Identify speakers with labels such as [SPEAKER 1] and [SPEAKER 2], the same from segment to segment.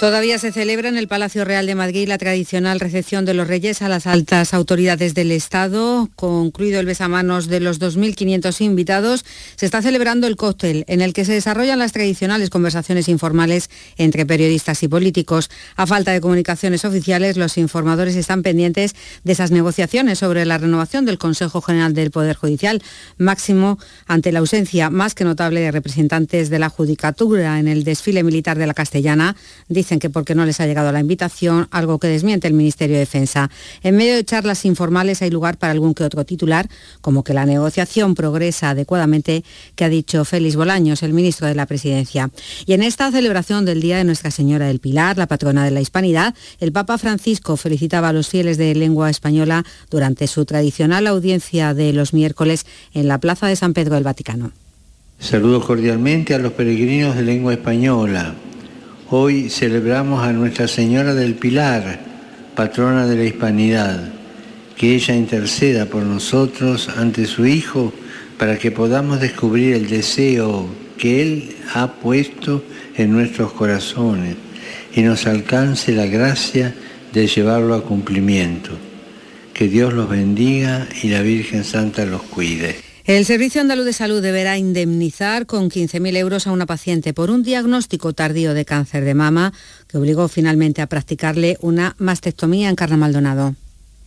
[SPEAKER 1] Todavía se celebra en el Palacio Real de Madrid la tradicional recepción de los reyes a las altas autoridades del Estado. Concluido el besamanos de los 2.500 invitados, se está celebrando el cóctel en el que se desarrollan las tradicionales conversaciones informales entre periodistas y políticos. A falta de comunicaciones oficiales, los informadores están pendientes de esas negociaciones sobre la renovación del Consejo General del Poder Judicial, máximo ante la ausencia más que notable de representantes de la Judicatura en el desfile militar de la Castellana dicen que porque no les ha llegado la invitación, algo que desmiente el Ministerio de Defensa. En medio de charlas informales hay lugar para algún que otro titular, como que la negociación progresa adecuadamente, que ha dicho Félix Bolaños, el ministro de la Presidencia. Y en esta celebración del Día de Nuestra Señora del Pilar, la patrona de la Hispanidad, el Papa Francisco felicitaba a los fieles de lengua española durante su tradicional audiencia de los miércoles en la Plaza de San Pedro del Vaticano.
[SPEAKER 2] Saludo cordialmente a los peregrinos de lengua española. Hoy celebramos a Nuestra Señora del Pilar, patrona de la Hispanidad, que ella interceda por nosotros ante su Hijo para que podamos descubrir el deseo que Él ha puesto en nuestros corazones y nos alcance la gracia de llevarlo a cumplimiento. Que Dios los bendiga y la Virgen Santa los cuide.
[SPEAKER 1] El Servicio Andaluz de Salud deberá indemnizar con 15.000 euros a una paciente por un diagnóstico tardío de cáncer de mama que obligó finalmente a practicarle una mastectomía en Carna Maldonado.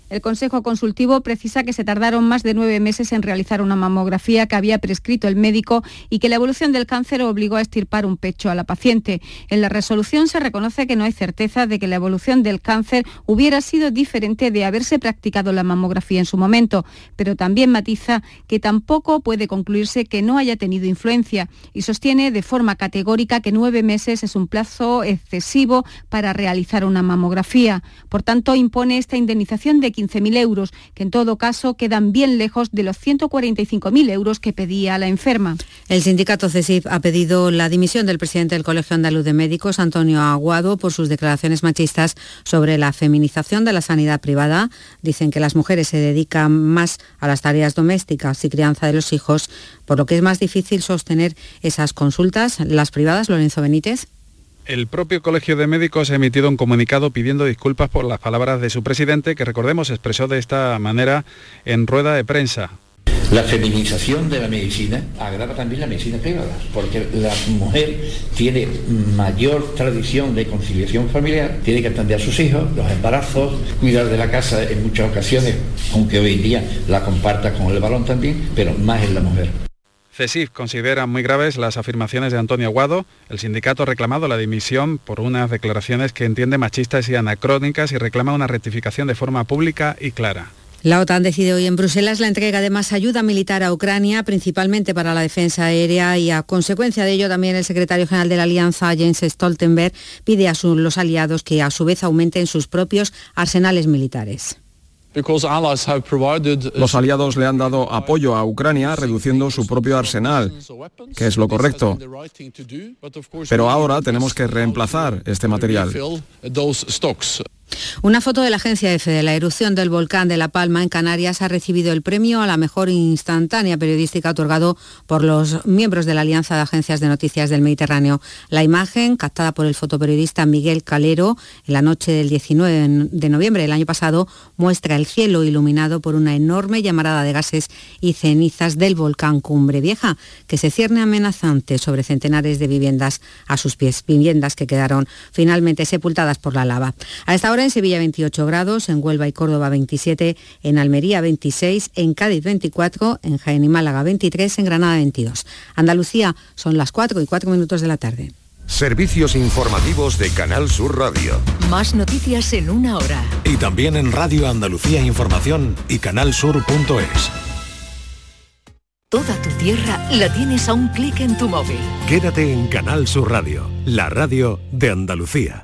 [SPEAKER 3] El Consejo Consultivo precisa que se tardaron más de nueve meses en realizar una mamografía que había prescrito el médico y que la evolución del cáncer obligó a estirpar un pecho a la paciente. En la resolución se reconoce que no hay certeza de que la evolución del cáncer hubiera sido diferente de haberse practicado la mamografía en su momento, pero también matiza que tampoco puede concluirse que no haya tenido influencia y sostiene de forma categórica que nueve meses es un plazo excesivo para realizar una mamografía. Por tanto, impone esta indemnización de 15.000 euros, que en todo caso quedan bien lejos de los 145.000 euros que pedía la enferma.
[SPEAKER 1] El sindicato CESIF ha pedido la dimisión del presidente del Colegio Andaluz de Médicos, Antonio Aguado, por sus declaraciones machistas sobre la feminización de la sanidad privada. Dicen que las mujeres se dedican más a las tareas domésticas y crianza de los hijos, por lo que es más difícil sostener esas consultas. Las privadas, Lorenzo Benítez.
[SPEAKER 4] El propio Colegio de Médicos ha emitido un comunicado pidiendo disculpas por las palabras de su presidente, que recordemos expresó de esta manera en rueda de prensa.
[SPEAKER 5] La feminización de la medicina agrava también la medicina privada, porque la mujer tiene mayor tradición de conciliación familiar, tiene que atender a sus hijos, los embarazos, cuidar de la casa en muchas ocasiones, aunque hoy en día la comparta con el balón también, pero más en la mujer.
[SPEAKER 4] CESIF considera muy graves las afirmaciones de Antonio Aguado. El sindicato ha reclamado la dimisión por unas declaraciones que entiende machistas y anacrónicas y reclama una rectificación de forma pública y clara.
[SPEAKER 1] La OTAN decide hoy en Bruselas la entrega de más ayuda militar a Ucrania, principalmente para la defensa aérea y a consecuencia de ello también el secretario general de la Alianza, Jens Stoltenberg, pide a su, los aliados que a su vez aumenten sus propios arsenales militares.
[SPEAKER 6] Los aliados le han dado apoyo a Ucrania reduciendo su propio arsenal, que es lo correcto. Pero ahora tenemos que reemplazar este material.
[SPEAKER 1] Una foto de la agencia EFE de la erupción del volcán de La Palma en Canarias ha recibido el premio a la mejor instantánea periodística otorgado por los miembros de la Alianza de Agencias de Noticias del Mediterráneo. La imagen, captada por el fotoperiodista Miguel Calero en la noche del 19 de noviembre del año pasado, muestra el cielo iluminado por una enorme llamarada de gases y cenizas del volcán Cumbre Vieja, que se cierne amenazante sobre centenares de viviendas a sus pies, viviendas que quedaron finalmente sepultadas por la lava. A esta hora en Sevilla 28 grados, en Huelva y Córdoba 27, en Almería 26, en Cádiz 24, en Jaén y Málaga 23, en Granada 22. Andalucía son las 4 y 4 minutos de la tarde.
[SPEAKER 7] Servicios informativos de Canal Sur Radio.
[SPEAKER 8] Más noticias en una hora.
[SPEAKER 9] Y también en Radio Andalucía Información y canalsur.es.
[SPEAKER 8] Toda tu tierra la tienes a un clic en tu móvil.
[SPEAKER 9] Quédate en Canal Sur Radio, la radio de Andalucía.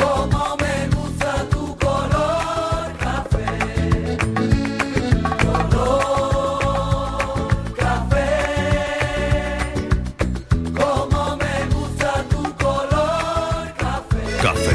[SPEAKER 10] Como me gusta tu color café, color café. Como me gusta tu color café.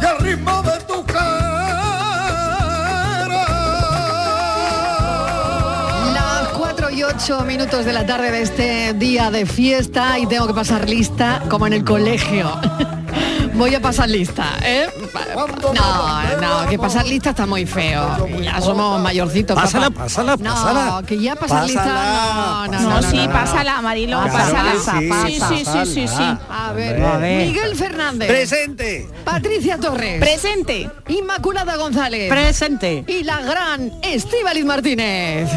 [SPEAKER 11] y el ritmo de tu
[SPEAKER 12] Las 4 y 8 minutos de la tarde de este día de fiesta y tengo que pasar lista como en el colegio. Voy a pasar lista, ¿eh? No, no, que pasar lista está muy feo. Ya somos mayorcitos. papá.
[SPEAKER 13] Pásala, pásala, pásala.
[SPEAKER 12] No, que ya pasar lista. No, no, no, no,
[SPEAKER 14] sí,
[SPEAKER 12] no.
[SPEAKER 14] pásala, Marilo,
[SPEAKER 12] Claro
[SPEAKER 14] pásala.
[SPEAKER 12] que sí,
[SPEAKER 14] sí, sí, sí, sí, sí.
[SPEAKER 12] A ver,
[SPEAKER 14] A ver.
[SPEAKER 12] Miguel Fernández.
[SPEAKER 14] Presente.
[SPEAKER 12] Patricia Torres.
[SPEAKER 14] Presente.
[SPEAKER 12] Inmaculada González.
[SPEAKER 14] Presente.
[SPEAKER 12] Y la gran Estíbaliz Martínez.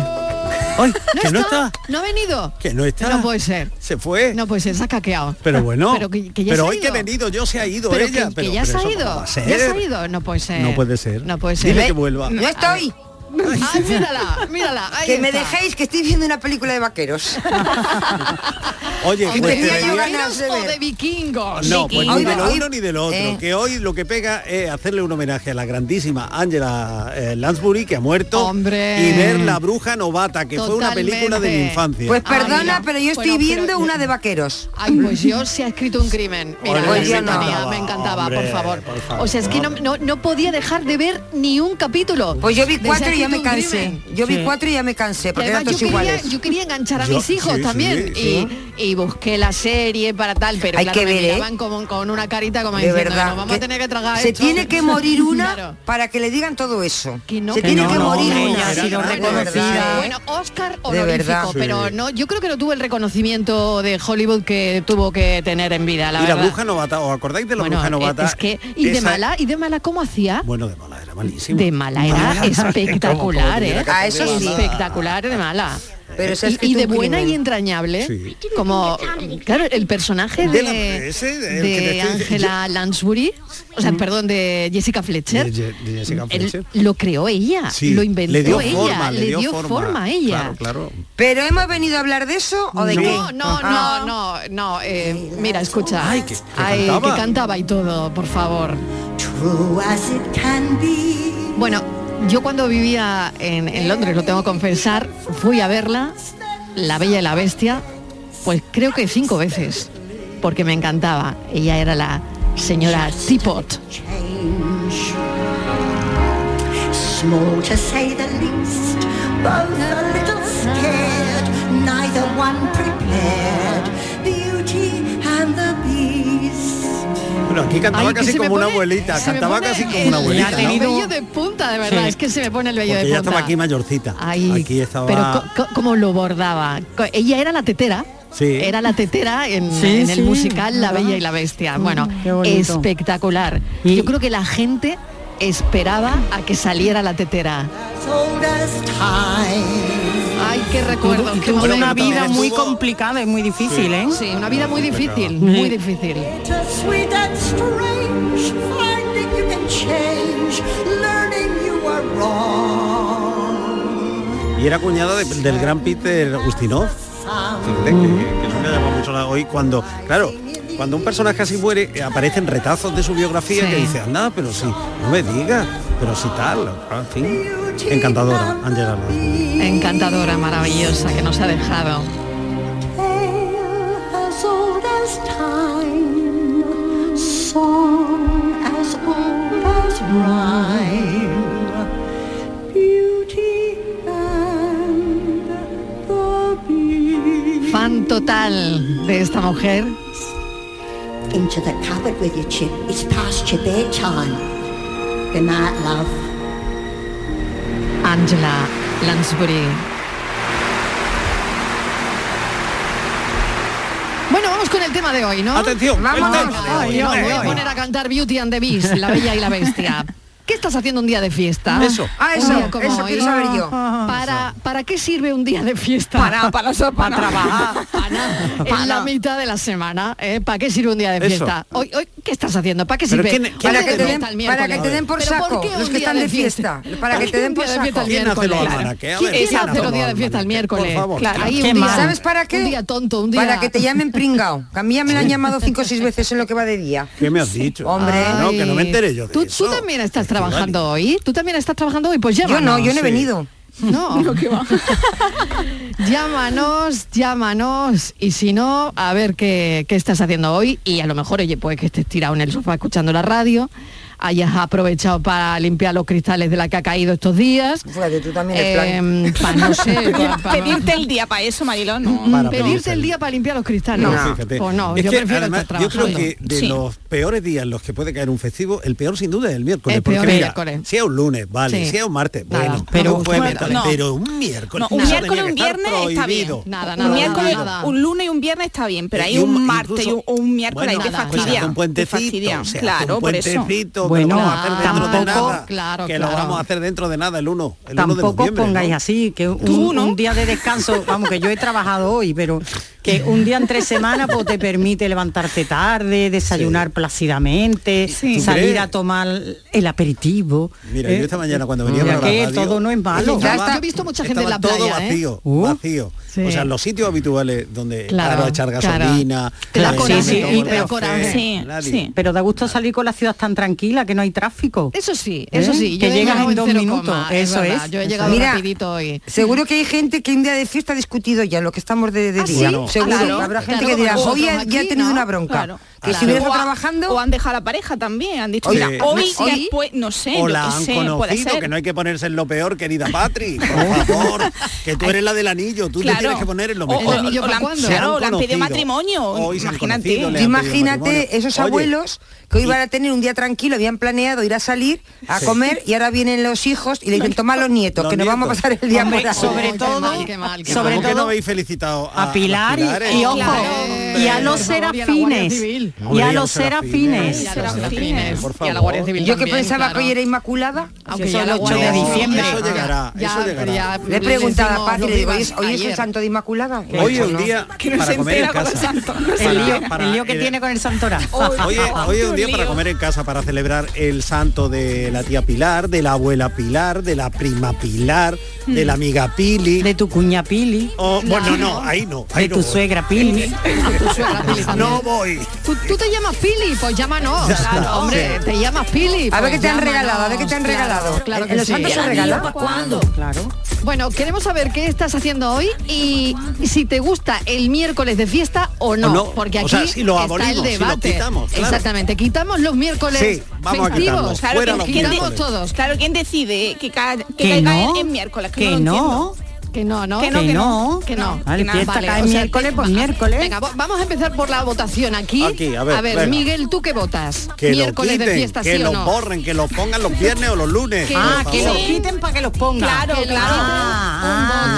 [SPEAKER 13] que no está.
[SPEAKER 12] ¿No ha venido?
[SPEAKER 13] Que no está.
[SPEAKER 12] No puede ser.
[SPEAKER 13] Se fue.
[SPEAKER 12] No puede ser, se ha caqueado.
[SPEAKER 13] Pero bueno,
[SPEAKER 12] Pero, que, que ya
[SPEAKER 13] pero
[SPEAKER 12] se ha
[SPEAKER 13] hoy que he
[SPEAKER 12] ido.
[SPEAKER 13] venido yo se ha ido
[SPEAKER 12] Pero
[SPEAKER 13] ella.
[SPEAKER 12] que,
[SPEAKER 13] pero,
[SPEAKER 12] que ya
[SPEAKER 13] pero
[SPEAKER 12] se ha
[SPEAKER 13] eso
[SPEAKER 12] ido.
[SPEAKER 13] cómo va a ser.
[SPEAKER 12] Ya se ha ido. No puede ser.
[SPEAKER 13] No puede ser.
[SPEAKER 12] No puede ser.
[SPEAKER 13] Dile que vuelva.
[SPEAKER 15] No estoy.
[SPEAKER 12] Ay, mírala, mírala. ahí
[SPEAKER 15] que me
[SPEAKER 12] está.
[SPEAKER 15] dejéis que estoy viendo una película de vaqueros.
[SPEAKER 13] Oye,
[SPEAKER 15] Que
[SPEAKER 13] pues te
[SPEAKER 15] tenía yo
[SPEAKER 13] diría-
[SPEAKER 15] ganas de
[SPEAKER 12] O
[SPEAKER 15] ver.
[SPEAKER 12] de vikingos.
[SPEAKER 13] No, pues ni de lo
[SPEAKER 15] Hoy-
[SPEAKER 13] uno ni de lo otro.
[SPEAKER 15] Eh.
[SPEAKER 13] Que hoy lo que pega es hacerle un homenaje a la grandísima Angela eh, Lansbury, que ha muerto,
[SPEAKER 12] Hombre.
[SPEAKER 13] y ver La Bruja Novata, que fue una película de mi
[SPEAKER 12] Totalmente.
[SPEAKER 13] infancia.
[SPEAKER 15] Pues
[SPEAKER 12] Ah,
[SPEAKER 15] perdona,
[SPEAKER 12] mira.
[SPEAKER 15] pero yo estoy
[SPEAKER 12] Bueno, pero
[SPEAKER 15] viendo
[SPEAKER 12] yo-
[SPEAKER 15] una de vaqueros.
[SPEAKER 12] Ay, pues yo se ha escrito un crimen. Mira,
[SPEAKER 15] Pues
[SPEAKER 12] la
[SPEAKER 15] yo no.
[SPEAKER 12] sintonía, me encantaba,
[SPEAKER 13] Hombre,
[SPEAKER 12] por, favor.
[SPEAKER 13] por favor.
[SPEAKER 12] O sea, es que no, no, no podía dejar de ver ni un capítulo.
[SPEAKER 15] Pues yo vi
[SPEAKER 12] de Se ha
[SPEAKER 15] cuatro y ya me
[SPEAKER 12] escrito un
[SPEAKER 15] cansé.
[SPEAKER 12] crimen.
[SPEAKER 15] Yo vi
[SPEAKER 13] Sí.
[SPEAKER 15] cuatro y ya me cansé,
[SPEAKER 12] Y
[SPEAKER 15] porque eran
[SPEAKER 12] además
[SPEAKER 15] todos
[SPEAKER 12] yo, quería,
[SPEAKER 15] iguales.
[SPEAKER 12] yo quería enganchar a
[SPEAKER 13] Yo-
[SPEAKER 12] mis hijos
[SPEAKER 13] sí, sí,
[SPEAKER 12] también
[SPEAKER 13] sí.
[SPEAKER 12] y, y busqué la serie para tal, pero
[SPEAKER 15] Hay
[SPEAKER 12] claro,
[SPEAKER 15] que
[SPEAKER 12] me
[SPEAKER 15] ver, ¿eh?
[SPEAKER 12] miraban como con una carita como
[SPEAKER 15] De
[SPEAKER 12] diciendo,
[SPEAKER 15] verdad.
[SPEAKER 12] "No, vamos a
[SPEAKER 15] que
[SPEAKER 12] tener que tragar
[SPEAKER 15] se
[SPEAKER 12] esto".
[SPEAKER 15] tiene que morir una
[SPEAKER 12] Claro.
[SPEAKER 15] para que le digan todo eso.
[SPEAKER 12] Que no,
[SPEAKER 15] se
[SPEAKER 12] que
[SPEAKER 15] tiene
[SPEAKER 13] no,
[SPEAKER 15] que
[SPEAKER 13] no,
[SPEAKER 15] morir
[SPEAKER 13] hombre,
[SPEAKER 15] una.
[SPEAKER 13] ya ha sido
[SPEAKER 15] De
[SPEAKER 13] reconocida.
[SPEAKER 15] verdad, ¿eh?
[SPEAKER 12] Bueno, Oscar
[SPEAKER 15] De verdad.
[SPEAKER 12] honorífico,
[SPEAKER 13] Sí.
[SPEAKER 12] pero no, yo creo que no tuvo el reconocimiento de Hollywood que tuvo que tener en vida, pues, la
[SPEAKER 13] y La
[SPEAKER 12] verdad.
[SPEAKER 13] Bruja Novata, ¿os acordáis de La
[SPEAKER 12] Bueno,
[SPEAKER 13] Bruja
[SPEAKER 12] eh,
[SPEAKER 13] Novata?
[SPEAKER 12] es que y de
[SPEAKER 13] Esa-
[SPEAKER 12] mala, y de mala cómo hacía?
[SPEAKER 13] Bueno, de mala era malísimo.
[SPEAKER 12] De mala era
[SPEAKER 13] Mala, que como- como
[SPEAKER 12] espectacular,
[SPEAKER 13] tuviera
[SPEAKER 12] ¿eh?
[SPEAKER 13] que hacer
[SPEAKER 15] Ah, eso
[SPEAKER 12] Es
[SPEAKER 15] sí.
[SPEAKER 12] Espectacular de mala.
[SPEAKER 15] Pero esa
[SPEAKER 12] y,
[SPEAKER 15] es que
[SPEAKER 12] y
[SPEAKER 15] tú
[SPEAKER 12] de
[SPEAKER 15] un
[SPEAKER 12] buena y
[SPEAKER 15] crimen.
[SPEAKER 12] entrañable, como claro, el personaje
[SPEAKER 13] De
[SPEAKER 12] de,
[SPEAKER 13] la- ese, el que te
[SPEAKER 12] de
[SPEAKER 13] estoy-
[SPEAKER 12] Angela Lansbury, o sea, perdón, de Jessica Fletcher.
[SPEAKER 13] Mm. De Je- de Jessica
[SPEAKER 12] él
[SPEAKER 13] Fletcher.
[SPEAKER 12] lo creó ella,
[SPEAKER 13] Sí,
[SPEAKER 12] lo inventó
[SPEAKER 13] le dio
[SPEAKER 12] ella,
[SPEAKER 13] forma,
[SPEAKER 12] le, dio, forma, a ella.
[SPEAKER 13] Claro, claro.
[SPEAKER 15] ¿Pero hemos venido a hablar de eso o de
[SPEAKER 12] no,
[SPEAKER 15] qué?
[SPEAKER 12] no,
[SPEAKER 15] Ah.
[SPEAKER 12] no, no, no, eh, mira, escucha. Ay, que,
[SPEAKER 15] cantaba.
[SPEAKER 12] cantaba y todo, por favor. Bueno, yo cuando vivía en, en Londres, lo tengo que confesar, fui a verla, La Bella y la Bestia, pues creo que cinco veces, porque me encantaba. Ella era la señora Teapot.
[SPEAKER 10] Small to say the least, both a little scared, neither one prepared. Beauty and the Beast.
[SPEAKER 13] Bueno, aquí cantaba
[SPEAKER 10] Ay, que
[SPEAKER 13] casi
[SPEAKER 10] se me
[SPEAKER 13] como una
[SPEAKER 10] pone-
[SPEAKER 13] abuelita,
[SPEAKER 10] se me
[SPEAKER 13] cantaba
[SPEAKER 10] pone
[SPEAKER 13] casi como
[SPEAKER 10] el-
[SPEAKER 13] una abuelita.
[SPEAKER 12] El
[SPEAKER 13] ¿no?
[SPEAKER 12] vello de punta, de verdad,
[SPEAKER 13] Sí.
[SPEAKER 12] es que se me pone el vello
[SPEAKER 13] Porque
[SPEAKER 12] de
[SPEAKER 13] ella
[SPEAKER 12] punta.
[SPEAKER 13] estaba aquí mayorcita.
[SPEAKER 12] Ay,
[SPEAKER 13] aquí estaba.
[SPEAKER 12] Pero co- co- como lo bordaba. Co- Ella era la tetera.
[SPEAKER 13] Sí.
[SPEAKER 12] Era la tetera en,
[SPEAKER 14] Sí,
[SPEAKER 12] en
[SPEAKER 14] sí,
[SPEAKER 12] el musical La
[SPEAKER 14] ¿verdad?
[SPEAKER 12] Bella y la Bestia. Bueno,
[SPEAKER 14] Mm, qué bonito.
[SPEAKER 12] espectacular. Yo creo que la gente esperaba a que saliera la tetera. Ay, qué recuerdo.
[SPEAKER 14] Tuvo-
[SPEAKER 12] qué
[SPEAKER 14] tuvo
[SPEAKER 12] momento.
[SPEAKER 14] una vida muy complicada y muy difícil, ¿eh?
[SPEAKER 12] Sí, una vida muy difícil, muy difícil.
[SPEAKER 10] Bittersweet and strange, finding you can change, learning you are wrong.
[SPEAKER 13] Y era cuñada de- del gran Peter Ustinov. Fíjate que, que es lo que ha llamado mucho la- hoy cuando, claro, cuando un personaje así muere, eh, aparecen retazos de su biografía
[SPEAKER 10] Sí.
[SPEAKER 13] que dice, anda, pero sí, no me digas, pero sí tal, en fin. Encantadora, Angela.
[SPEAKER 12] Encantadora, maravillosa, que nos ha dejado.
[SPEAKER 10] As old as time, song as old as rhyme, beauty and the beast.
[SPEAKER 12] Fan total de esta mujer.
[SPEAKER 10] Into the cupboard with your chip. It's past your bedtime. Good night, love.
[SPEAKER 12] Angela Lansbury. Bueno, vamos con el tema de hoy, ¿no?
[SPEAKER 13] Atención,
[SPEAKER 12] vamos.
[SPEAKER 13] el tema de hoy,
[SPEAKER 12] Ay,
[SPEAKER 13] el
[SPEAKER 12] no,
[SPEAKER 13] tema
[SPEAKER 12] voy
[SPEAKER 13] de
[SPEAKER 12] a
[SPEAKER 13] hoy.
[SPEAKER 12] poner a cantar Beauty and the Beast, La Bella y la Bestia. ¿Qué estás haciendo un día de fiesta?
[SPEAKER 13] Eso.
[SPEAKER 12] Un
[SPEAKER 15] Ah, eso,
[SPEAKER 12] día como
[SPEAKER 15] eso
[SPEAKER 12] hoy.
[SPEAKER 15] quiero saber
[SPEAKER 12] Ah,
[SPEAKER 15] yo.
[SPEAKER 12] ¿Para, ¿Para qué sirve un día de fiesta?
[SPEAKER 15] Para- para eso, para
[SPEAKER 12] trabajar. En la mitad de la semana, ¿eh? ¿para qué sirve un día de
[SPEAKER 15] Eso.
[SPEAKER 12] fiesta? Hoy, hoy, ¿Qué estás haciendo? ¿Para qué
[SPEAKER 15] Pero
[SPEAKER 12] sirve?
[SPEAKER 15] ¿quién-
[SPEAKER 12] Un
[SPEAKER 15] quién
[SPEAKER 12] día
[SPEAKER 15] hace
[SPEAKER 12] de
[SPEAKER 15] lo-
[SPEAKER 12] fiesta el
[SPEAKER 15] para
[SPEAKER 12] miércoles.
[SPEAKER 15] que te den por
[SPEAKER 12] ¿Pero
[SPEAKER 15] saco,
[SPEAKER 12] qué un
[SPEAKER 15] los que
[SPEAKER 12] día
[SPEAKER 15] están de fiesta? Para que te
[SPEAKER 12] qué
[SPEAKER 15] den
[SPEAKER 12] un
[SPEAKER 15] por
[SPEAKER 12] día de fiesta el
[SPEAKER 15] saco. ¿Quién hace
[SPEAKER 12] miércoles?
[SPEAKER 15] los
[SPEAKER 12] Claro.
[SPEAKER 15] almanaques? A ver,
[SPEAKER 12] ¿Quién-
[SPEAKER 15] ¿quién
[SPEAKER 12] ¿Quién hace
[SPEAKER 15] hace
[SPEAKER 12] los
[SPEAKER 15] los
[SPEAKER 12] días de fiesta el miércoles?
[SPEAKER 15] favor.
[SPEAKER 12] Claro, ahí
[SPEAKER 15] Qué
[SPEAKER 12] un día,
[SPEAKER 15] mal. ¿Sabes para qué?
[SPEAKER 12] Un día tonto, un día...
[SPEAKER 15] Para que te llamen pringao. Que a mí ya me lo han llamado cinco o seis veces en lo que va de día.
[SPEAKER 13] ¿Qué me has dicho? Ah,
[SPEAKER 15] Hombre.
[SPEAKER 13] no, que no me enteré yo de
[SPEAKER 12] ¿Tú, tú también estás trabajando hoy? ¿Tú también estás trabajando hoy? Pues
[SPEAKER 15] Yo no,
[SPEAKER 12] llámanos.
[SPEAKER 15] yo no he Sí. venido.
[SPEAKER 12] No. llámanos, llámanos. Y si no, a ver qué, qué estás haciendo hoy. Y a lo mejor, oye, pues que estés tirado en el sofá escuchando la radio. Hayas aprovechado para limpiar los cristales de la que ha caído estos días.
[SPEAKER 15] Fíjate, tú también el
[SPEAKER 12] Em,
[SPEAKER 15] plan.
[SPEAKER 12] pa- no sé, pa- pa-
[SPEAKER 14] Pedirte el día para eso, Marilón.
[SPEAKER 13] Para
[SPEAKER 12] pedirte el día para limpiar los cristales.
[SPEAKER 13] No, fíjate.
[SPEAKER 12] Pues no,
[SPEAKER 13] Es
[SPEAKER 12] yo
[SPEAKER 13] que,
[SPEAKER 12] prefiero
[SPEAKER 13] además,
[SPEAKER 12] estar
[SPEAKER 13] Yo
[SPEAKER 12] trabajando.
[SPEAKER 13] creo que de
[SPEAKER 12] Sí.
[SPEAKER 13] los peores días en los que puede caer un festivo, el peor sin duda es el miércoles.
[SPEAKER 12] El
[SPEAKER 13] porque
[SPEAKER 12] peor
[SPEAKER 13] mira,
[SPEAKER 12] miércoles.
[SPEAKER 13] Si es un lunes, vale.
[SPEAKER 12] Sí.
[SPEAKER 13] Si es un martes,
[SPEAKER 12] Nada,
[SPEAKER 13] bueno.
[SPEAKER 14] pero
[SPEAKER 13] no
[SPEAKER 14] un
[SPEAKER 13] jueves, tal,
[SPEAKER 14] miércoles, no.
[SPEAKER 13] Pero un miércoles.
[SPEAKER 14] No, un
[SPEAKER 13] eso
[SPEAKER 14] miércoles,
[SPEAKER 13] tenía
[SPEAKER 14] un
[SPEAKER 13] que
[SPEAKER 14] viernes
[SPEAKER 13] estar
[SPEAKER 14] está bien.
[SPEAKER 13] prohibido. Eh,
[SPEAKER 14] un miércoles, un lunes y un viernes está bien, pero
[SPEAKER 13] Y
[SPEAKER 14] hay
[SPEAKER 13] un-
[SPEAKER 14] un, martes y un,
[SPEAKER 13] incluso-
[SPEAKER 14] o un miércoles
[SPEAKER 13] Bueno,
[SPEAKER 14] que
[SPEAKER 13] nada,
[SPEAKER 14] fastidia.
[SPEAKER 13] nada. Un puentecito,
[SPEAKER 14] te fastidia.
[SPEAKER 13] o sea,
[SPEAKER 14] claro,
[SPEAKER 13] un
[SPEAKER 14] por eso.
[SPEAKER 13] puentecito, que lo vamos a hacer dentro de nada,
[SPEAKER 12] claro,
[SPEAKER 13] que
[SPEAKER 12] claro.
[SPEAKER 13] lo vamos a hacer dentro de nada el 1 el 1 de
[SPEAKER 16] Tampoco
[SPEAKER 13] noviembre.
[SPEAKER 16] pongáis
[SPEAKER 13] ¿no?
[SPEAKER 16] así, que un, un día de descanso, vamos, que yo he trabajado hoy, pero que un día en tres semanas pues, te permite levantarte tarde, desayunar plácidamente,
[SPEAKER 13] ¿Tú
[SPEAKER 16] salir
[SPEAKER 13] crees?
[SPEAKER 16] a tomar el aperitivo.
[SPEAKER 13] Mira, yo esta mañana cuando venía
[SPEAKER 16] Eh, mira
[SPEAKER 13] para la
[SPEAKER 16] que
[SPEAKER 13] radio,
[SPEAKER 16] todo no es malo.
[SPEAKER 13] estaba-
[SPEAKER 16] Ya está.
[SPEAKER 12] Yo he visto mucha gente en
[SPEAKER 13] estaba
[SPEAKER 16] la playa,
[SPEAKER 13] todo
[SPEAKER 16] ¿eh?
[SPEAKER 13] vacío, vacío. O sea, los sitios habituales donde
[SPEAKER 16] Claro,
[SPEAKER 13] claro, echar
[SPEAKER 16] claro.
[SPEAKER 13] gasolina,
[SPEAKER 16] Te da
[SPEAKER 13] eh,
[SPEAKER 16] coraje,
[SPEAKER 13] me tomo
[SPEAKER 16] y
[SPEAKER 13] el
[SPEAKER 16] te da
[SPEAKER 13] café,
[SPEAKER 16] coraje.
[SPEAKER 14] Sí,
[SPEAKER 13] nadie.
[SPEAKER 16] Pero da gusto salir con la ciudad tan tranquila, que no hay tráfico. ¿Eh?
[SPEAKER 12] Eso sí, eso sí, yo
[SPEAKER 16] Que
[SPEAKER 12] he
[SPEAKER 16] llegas
[SPEAKER 12] llegado
[SPEAKER 16] en
[SPEAKER 12] en
[SPEAKER 16] dos
[SPEAKER 12] cero
[SPEAKER 16] minutos.
[SPEAKER 12] coma, es
[SPEAKER 16] eso
[SPEAKER 12] verdad,
[SPEAKER 16] es.
[SPEAKER 12] yo he
[SPEAKER 16] eso
[SPEAKER 12] llegado
[SPEAKER 16] es.
[SPEAKER 12] Mira, rapidito hoy.
[SPEAKER 15] Seguro que hay gente que un día de fiesta ha discutido ya lo que estamos de, de
[SPEAKER 14] Ah,
[SPEAKER 15] día.
[SPEAKER 14] sí, ah,
[SPEAKER 15] Seguro
[SPEAKER 14] claro,
[SPEAKER 15] habrá gente
[SPEAKER 14] claro,
[SPEAKER 15] que dirá,
[SPEAKER 14] como
[SPEAKER 15] hoy ya,
[SPEAKER 14] nosotros
[SPEAKER 15] ya he
[SPEAKER 14] aquí,
[SPEAKER 15] tenido
[SPEAKER 14] ¿no?
[SPEAKER 15] una bronca.
[SPEAKER 14] Claro,
[SPEAKER 15] que
[SPEAKER 14] claro.
[SPEAKER 15] si hubiera
[SPEAKER 14] O
[SPEAKER 15] estado
[SPEAKER 14] ha-
[SPEAKER 15] trabajando.
[SPEAKER 14] O han dejado a la pareja también, han dicho,
[SPEAKER 13] Sí.
[SPEAKER 14] mira, hoy,
[SPEAKER 13] Sí.
[SPEAKER 14] después, no sé,
[SPEAKER 13] o
[SPEAKER 14] yo
[SPEAKER 13] la
[SPEAKER 14] qué
[SPEAKER 13] han
[SPEAKER 14] sé, puede
[SPEAKER 13] conocido,
[SPEAKER 14] ser.
[SPEAKER 13] que no hay que ponerse en lo peor, querida Patri. Por favor, que tú eres la del anillo, tú te
[SPEAKER 14] Claro.
[SPEAKER 13] tienes que poner en lo
[SPEAKER 14] O-
[SPEAKER 13] mejor.
[SPEAKER 14] o- ¿El anillo o para la- cuándo?
[SPEAKER 13] Se han
[SPEAKER 14] claro, le han pedido
[SPEAKER 13] conocido.
[SPEAKER 14] matrimonio,
[SPEAKER 13] Hoy se han
[SPEAKER 14] imagínate.
[SPEAKER 13] conocido, le
[SPEAKER 15] Tú
[SPEAKER 13] han pedido
[SPEAKER 15] imagínate
[SPEAKER 13] matrimonio.
[SPEAKER 15] esos
[SPEAKER 13] Oye,
[SPEAKER 15] abuelos que hoy
[SPEAKER 13] y-
[SPEAKER 15] van a tener un día tranquilo, habían planeado ir a salir, a
[SPEAKER 13] Sí.
[SPEAKER 15] comer y ahora vienen los hijos y le dicen, toma a los nietos,
[SPEAKER 13] Los
[SPEAKER 15] que nos vamos a
[SPEAKER 13] nietos.
[SPEAKER 15] pasar el día
[SPEAKER 16] Hombre,
[SPEAKER 15] por ahí".
[SPEAKER 16] sobre todo- sobre
[SPEAKER 13] ¿Por qué no
[SPEAKER 16] todo-
[SPEAKER 13] habéis felicitado a,
[SPEAKER 16] a Pilar y,
[SPEAKER 13] eh?
[SPEAKER 16] y ojo, y a los
[SPEAKER 12] Claro, y a la Guardia
[SPEAKER 16] serafines
[SPEAKER 12] Civil.
[SPEAKER 16] y a
[SPEAKER 13] Hombre,
[SPEAKER 16] los serafines
[SPEAKER 12] Ay, a los serafines.
[SPEAKER 13] por
[SPEAKER 12] Y a la Guardia Civil
[SPEAKER 15] Yo que
[SPEAKER 12] también,
[SPEAKER 15] pensaba
[SPEAKER 12] claro.
[SPEAKER 15] que hoy era Inmaculada,
[SPEAKER 12] Aunque
[SPEAKER 15] eso
[SPEAKER 12] ya
[SPEAKER 15] el
[SPEAKER 12] la
[SPEAKER 15] 8 de
[SPEAKER 12] Guardia Civil-
[SPEAKER 15] diciembre.
[SPEAKER 13] Eso llegará,
[SPEAKER 12] Ya,
[SPEAKER 13] eso
[SPEAKER 12] pero
[SPEAKER 13] llegará.
[SPEAKER 12] ya
[SPEAKER 15] Le he
[SPEAKER 12] decimos
[SPEAKER 15] preguntado a
[SPEAKER 12] lo
[SPEAKER 15] Patri, le digo,
[SPEAKER 12] vivas
[SPEAKER 15] "Oye, hoy es
[SPEAKER 12] ayer".
[SPEAKER 15] el San santo de Inmaculada?
[SPEAKER 13] Hoy es un día para comer en casa.
[SPEAKER 16] el, lío,
[SPEAKER 13] Para-
[SPEAKER 16] el lío que
[SPEAKER 13] eh,
[SPEAKER 16] tiene con el santoral.
[SPEAKER 13] Hoy, es- hoy es un día para comer en casa, para celebrar el santo de la tía Pilar, de la abuela Pilar, de la prima Pilar, de la amiga Pili.
[SPEAKER 16] De tu cuña Pili.
[SPEAKER 13] Bueno, no, ahí no. ahí
[SPEAKER 16] De
[SPEAKER 13] no
[SPEAKER 16] tu
[SPEAKER 13] voy.
[SPEAKER 16] suegra Pili.
[SPEAKER 13] No voy.
[SPEAKER 12] ¿Tú, tú te llamas Pili, pues llámanos.
[SPEAKER 13] Ya está,
[SPEAKER 12] Claro, hombre,
[SPEAKER 15] sí.
[SPEAKER 12] te llamas Pili.
[SPEAKER 15] A ver
[SPEAKER 12] pues
[SPEAKER 15] qué te han
[SPEAKER 12] llámanos.
[SPEAKER 15] regalado, a ver qué te han
[SPEAKER 12] Claro,
[SPEAKER 15] regalado.
[SPEAKER 12] Claro
[SPEAKER 15] ¿En
[SPEAKER 12] que
[SPEAKER 15] los
[SPEAKER 12] sí.
[SPEAKER 15] santos se regala? ¿Para
[SPEAKER 12] cuándo?
[SPEAKER 16] Claro.
[SPEAKER 12] Bueno, queremos saber qué estás haciendo hoy y si te gusta el miércoles de fiesta o no,
[SPEAKER 13] O no.
[SPEAKER 12] porque
[SPEAKER 13] O
[SPEAKER 12] aquí
[SPEAKER 13] sea, si lo abolimos,
[SPEAKER 12] está el
[SPEAKER 13] si lo
[SPEAKER 12] debate.
[SPEAKER 13] quitamos, claro.
[SPEAKER 12] Exactamente, quitamos los miércoles
[SPEAKER 13] Sí, vamos a
[SPEAKER 12] festivos,
[SPEAKER 13] quitarlos,
[SPEAKER 12] claro,
[SPEAKER 13] fuera
[SPEAKER 12] que
[SPEAKER 13] los
[SPEAKER 12] quitamos
[SPEAKER 13] miércoles.
[SPEAKER 12] todos.
[SPEAKER 14] Claro, ¿quién decide que, ca- que
[SPEAKER 12] Que
[SPEAKER 14] caiga
[SPEAKER 12] no,
[SPEAKER 14] en, en miércoles?
[SPEAKER 12] que
[SPEAKER 14] no, lo
[SPEAKER 12] no.
[SPEAKER 14] entiendo.
[SPEAKER 12] Que no, ¿no?
[SPEAKER 14] Que no, que no.
[SPEAKER 12] Que no.
[SPEAKER 16] Vale,
[SPEAKER 12] que no,
[SPEAKER 16] fiesta cae
[SPEAKER 12] o sea,
[SPEAKER 16] miércoles, pues
[SPEAKER 12] va-
[SPEAKER 16] miércoles.
[SPEAKER 12] Venga, va- vamos a empezar por la votación aquí.
[SPEAKER 13] Aquí, a ver, venga.
[SPEAKER 12] Miguel, ¿tú qué votas?
[SPEAKER 13] Que lo
[SPEAKER 12] miércoles
[SPEAKER 13] quiten,
[SPEAKER 12] de fiesta,
[SPEAKER 13] que
[SPEAKER 12] sí
[SPEAKER 13] lo
[SPEAKER 12] o no.
[SPEAKER 13] borren, que lo pongan los viernes o los lunes. por
[SPEAKER 16] Ah, que lo
[SPEAKER 13] favor.
[SPEAKER 16] quiten para que los pongan.
[SPEAKER 12] Que lo quiten un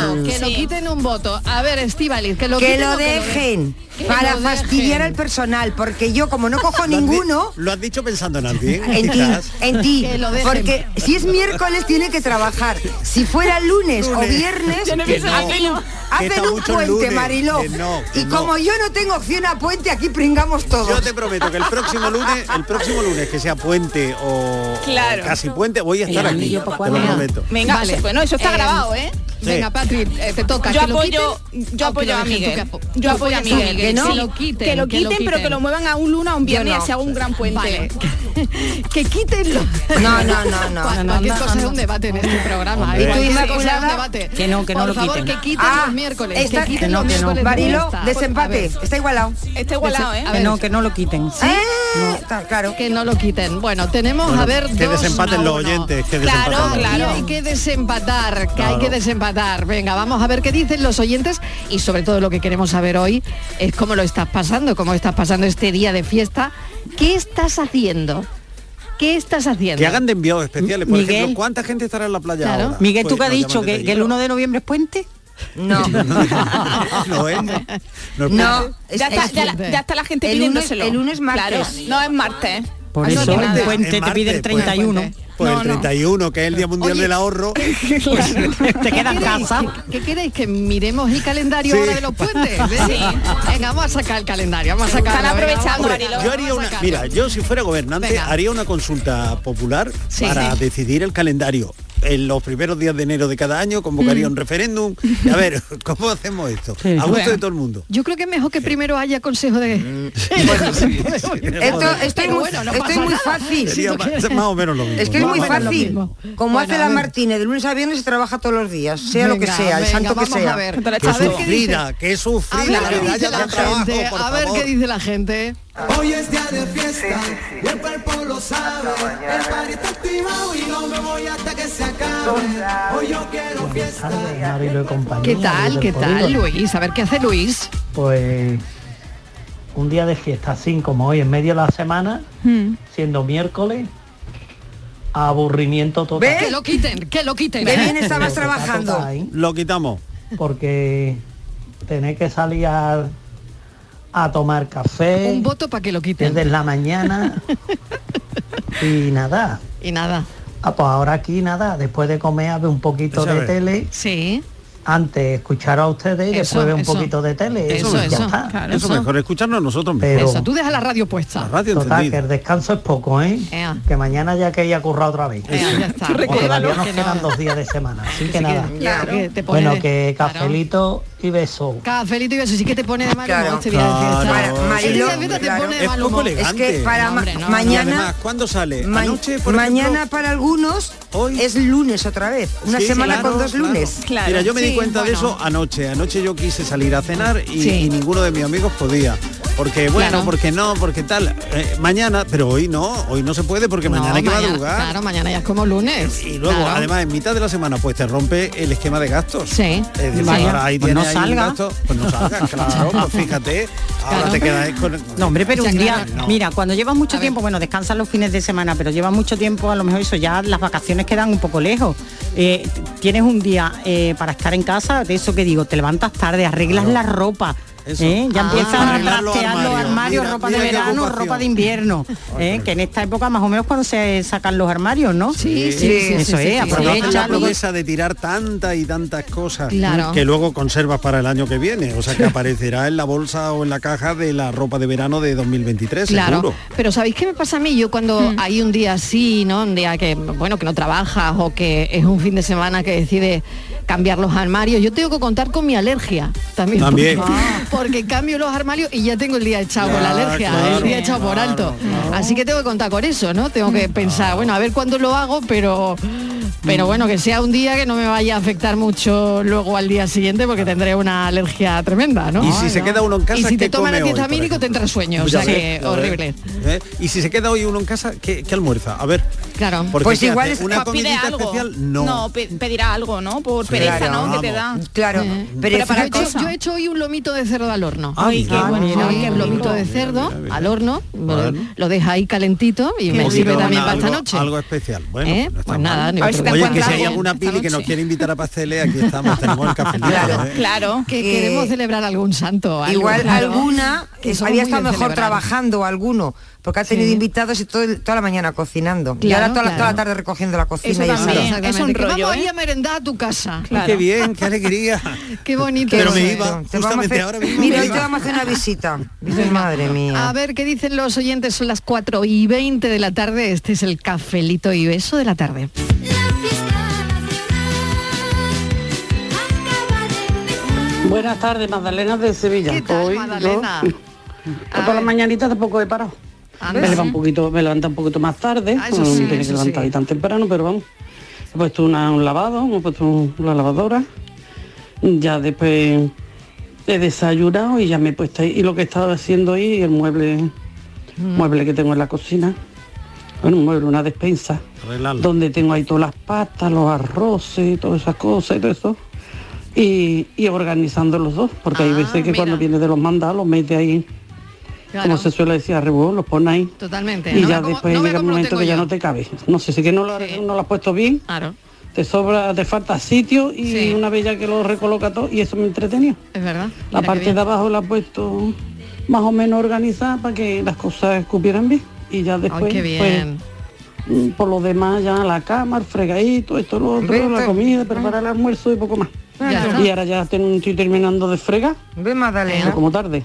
[SPEAKER 12] voto, que lo
[SPEAKER 15] Sí.
[SPEAKER 12] quiten un voto. A ver, Estivaliz, que lo
[SPEAKER 15] que
[SPEAKER 12] quiten
[SPEAKER 15] lo
[SPEAKER 12] o que
[SPEAKER 15] dejen
[SPEAKER 12] Que
[SPEAKER 15] para
[SPEAKER 12] lo
[SPEAKER 15] fastidiar al
[SPEAKER 12] dejen.
[SPEAKER 15] personal, porque yo como no cojo
[SPEAKER 13] Lo has di-
[SPEAKER 15] ninguno,
[SPEAKER 13] Lo has dicho pensando en alguien.
[SPEAKER 15] en ti,
[SPEAKER 13] quizás.
[SPEAKER 15] en ti,
[SPEAKER 12] Que lo dejen.
[SPEAKER 15] porque si es miércoles tiene que trabajar. Si fuera lunes, o
[SPEAKER 13] Lunes.
[SPEAKER 15] viernes,
[SPEAKER 13] Que no,
[SPEAKER 15] hacen, un-
[SPEAKER 13] que
[SPEAKER 15] hacen
[SPEAKER 13] está
[SPEAKER 15] un
[SPEAKER 13] mucho el
[SPEAKER 15] puente,
[SPEAKER 13] lunes,
[SPEAKER 15] Mariló.
[SPEAKER 13] que no, que
[SPEAKER 15] y
[SPEAKER 13] no.
[SPEAKER 15] como yo no tengo opción a puente, aquí pringamos todos.
[SPEAKER 13] Yo te prometo que el próximo lunes, el próximo lunes que sea puente o,
[SPEAKER 15] Claro.
[SPEAKER 13] o casi puente, voy a estar
[SPEAKER 16] Venga,
[SPEAKER 13] aquí.
[SPEAKER 16] yo
[SPEAKER 13] Te
[SPEAKER 16] pa'
[SPEAKER 13] lo
[SPEAKER 16] cuándo.
[SPEAKER 13] prometo.
[SPEAKER 14] Venga, pues, bueno, eso está grabado, ¿eh?
[SPEAKER 12] Venga,
[SPEAKER 13] Sí.
[SPEAKER 12] Patrick, eh, te toca.
[SPEAKER 14] Yo
[SPEAKER 12] que lo
[SPEAKER 14] apoyo,
[SPEAKER 12] quiten,
[SPEAKER 14] yo
[SPEAKER 12] o que
[SPEAKER 14] apoyo
[SPEAKER 12] lo
[SPEAKER 14] a
[SPEAKER 12] dejen, tú
[SPEAKER 14] Miguel.
[SPEAKER 12] que
[SPEAKER 14] Yo
[SPEAKER 12] apo- tú
[SPEAKER 14] apoyo a
[SPEAKER 12] apoyas
[SPEAKER 14] Miguel.
[SPEAKER 12] Que no.
[SPEAKER 14] sí.
[SPEAKER 12] Que lo quiten.
[SPEAKER 14] Que lo quiten, pero que lo muevan a un lunes, a un viernes,
[SPEAKER 12] no.
[SPEAKER 14] sea un gran puente.
[SPEAKER 12] Vale. que quitenlo.
[SPEAKER 15] No, no, no, no.
[SPEAKER 12] Cual-
[SPEAKER 15] No,
[SPEAKER 12] Cualquier
[SPEAKER 15] no,
[SPEAKER 12] cosa
[SPEAKER 15] no.
[SPEAKER 12] es un debate en este programa.
[SPEAKER 15] Hombre.
[SPEAKER 12] ¿eh?
[SPEAKER 15] ¿Y tú,
[SPEAKER 12] Cualquier cosa es un
[SPEAKER 15] Inmaculada?
[SPEAKER 12] debate.
[SPEAKER 15] Que no, que no
[SPEAKER 12] Por
[SPEAKER 15] lo
[SPEAKER 12] favor,
[SPEAKER 15] quiten.
[SPEAKER 12] que quiten
[SPEAKER 15] Ah,
[SPEAKER 12] los miércoles.
[SPEAKER 15] está-
[SPEAKER 12] que
[SPEAKER 15] que
[SPEAKER 12] quiten
[SPEAKER 15] no,
[SPEAKER 12] los
[SPEAKER 15] que no.
[SPEAKER 12] miércoles. de
[SPEAKER 15] Barilo,
[SPEAKER 12] fiesta.
[SPEAKER 15] desempate.
[SPEAKER 12] A ver.
[SPEAKER 15] Está igualado.
[SPEAKER 14] Está igualado, ¿eh?
[SPEAKER 12] A
[SPEAKER 16] Que
[SPEAKER 12] ver.
[SPEAKER 16] no, que no lo quiten. ¿sí?
[SPEAKER 15] claro.
[SPEAKER 12] Que no lo quiten. Bueno, tenemos
[SPEAKER 13] Bueno,
[SPEAKER 12] a ver
[SPEAKER 13] que
[SPEAKER 12] dos
[SPEAKER 13] desempaten
[SPEAKER 12] a
[SPEAKER 13] los
[SPEAKER 12] uno.
[SPEAKER 13] oyentes, que Claro, desempaten.
[SPEAKER 12] Aquí
[SPEAKER 13] claro.
[SPEAKER 12] hay que desempatar, que hay
[SPEAKER 13] Claro.
[SPEAKER 12] que desempatar. Venga, vamos a ver qué dicen los oyentes y sobre todo lo que queremos saber hoy es cómo lo estás pasando, cómo estás pasando este día de fiesta. ¿Qué estás haciendo? ¿Qué estás haciendo?
[SPEAKER 13] Que hagan de enviados especiales. Por
[SPEAKER 16] Miguel.
[SPEAKER 13] ejemplo, ¿cuánta gente estará en la playa
[SPEAKER 16] Claro.
[SPEAKER 13] ahora?
[SPEAKER 16] Miguel, ¿tú
[SPEAKER 13] Pues
[SPEAKER 16] qué has
[SPEAKER 13] nos
[SPEAKER 16] dicho?
[SPEAKER 13] llaman desde
[SPEAKER 16] ¿Que, que el 1 de noviembre es puente?
[SPEAKER 15] No.
[SPEAKER 13] allí. no es. No es
[SPEAKER 15] No,
[SPEAKER 14] Ya está, ya la, ya está la gente
[SPEAKER 15] el uno es-
[SPEAKER 14] pidiéndoselo.
[SPEAKER 15] el uno es martes.
[SPEAKER 14] Claro, no es martes.
[SPEAKER 16] Por
[SPEAKER 13] Ah, no,
[SPEAKER 16] eso
[SPEAKER 13] que nada.
[SPEAKER 16] el puente
[SPEAKER 13] Es
[SPEAKER 16] te pide el
[SPEAKER 13] martes, pues.
[SPEAKER 16] 31.
[SPEAKER 13] Pues el 31, que es el Día Mundial del Ahorro. Pues
[SPEAKER 16] Te quedas en casa.
[SPEAKER 12] ¿Qué queréis? ¿Que miremos el calendario
[SPEAKER 13] Sí.
[SPEAKER 12] ahora de los puentes?
[SPEAKER 13] Sí.
[SPEAKER 12] Venga, vamos a sacar el calendario, vamos a sacarlo.
[SPEAKER 14] Están
[SPEAKER 12] venga,
[SPEAKER 14] aprovechando,
[SPEAKER 12] vamos a
[SPEAKER 14] Mariló,
[SPEAKER 12] sacarlo,
[SPEAKER 13] Yo haría
[SPEAKER 12] vamos a
[SPEAKER 13] una,
[SPEAKER 12] sacarlo.
[SPEAKER 13] mira, yo si fuera gobernante
[SPEAKER 12] Venga.
[SPEAKER 13] haría una consulta popular
[SPEAKER 12] Sí.
[SPEAKER 13] para
[SPEAKER 12] Sí.
[SPEAKER 13] decidir el calendario. En los primeros días de enero de cada año convocaría
[SPEAKER 12] Mm.
[SPEAKER 13] un referéndum. Y a ver, ¿cómo hacemos esto? A gusto
[SPEAKER 12] Bueno.
[SPEAKER 13] de todo el mundo.
[SPEAKER 12] Yo creo que es mejor que primero haya consejo
[SPEAKER 13] Mm.
[SPEAKER 12] de...
[SPEAKER 15] Esto, esto es
[SPEAKER 12] Pero
[SPEAKER 15] muy,
[SPEAKER 12] bueno, no
[SPEAKER 15] esto
[SPEAKER 12] pasa
[SPEAKER 15] es muy
[SPEAKER 12] nada.
[SPEAKER 15] fácil.
[SPEAKER 13] Sería ma- más o menos lo mismo.
[SPEAKER 15] Es que es
[SPEAKER 13] ¿no?
[SPEAKER 15] muy
[SPEAKER 13] Más o menos lo
[SPEAKER 15] fácil.
[SPEAKER 13] mismo.
[SPEAKER 15] Como
[SPEAKER 12] Bueno,
[SPEAKER 15] hace
[SPEAKER 12] a
[SPEAKER 15] la
[SPEAKER 12] ver.
[SPEAKER 15] Martínez, de lunes a viernes se trabaja todos los días, sea lo que
[SPEAKER 12] Venga,
[SPEAKER 15] sea, el
[SPEAKER 12] venga,
[SPEAKER 15] santo que
[SPEAKER 12] vamos
[SPEAKER 15] sea.
[SPEAKER 12] a ver.
[SPEAKER 13] Qué
[SPEAKER 12] A ver qué
[SPEAKER 13] sufrida,
[SPEAKER 12] dice.
[SPEAKER 13] qué
[SPEAKER 12] A
[SPEAKER 13] sufrida. que
[SPEAKER 12] ver qué dice
[SPEAKER 13] vaya
[SPEAKER 12] la
[SPEAKER 13] trabajo,
[SPEAKER 12] gente,
[SPEAKER 13] por
[SPEAKER 12] a ver
[SPEAKER 13] favor.
[SPEAKER 12] qué dice la gente.
[SPEAKER 4] Hoy es día de fiesta, y el cuerpo lo sabe. El party está activado y no me voy hasta que se acabe. Hoy yo quiero fiesta.
[SPEAKER 17] Marilo y compañía,
[SPEAKER 12] ¿Qué tal?
[SPEAKER 17] Luis
[SPEAKER 12] ¿Qué
[SPEAKER 17] del
[SPEAKER 12] tal,
[SPEAKER 17] Polígono.
[SPEAKER 12] Luis? A ver qué hace Luis.
[SPEAKER 17] Pues un día de fiesta, así como hoy, en medio de la semana,
[SPEAKER 15] Hmm.
[SPEAKER 17] siendo miércoles, aburrimiento total.
[SPEAKER 12] Que lo quiten, que lo quiten.
[SPEAKER 15] Qué bien estabas
[SPEAKER 17] Total,
[SPEAKER 15] trabajando.
[SPEAKER 17] total,
[SPEAKER 13] Lo quitamos.
[SPEAKER 17] Porque tener que salir a, a tomar café.
[SPEAKER 12] Un voto para que lo quiten.
[SPEAKER 17] Desde la mañana. y nada.
[SPEAKER 12] Y nada.
[SPEAKER 17] Ah, pues ahora aquí nada, después de comer a ver un poquito
[SPEAKER 12] Eso
[SPEAKER 17] de
[SPEAKER 12] es.
[SPEAKER 17] tele.
[SPEAKER 12] Sí.
[SPEAKER 17] Antes escuchar a ustedes
[SPEAKER 12] Eso,
[SPEAKER 17] y después ver un
[SPEAKER 12] eso.
[SPEAKER 17] poquito de tele.
[SPEAKER 12] Eso,
[SPEAKER 17] y ya
[SPEAKER 12] eso,
[SPEAKER 17] está.
[SPEAKER 12] claro, Eso eso. mejor
[SPEAKER 13] escucharnos nosotros
[SPEAKER 17] Pero,
[SPEAKER 12] Eso, tú dejas la radio puesta.
[SPEAKER 17] Total, que el descanso es poco, ¿eh?
[SPEAKER 12] Ea.
[SPEAKER 17] Que mañana ya que haya currado otra vez.
[SPEAKER 12] Ea, ya está.
[SPEAKER 17] O todavía
[SPEAKER 12] Recuérdalo
[SPEAKER 17] nos
[SPEAKER 12] que no.
[SPEAKER 17] quedan dos días de semana, así que,
[SPEAKER 12] sí
[SPEAKER 17] nada.
[SPEAKER 12] que- claro, que te pone
[SPEAKER 17] bueno,
[SPEAKER 12] de-
[SPEAKER 17] que
[SPEAKER 12] claro.
[SPEAKER 17] cafelito y beso.
[SPEAKER 12] Cafelito y beso, sí que te pone de mal humor
[SPEAKER 15] Claro.
[SPEAKER 12] este día de fiesta.
[SPEAKER 15] Claro. Para-
[SPEAKER 12] Este
[SPEAKER 15] Mariló,
[SPEAKER 12] día de fiesta te
[SPEAKER 15] claro.
[SPEAKER 12] pone de
[SPEAKER 15] Es
[SPEAKER 12] mal
[SPEAKER 13] poco
[SPEAKER 12] humor.
[SPEAKER 13] elegante.
[SPEAKER 15] Es que para
[SPEAKER 12] No, hombre,
[SPEAKER 15] ma-
[SPEAKER 12] no.
[SPEAKER 15] mañana-
[SPEAKER 13] Y además, ¿cuándo sale?
[SPEAKER 15] Ma-
[SPEAKER 13] Anoche, por
[SPEAKER 15] mañana
[SPEAKER 13] ejemplo,
[SPEAKER 15] para algunos es lunes otra vez. Una
[SPEAKER 13] Sí,
[SPEAKER 15] semana
[SPEAKER 13] claro,
[SPEAKER 15] con dos
[SPEAKER 13] claro.
[SPEAKER 15] lunes.
[SPEAKER 13] Mira, yo me di cuenta de eso anoche. Anoche yo quise salir a cenar y,
[SPEAKER 15] Sí.
[SPEAKER 13] y ninguno de mis amigos podía. Porque bueno,
[SPEAKER 12] Claro.
[SPEAKER 13] porque no, porque tal. Eh, mañana, pero hoy no, hoy no se puede porque mañana hay que
[SPEAKER 12] mañana,
[SPEAKER 13] madrugar.
[SPEAKER 12] Claro, mañana ya es como lunes.
[SPEAKER 13] Y luego,
[SPEAKER 12] Claro.
[SPEAKER 13] además, en mitad de la semana, pues te rompe el esquema de gastos.
[SPEAKER 12] Sí.
[SPEAKER 13] Es decir,
[SPEAKER 16] Vaya.
[SPEAKER 13] ahora ahí
[SPEAKER 16] Pues no
[SPEAKER 13] tienes ahí un
[SPEAKER 16] salga.
[SPEAKER 13] gasto, pues no salgas, claro, pues fíjate, ahora
[SPEAKER 16] Claro.
[SPEAKER 13] Ah, te quedas con...
[SPEAKER 16] No, hombre, pero
[SPEAKER 13] Ya,
[SPEAKER 16] un día,
[SPEAKER 13] claro, no.
[SPEAKER 16] mira, cuando llevas mucho tiempo, bueno, descansan los fines de semana, pero llevas mucho tiempo, a lo mejor eso ya las vacaciones quedan un poco lejos. Eh, t- tienes un día eh, para estar en casa, de eso que digo, te levantas tarde, arreglas la ropa,
[SPEAKER 13] Eso.
[SPEAKER 16] ¿eh? Ya
[SPEAKER 13] Ah,
[SPEAKER 16] empiezan a
[SPEAKER 13] arreglar los
[SPEAKER 16] trastear los
[SPEAKER 13] armarios.
[SPEAKER 16] armarios,
[SPEAKER 13] Mira,
[SPEAKER 16] ropa
[SPEAKER 13] mira
[SPEAKER 16] de
[SPEAKER 13] qué
[SPEAKER 16] verano,
[SPEAKER 13] ocupación.
[SPEAKER 16] ropa de invierno. ¿eh? Que en esta época más o menos cuando se sacan los armarios, ¿no?
[SPEAKER 13] Sí,
[SPEAKER 16] Eso es,
[SPEAKER 13] la
[SPEAKER 16] aprovecha. luego-
[SPEAKER 13] promesa de tirar tantas y tantas cosas
[SPEAKER 16] Claro.
[SPEAKER 13] que luego conservas para el año que viene, o sea que aparecerá en la bolsa o en la caja de la ropa de verano de 2023,
[SPEAKER 12] Claro,
[SPEAKER 13] seguro.
[SPEAKER 12] pero ¿sabéis qué me pasa a mí? Yo cuando hay un día así, ¿no? Un día que, bueno, que no trabajas o que es un fin de semana que decide cambiar los armarios, yo tengo que contar con mi alergia también.
[SPEAKER 13] También.
[SPEAKER 12] Porque, porque cambio los armarios y ya tengo el día echado con la
[SPEAKER 13] Ya,
[SPEAKER 12] alergia,
[SPEAKER 13] claro,
[SPEAKER 12] el día echado por alto. Así que tengo que contar con eso, ¿no? Tengo que pensar, bueno, a ver cuándo lo hago, pero...
[SPEAKER 13] Mm.
[SPEAKER 12] Pero bueno, que sea un día que no me vaya a afectar mucho luego al día siguiente porque tendré una alergia tremenda, ¿no?
[SPEAKER 13] Y si
[SPEAKER 12] Ay,
[SPEAKER 13] se
[SPEAKER 12] no.
[SPEAKER 13] queda uno en casa,
[SPEAKER 12] Y si te
[SPEAKER 13] ¿qué
[SPEAKER 12] toman
[SPEAKER 13] come hoy, por
[SPEAKER 12] antihistamínico tendrás sueño, o
[SPEAKER 13] Ya
[SPEAKER 12] sea
[SPEAKER 13] ves,
[SPEAKER 12] que
[SPEAKER 13] ya ves.
[SPEAKER 12] horrible.
[SPEAKER 13] ¿Eh? Y si se queda hoy uno en casa, ¿qué, qué almuerza? A ver.
[SPEAKER 12] Claro.
[SPEAKER 13] Porque
[SPEAKER 12] Pues
[SPEAKER 13] ¿qué
[SPEAKER 12] igual
[SPEAKER 13] hace?
[SPEAKER 12] es-
[SPEAKER 13] una
[SPEAKER 12] pues pide
[SPEAKER 13] comidita
[SPEAKER 12] algo.
[SPEAKER 13] especial, no.
[SPEAKER 14] pe- pedirá algo, ¿no? Por
[SPEAKER 13] Sí,
[SPEAKER 14] pereza,
[SPEAKER 13] claro,
[SPEAKER 14] ¿no? Que te da.
[SPEAKER 12] vamos.
[SPEAKER 15] Claro,
[SPEAKER 14] pero
[SPEAKER 12] Eh, Pero
[SPEAKER 14] para
[SPEAKER 12] yo, he hecho,
[SPEAKER 14] cosa. Ah,
[SPEAKER 12] yo he hecho hoy un lomito de cerdo al horno.
[SPEAKER 14] Ay, qué bueno,
[SPEAKER 12] Sí,
[SPEAKER 14] ay, qué
[SPEAKER 12] un lomito
[SPEAKER 14] rico.
[SPEAKER 12] de cerdo al horno, bueno, lo deja ahí calentito y me sirve también para esta
[SPEAKER 13] algo,
[SPEAKER 12] noche.
[SPEAKER 13] algo especial. Bueno,
[SPEAKER 12] ¿Eh?
[SPEAKER 13] no está
[SPEAKER 12] Pues
[SPEAKER 13] mal.
[SPEAKER 12] nada, digo, A ver si
[SPEAKER 13] Oye,
[SPEAKER 12] te
[SPEAKER 13] que
[SPEAKER 12] encuentras
[SPEAKER 13] si hay
[SPEAKER 12] algo
[SPEAKER 13] alguna
[SPEAKER 12] esta
[SPEAKER 13] pili que nos
[SPEAKER 12] noche.
[SPEAKER 13] quiere invitar a pasteles, aquí estamos, tenemos el café.
[SPEAKER 14] ¿eh?
[SPEAKER 12] Claro, que queremos celebrar algún santo. algo,
[SPEAKER 15] Eh, Igual
[SPEAKER 12] claro.
[SPEAKER 15] alguna
[SPEAKER 12] Que
[SPEAKER 15] eh,
[SPEAKER 12] somos
[SPEAKER 15] había
[SPEAKER 12] muy
[SPEAKER 15] estado
[SPEAKER 12] de
[SPEAKER 15] mejor
[SPEAKER 12] celebrar.
[SPEAKER 15] trabajando alguno, porque ha tenido
[SPEAKER 12] Sí.
[SPEAKER 15] invitados y todo el- toda la mañana cocinando. y
[SPEAKER 12] Claro,
[SPEAKER 15] ahora toda, la- toda
[SPEAKER 12] claro.
[SPEAKER 15] la tarde recogiendo la cocina. y
[SPEAKER 12] Exactamente, que Vamos a ir a merendar a tu casa.
[SPEAKER 15] Claro.
[SPEAKER 13] Qué bien, qué alegría.
[SPEAKER 12] Qué bonito.
[SPEAKER 13] Pero me
[SPEAKER 12] Qué
[SPEAKER 13] iba,
[SPEAKER 15] bonito. Te vamos a
[SPEAKER 13] justamente
[SPEAKER 15] hacer-
[SPEAKER 13] ahora mismo.
[SPEAKER 15] Mira,
[SPEAKER 13] me
[SPEAKER 15] hoy
[SPEAKER 13] iba.
[SPEAKER 15] te vamos a hacer una visita.
[SPEAKER 12] Ah,
[SPEAKER 15] Dices, madre mía.
[SPEAKER 12] A ver, ¿qué dicen los oyentes? Son las 4 y 20 de la tarde. Este es el cafelito y beso de la tarde.
[SPEAKER 18] Buenas tardes, Magdalena de Sevilla.
[SPEAKER 12] ¿Qué tal,
[SPEAKER 18] Hoy
[SPEAKER 12] Magdalena?
[SPEAKER 18] yo- yo por la mañanita tampoco he parado. Me levanta, un poquito, me levanta un poquito más tarde,
[SPEAKER 12] Ah, eso
[SPEAKER 18] no me
[SPEAKER 12] sí,
[SPEAKER 18] tiene que
[SPEAKER 12] eso
[SPEAKER 18] levantar
[SPEAKER 12] sí.
[SPEAKER 18] ahí tan temprano, pero vamos. He puesto una- un lavado, me he puesto un- una lavadora, ya después he desayunado y ya me he puesto ahí. Y lo que he estado haciendo ahí, el mueble,
[SPEAKER 12] Mm.
[SPEAKER 18] mueble que tengo en la cocina, bueno, un mueble, una despensa,
[SPEAKER 13] Arreglarlo.
[SPEAKER 18] donde tengo ahí todas las pastas, los arroces, todas esas cosas y todo eso. Y, y organizando los dos, porque
[SPEAKER 12] Ah,
[SPEAKER 18] hay veces que cuando viene de los mandados los mete ahí, como se suele decir, a rebú, los pone ahí.
[SPEAKER 12] Totalmente.
[SPEAKER 18] Y
[SPEAKER 12] No me
[SPEAKER 18] ya
[SPEAKER 12] como-
[SPEAKER 18] después
[SPEAKER 12] no me
[SPEAKER 18] llega el
[SPEAKER 12] como lo
[SPEAKER 18] momento
[SPEAKER 12] tengo
[SPEAKER 18] que ya
[SPEAKER 12] yo.
[SPEAKER 18] no te cabe. No sé si que no lo, ha- no lo has puesto bien. Te sobra, te falta sitio y una bella que lo recoloca todo y eso me entretenía.
[SPEAKER 12] Es verdad.
[SPEAKER 18] La
[SPEAKER 12] qué
[SPEAKER 18] parte
[SPEAKER 12] bien.
[SPEAKER 18] de abajo la he puesto más o menos organizada para que las cosas cupieran bien. Y ya después,
[SPEAKER 12] qué bien.
[SPEAKER 18] pues, mm, por lo demás ya la cama, el fregadito, esto, lo otro,
[SPEAKER 15] Vete.
[SPEAKER 18] la comida,
[SPEAKER 12] Ah.
[SPEAKER 18] preparar el almuerzo y poco más.
[SPEAKER 15] Ya está.
[SPEAKER 18] Y ahora ya ten- estoy terminando de fregar.
[SPEAKER 15] Ve, Magdalena.
[SPEAKER 18] Como tarde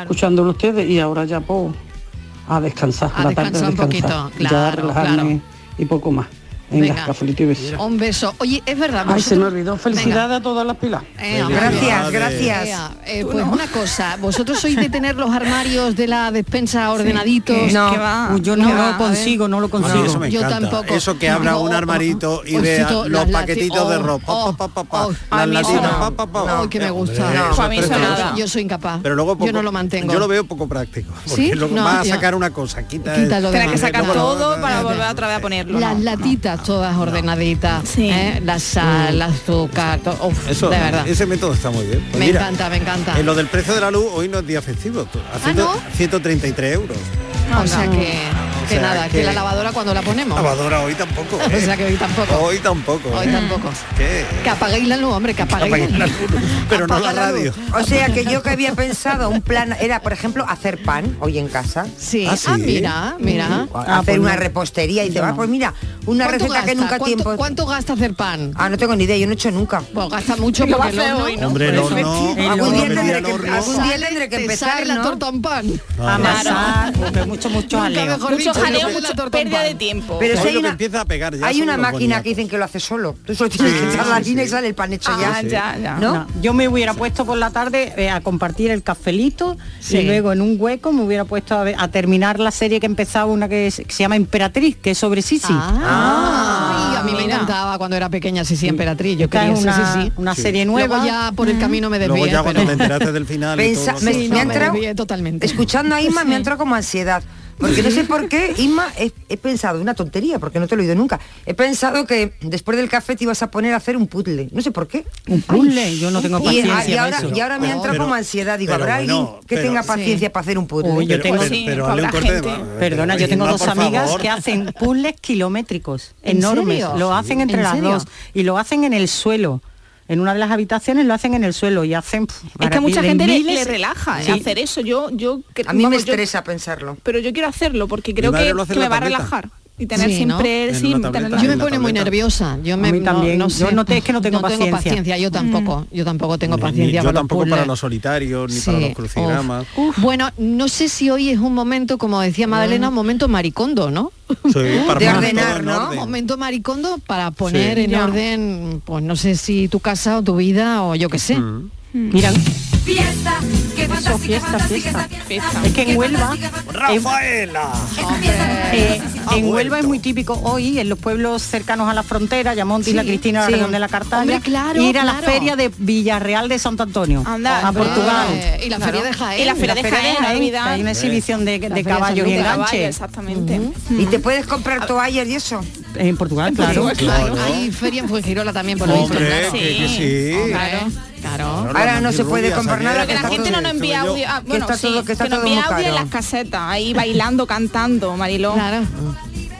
[SPEAKER 18] escuchándolo ustedes y ahora ya pues a descansar
[SPEAKER 12] A
[SPEAKER 18] la tarde
[SPEAKER 12] descansar un
[SPEAKER 18] descansar,
[SPEAKER 12] poquito,
[SPEAKER 18] ya
[SPEAKER 12] claro,
[SPEAKER 18] relajarme
[SPEAKER 12] claro.
[SPEAKER 18] y poco más venga,
[SPEAKER 12] Venga.
[SPEAKER 18] cafelito y beso
[SPEAKER 12] Un beso. Oye, es verdad.
[SPEAKER 18] Ay, se
[SPEAKER 12] vosotros-
[SPEAKER 18] me olvidó. Felicidades a todas las pilas.
[SPEAKER 12] Eh, hombre.
[SPEAKER 18] Gracias, gracias.
[SPEAKER 12] Ea, eh, pues una cosa, vosotros sois de tener los armarios de la despensa ordenaditos.
[SPEAKER 16] Eh,
[SPEAKER 13] No.
[SPEAKER 12] ¿Qué va?
[SPEAKER 13] Uy, yo
[SPEAKER 12] ¿Qué
[SPEAKER 13] no
[SPEAKER 12] va?
[SPEAKER 13] lo
[SPEAKER 12] A ver.
[SPEAKER 13] consigo, no lo A mí consigo. eso me
[SPEAKER 12] Yo
[SPEAKER 13] encanta.
[SPEAKER 12] tampoco.
[SPEAKER 13] Eso que abra
[SPEAKER 12] No,
[SPEAKER 13] un armarito y
[SPEAKER 12] oh,
[SPEAKER 13] vea
[SPEAKER 12] osito,
[SPEAKER 13] los
[SPEAKER 12] las lati-
[SPEAKER 13] paquetitos de
[SPEAKER 12] oh,
[SPEAKER 13] ropa.
[SPEAKER 12] oh,
[SPEAKER 13] pa, pa,
[SPEAKER 12] oh,
[SPEAKER 13] Las
[SPEAKER 12] a mí eso
[SPEAKER 13] latinas,
[SPEAKER 12] no.
[SPEAKER 13] pa, pa, pa.
[SPEAKER 12] No, que me
[SPEAKER 13] Eh,
[SPEAKER 12] gusta.
[SPEAKER 13] hombre,
[SPEAKER 12] No, a mí eso
[SPEAKER 13] perfecto.
[SPEAKER 12] nada. Yo soy incapaz.
[SPEAKER 13] Pero luego
[SPEAKER 12] Ah, Yo no
[SPEAKER 13] poco-
[SPEAKER 12] lo mantengo.
[SPEAKER 13] Yo lo veo poco práctico. Porque
[SPEAKER 12] ¿Sí?
[SPEAKER 13] luego
[SPEAKER 12] No,
[SPEAKER 13] vas
[SPEAKER 12] yo-
[SPEAKER 13] a sacar una cosa, quita.
[SPEAKER 12] Quita lo
[SPEAKER 14] Tienes que
[SPEAKER 13] demás.
[SPEAKER 14] sacar
[SPEAKER 13] Luego lo-
[SPEAKER 14] todo para volver otra vez a ponerlo.
[SPEAKER 12] Las
[SPEAKER 14] ¿no?
[SPEAKER 12] latitas todas ordenaditas, ¿eh? la sal, la azúcar, to- uf,
[SPEAKER 13] Eso,
[SPEAKER 12] de verdad.
[SPEAKER 13] ese método está muy bien. Pues
[SPEAKER 12] me
[SPEAKER 13] mira,
[SPEAKER 12] encanta, me encanta. Ah,
[SPEAKER 13] En lo del precio de la luz, hoy no es día festivo. tú, A ciento- 133 euros.
[SPEAKER 12] o sea que, que
[SPEAKER 13] sea
[SPEAKER 12] nada, que...
[SPEAKER 13] que-
[SPEAKER 12] la lavadora cuando la ponemos.
[SPEAKER 13] Lavadora hoy tampoco. ¿eh?
[SPEAKER 12] O sea que hoy Ah, pues tampoco.
[SPEAKER 13] Hoy tampoco.
[SPEAKER 12] Hoy
[SPEAKER 13] ¿eh?
[SPEAKER 12] tampoco.
[SPEAKER 13] ¿Qué?
[SPEAKER 12] Que apaguéis la luz, hombre, que apaguéis,
[SPEAKER 13] Apaguen
[SPEAKER 12] la
[SPEAKER 13] la
[SPEAKER 12] luz.
[SPEAKER 13] luz, pero no la radio.
[SPEAKER 15] O sea que yo que había pensado un plan era, por ejemplo, hacer pan hoy en casa.
[SPEAKER 12] Sí. Ah, ¿sí? Ah, mira, mira.
[SPEAKER 15] Mm,
[SPEAKER 12] Ah,
[SPEAKER 15] hacer
[SPEAKER 12] pues
[SPEAKER 15] una
[SPEAKER 12] no.
[SPEAKER 15] repostería y dice,
[SPEAKER 12] Yo
[SPEAKER 15] va,
[SPEAKER 12] no.
[SPEAKER 15] pues mira, una
[SPEAKER 12] ¿Cuánto
[SPEAKER 15] receta que
[SPEAKER 12] gasta?
[SPEAKER 15] nunca
[SPEAKER 12] ¿Cuánto-
[SPEAKER 15] tiempo.
[SPEAKER 12] ¿Cuánto gasta hacer pan?
[SPEAKER 15] Ah, no tengo ni idea, yo no he hecho nunca.
[SPEAKER 12] Pues gasta mucho
[SPEAKER 15] Y lo
[SPEAKER 12] porque
[SPEAKER 15] va a
[SPEAKER 12] el
[SPEAKER 15] hacer
[SPEAKER 12] horno...
[SPEAKER 15] hoy, ¿no? Pues Hombre, el horno- El
[SPEAKER 12] Algún
[SPEAKER 15] horno
[SPEAKER 12] día
[SPEAKER 15] metía
[SPEAKER 12] tendré
[SPEAKER 15] el
[SPEAKER 12] que,
[SPEAKER 15] horno.
[SPEAKER 12] algún día
[SPEAKER 15] Sale-
[SPEAKER 12] tendré que
[SPEAKER 15] te
[SPEAKER 12] empezar
[SPEAKER 15] sale
[SPEAKER 12] la
[SPEAKER 15] la
[SPEAKER 12] torta
[SPEAKER 15] torta
[SPEAKER 12] en pan.
[SPEAKER 13] Amasar,
[SPEAKER 18] mucho,
[SPEAKER 13] mucho
[SPEAKER 12] Nunca
[SPEAKER 13] jaleo.
[SPEAKER 12] mejor
[SPEAKER 13] Mucho
[SPEAKER 12] dicho,
[SPEAKER 13] jaleo,
[SPEAKER 12] yo-
[SPEAKER 13] mucha
[SPEAKER 15] pérdida
[SPEAKER 12] pan.
[SPEAKER 15] de tiempo. Pero si
[SPEAKER 13] Hoy
[SPEAKER 15] hay
[SPEAKER 13] lo que
[SPEAKER 15] una,
[SPEAKER 13] empieza a pegar ya
[SPEAKER 15] hay
[SPEAKER 13] son
[SPEAKER 15] una
[SPEAKER 13] los
[SPEAKER 15] máquina
[SPEAKER 13] boniatos.
[SPEAKER 15] que dicen que lo hace solo. Tú solo tienes que echar la harina y sale el pan hecho
[SPEAKER 12] Ah,
[SPEAKER 16] Ah,
[SPEAKER 15] ya. ¿No?
[SPEAKER 16] No, yo me hubiera puesto por la tarde eh, a compartir el cafelito
[SPEAKER 15] Sí.
[SPEAKER 16] y luego en un hueco me hubiera puesto a, ver- a terminar la serie que empezaba una que, se- que se llama Emperatriz, que es sobre Sisi.
[SPEAKER 13] Ah.
[SPEAKER 12] Ay, Ah. a mí me encantaba cuando era pequeña Sisi Emperatriz. Yo
[SPEAKER 16] Esta
[SPEAKER 12] quería
[SPEAKER 16] es
[SPEAKER 12] ser
[SPEAKER 16] una-
[SPEAKER 12] Sisi.
[SPEAKER 16] una Sí. serie nueva.
[SPEAKER 12] Luego ya por el camino me desvié.
[SPEAKER 13] Luego ya cuando
[SPEAKER 12] pero-
[SPEAKER 13] te enteraste del final. y todo
[SPEAKER 15] Pensa-
[SPEAKER 13] lo
[SPEAKER 15] me,
[SPEAKER 13] que-
[SPEAKER 15] me ha entrado
[SPEAKER 12] totalmente.
[SPEAKER 15] Escuchando a Inma me ha entrado como ansiedad. Porque no sé por qué, Inma, he, he pensado, una tontería, porque no te lo he oído nunca. He pensado que después del café te ibas a poner a hacer un puzzle. No sé por qué.
[SPEAKER 16] Un puzzle, yo no tengo
[SPEAKER 15] Y,
[SPEAKER 16] paciencia.
[SPEAKER 15] y
[SPEAKER 16] para
[SPEAKER 15] ahora,
[SPEAKER 16] eso.
[SPEAKER 15] y ahora me ha entrado
[SPEAKER 16] Pero-
[SPEAKER 15] como ansiedad. Digo,
[SPEAKER 16] pero
[SPEAKER 15] ¿habrá
[SPEAKER 16] bueno,
[SPEAKER 15] alguien que
[SPEAKER 16] pero-
[SPEAKER 15] tenga
[SPEAKER 16] sí.
[SPEAKER 15] paciencia para hacer un puzzle?
[SPEAKER 16] Uy, yo tengo-
[SPEAKER 13] pero hazle un corte de mano.
[SPEAKER 16] Perdona,
[SPEAKER 13] Pero
[SPEAKER 16] yo tengo
[SPEAKER 13] Inma,
[SPEAKER 16] dos
[SPEAKER 13] por
[SPEAKER 16] amigas
[SPEAKER 13] favor.
[SPEAKER 16] que hacen puzzles kilométricos,
[SPEAKER 12] ¿En
[SPEAKER 16] enormes.
[SPEAKER 12] serio?
[SPEAKER 16] Lo hacen entre
[SPEAKER 12] ¿En
[SPEAKER 16] las
[SPEAKER 12] serio?
[SPEAKER 16] dos y lo hacen en el suelo. en una de las habitaciones lo hacen en el suelo y hacen... pf,
[SPEAKER 14] Es que a
[SPEAKER 16] para-
[SPEAKER 14] mucha
[SPEAKER 16] de
[SPEAKER 14] gente le,
[SPEAKER 16] miles-
[SPEAKER 14] le relaja eh,
[SPEAKER 16] Sí.
[SPEAKER 14] hacer eso. Yo, yo cre-
[SPEAKER 15] A mí me
[SPEAKER 14] vamos, yo-
[SPEAKER 15] estresa pensarlo.
[SPEAKER 14] pero yo quiero hacerlo porque creo
[SPEAKER 15] madre
[SPEAKER 14] que,
[SPEAKER 15] lo hace
[SPEAKER 14] que
[SPEAKER 15] en
[SPEAKER 14] me
[SPEAKER 15] la
[SPEAKER 14] va a
[SPEAKER 15] tableta.
[SPEAKER 14] relajar y tener
[SPEAKER 12] Sí, ¿no?
[SPEAKER 14] siempre
[SPEAKER 12] En
[SPEAKER 14] sí, tener
[SPEAKER 12] una tableta, Yo me en la pone muy tableta. nerviosa. Yo
[SPEAKER 16] A
[SPEAKER 12] me-
[SPEAKER 16] mí
[SPEAKER 12] no-
[SPEAKER 16] también.
[SPEAKER 12] no
[SPEAKER 16] Yo
[SPEAKER 12] sé.
[SPEAKER 16] noté- es que no tengo
[SPEAKER 12] No
[SPEAKER 16] paciencia.
[SPEAKER 12] tengo paciencia, yo tampoco.
[SPEAKER 14] Mm.
[SPEAKER 12] Yo tampoco tengo
[SPEAKER 13] Ni yo
[SPEAKER 12] paciencia para los
[SPEAKER 13] tampoco para
[SPEAKER 12] puzzles.
[SPEAKER 13] los solitarios, ni para
[SPEAKER 12] Sí,
[SPEAKER 13] los crucigramas.
[SPEAKER 12] Uf. Bueno, no sé si hoy es un momento, como decía Madalena, un momento maricondo, ¿no?
[SPEAKER 13] Sí, para poner todo en
[SPEAKER 12] Un
[SPEAKER 13] orden.
[SPEAKER 12] momento maricondo para poner
[SPEAKER 13] Sí.
[SPEAKER 12] en
[SPEAKER 13] Ya.
[SPEAKER 12] orden, pues no sé si tu casa o tu vida o yo qué sé.
[SPEAKER 13] Mm.
[SPEAKER 19] Mm.
[SPEAKER 16] Mira,
[SPEAKER 20] Fiesta, qué fantástica, fantástica esta fiesta.
[SPEAKER 16] Es que en Huelva...
[SPEAKER 4] Rafaela.
[SPEAKER 16] Eh, en Huelva es muy típico hoy en los pueblos cercanos a la frontera, Yamonte,
[SPEAKER 12] Sí,
[SPEAKER 16] la Cristina, la
[SPEAKER 12] sí.
[SPEAKER 16] Redonda de la Cartalla,
[SPEAKER 12] Hombre, claro,
[SPEAKER 16] ir a la
[SPEAKER 12] claro.
[SPEAKER 16] feria de Villarreal de Santo Antonio,
[SPEAKER 12] Anda,
[SPEAKER 16] a
[SPEAKER 12] hombre.
[SPEAKER 16] Portugal.
[SPEAKER 12] Eh, y la feria de Jaén.
[SPEAKER 14] Y la feria de Jaén, no olvidar.
[SPEAKER 16] que hay una exhibición de,
[SPEAKER 14] La
[SPEAKER 16] de
[SPEAKER 14] feria de
[SPEAKER 16] caballos
[SPEAKER 14] San
[SPEAKER 16] y
[SPEAKER 14] Lucas. Caballo,
[SPEAKER 16] enganches.
[SPEAKER 14] exactamente.
[SPEAKER 15] ¿Y te puedes comprar toallas y eso?
[SPEAKER 16] En Portugal, claro.
[SPEAKER 12] Hay feria en Fuengirola también, por lo visto.
[SPEAKER 13] Hombre, que, que sí.
[SPEAKER 12] Claro, claro.
[SPEAKER 15] Ahora no se puede comprar nada,
[SPEAKER 14] Pero que la
[SPEAKER 15] está
[SPEAKER 14] gente
[SPEAKER 15] todo-
[SPEAKER 14] no nos envía
[SPEAKER 15] yo-
[SPEAKER 14] audio. ah,
[SPEAKER 15] que
[SPEAKER 14] bueno,
[SPEAKER 15] está
[SPEAKER 14] sí,
[SPEAKER 15] todo- que está
[SPEAKER 14] que nos
[SPEAKER 15] todo
[SPEAKER 14] envía
[SPEAKER 15] muy
[SPEAKER 14] audio en
[SPEAKER 15] caro.
[SPEAKER 14] las casetas, ahí bailando, cantando, Mariló.
[SPEAKER 12] Claro.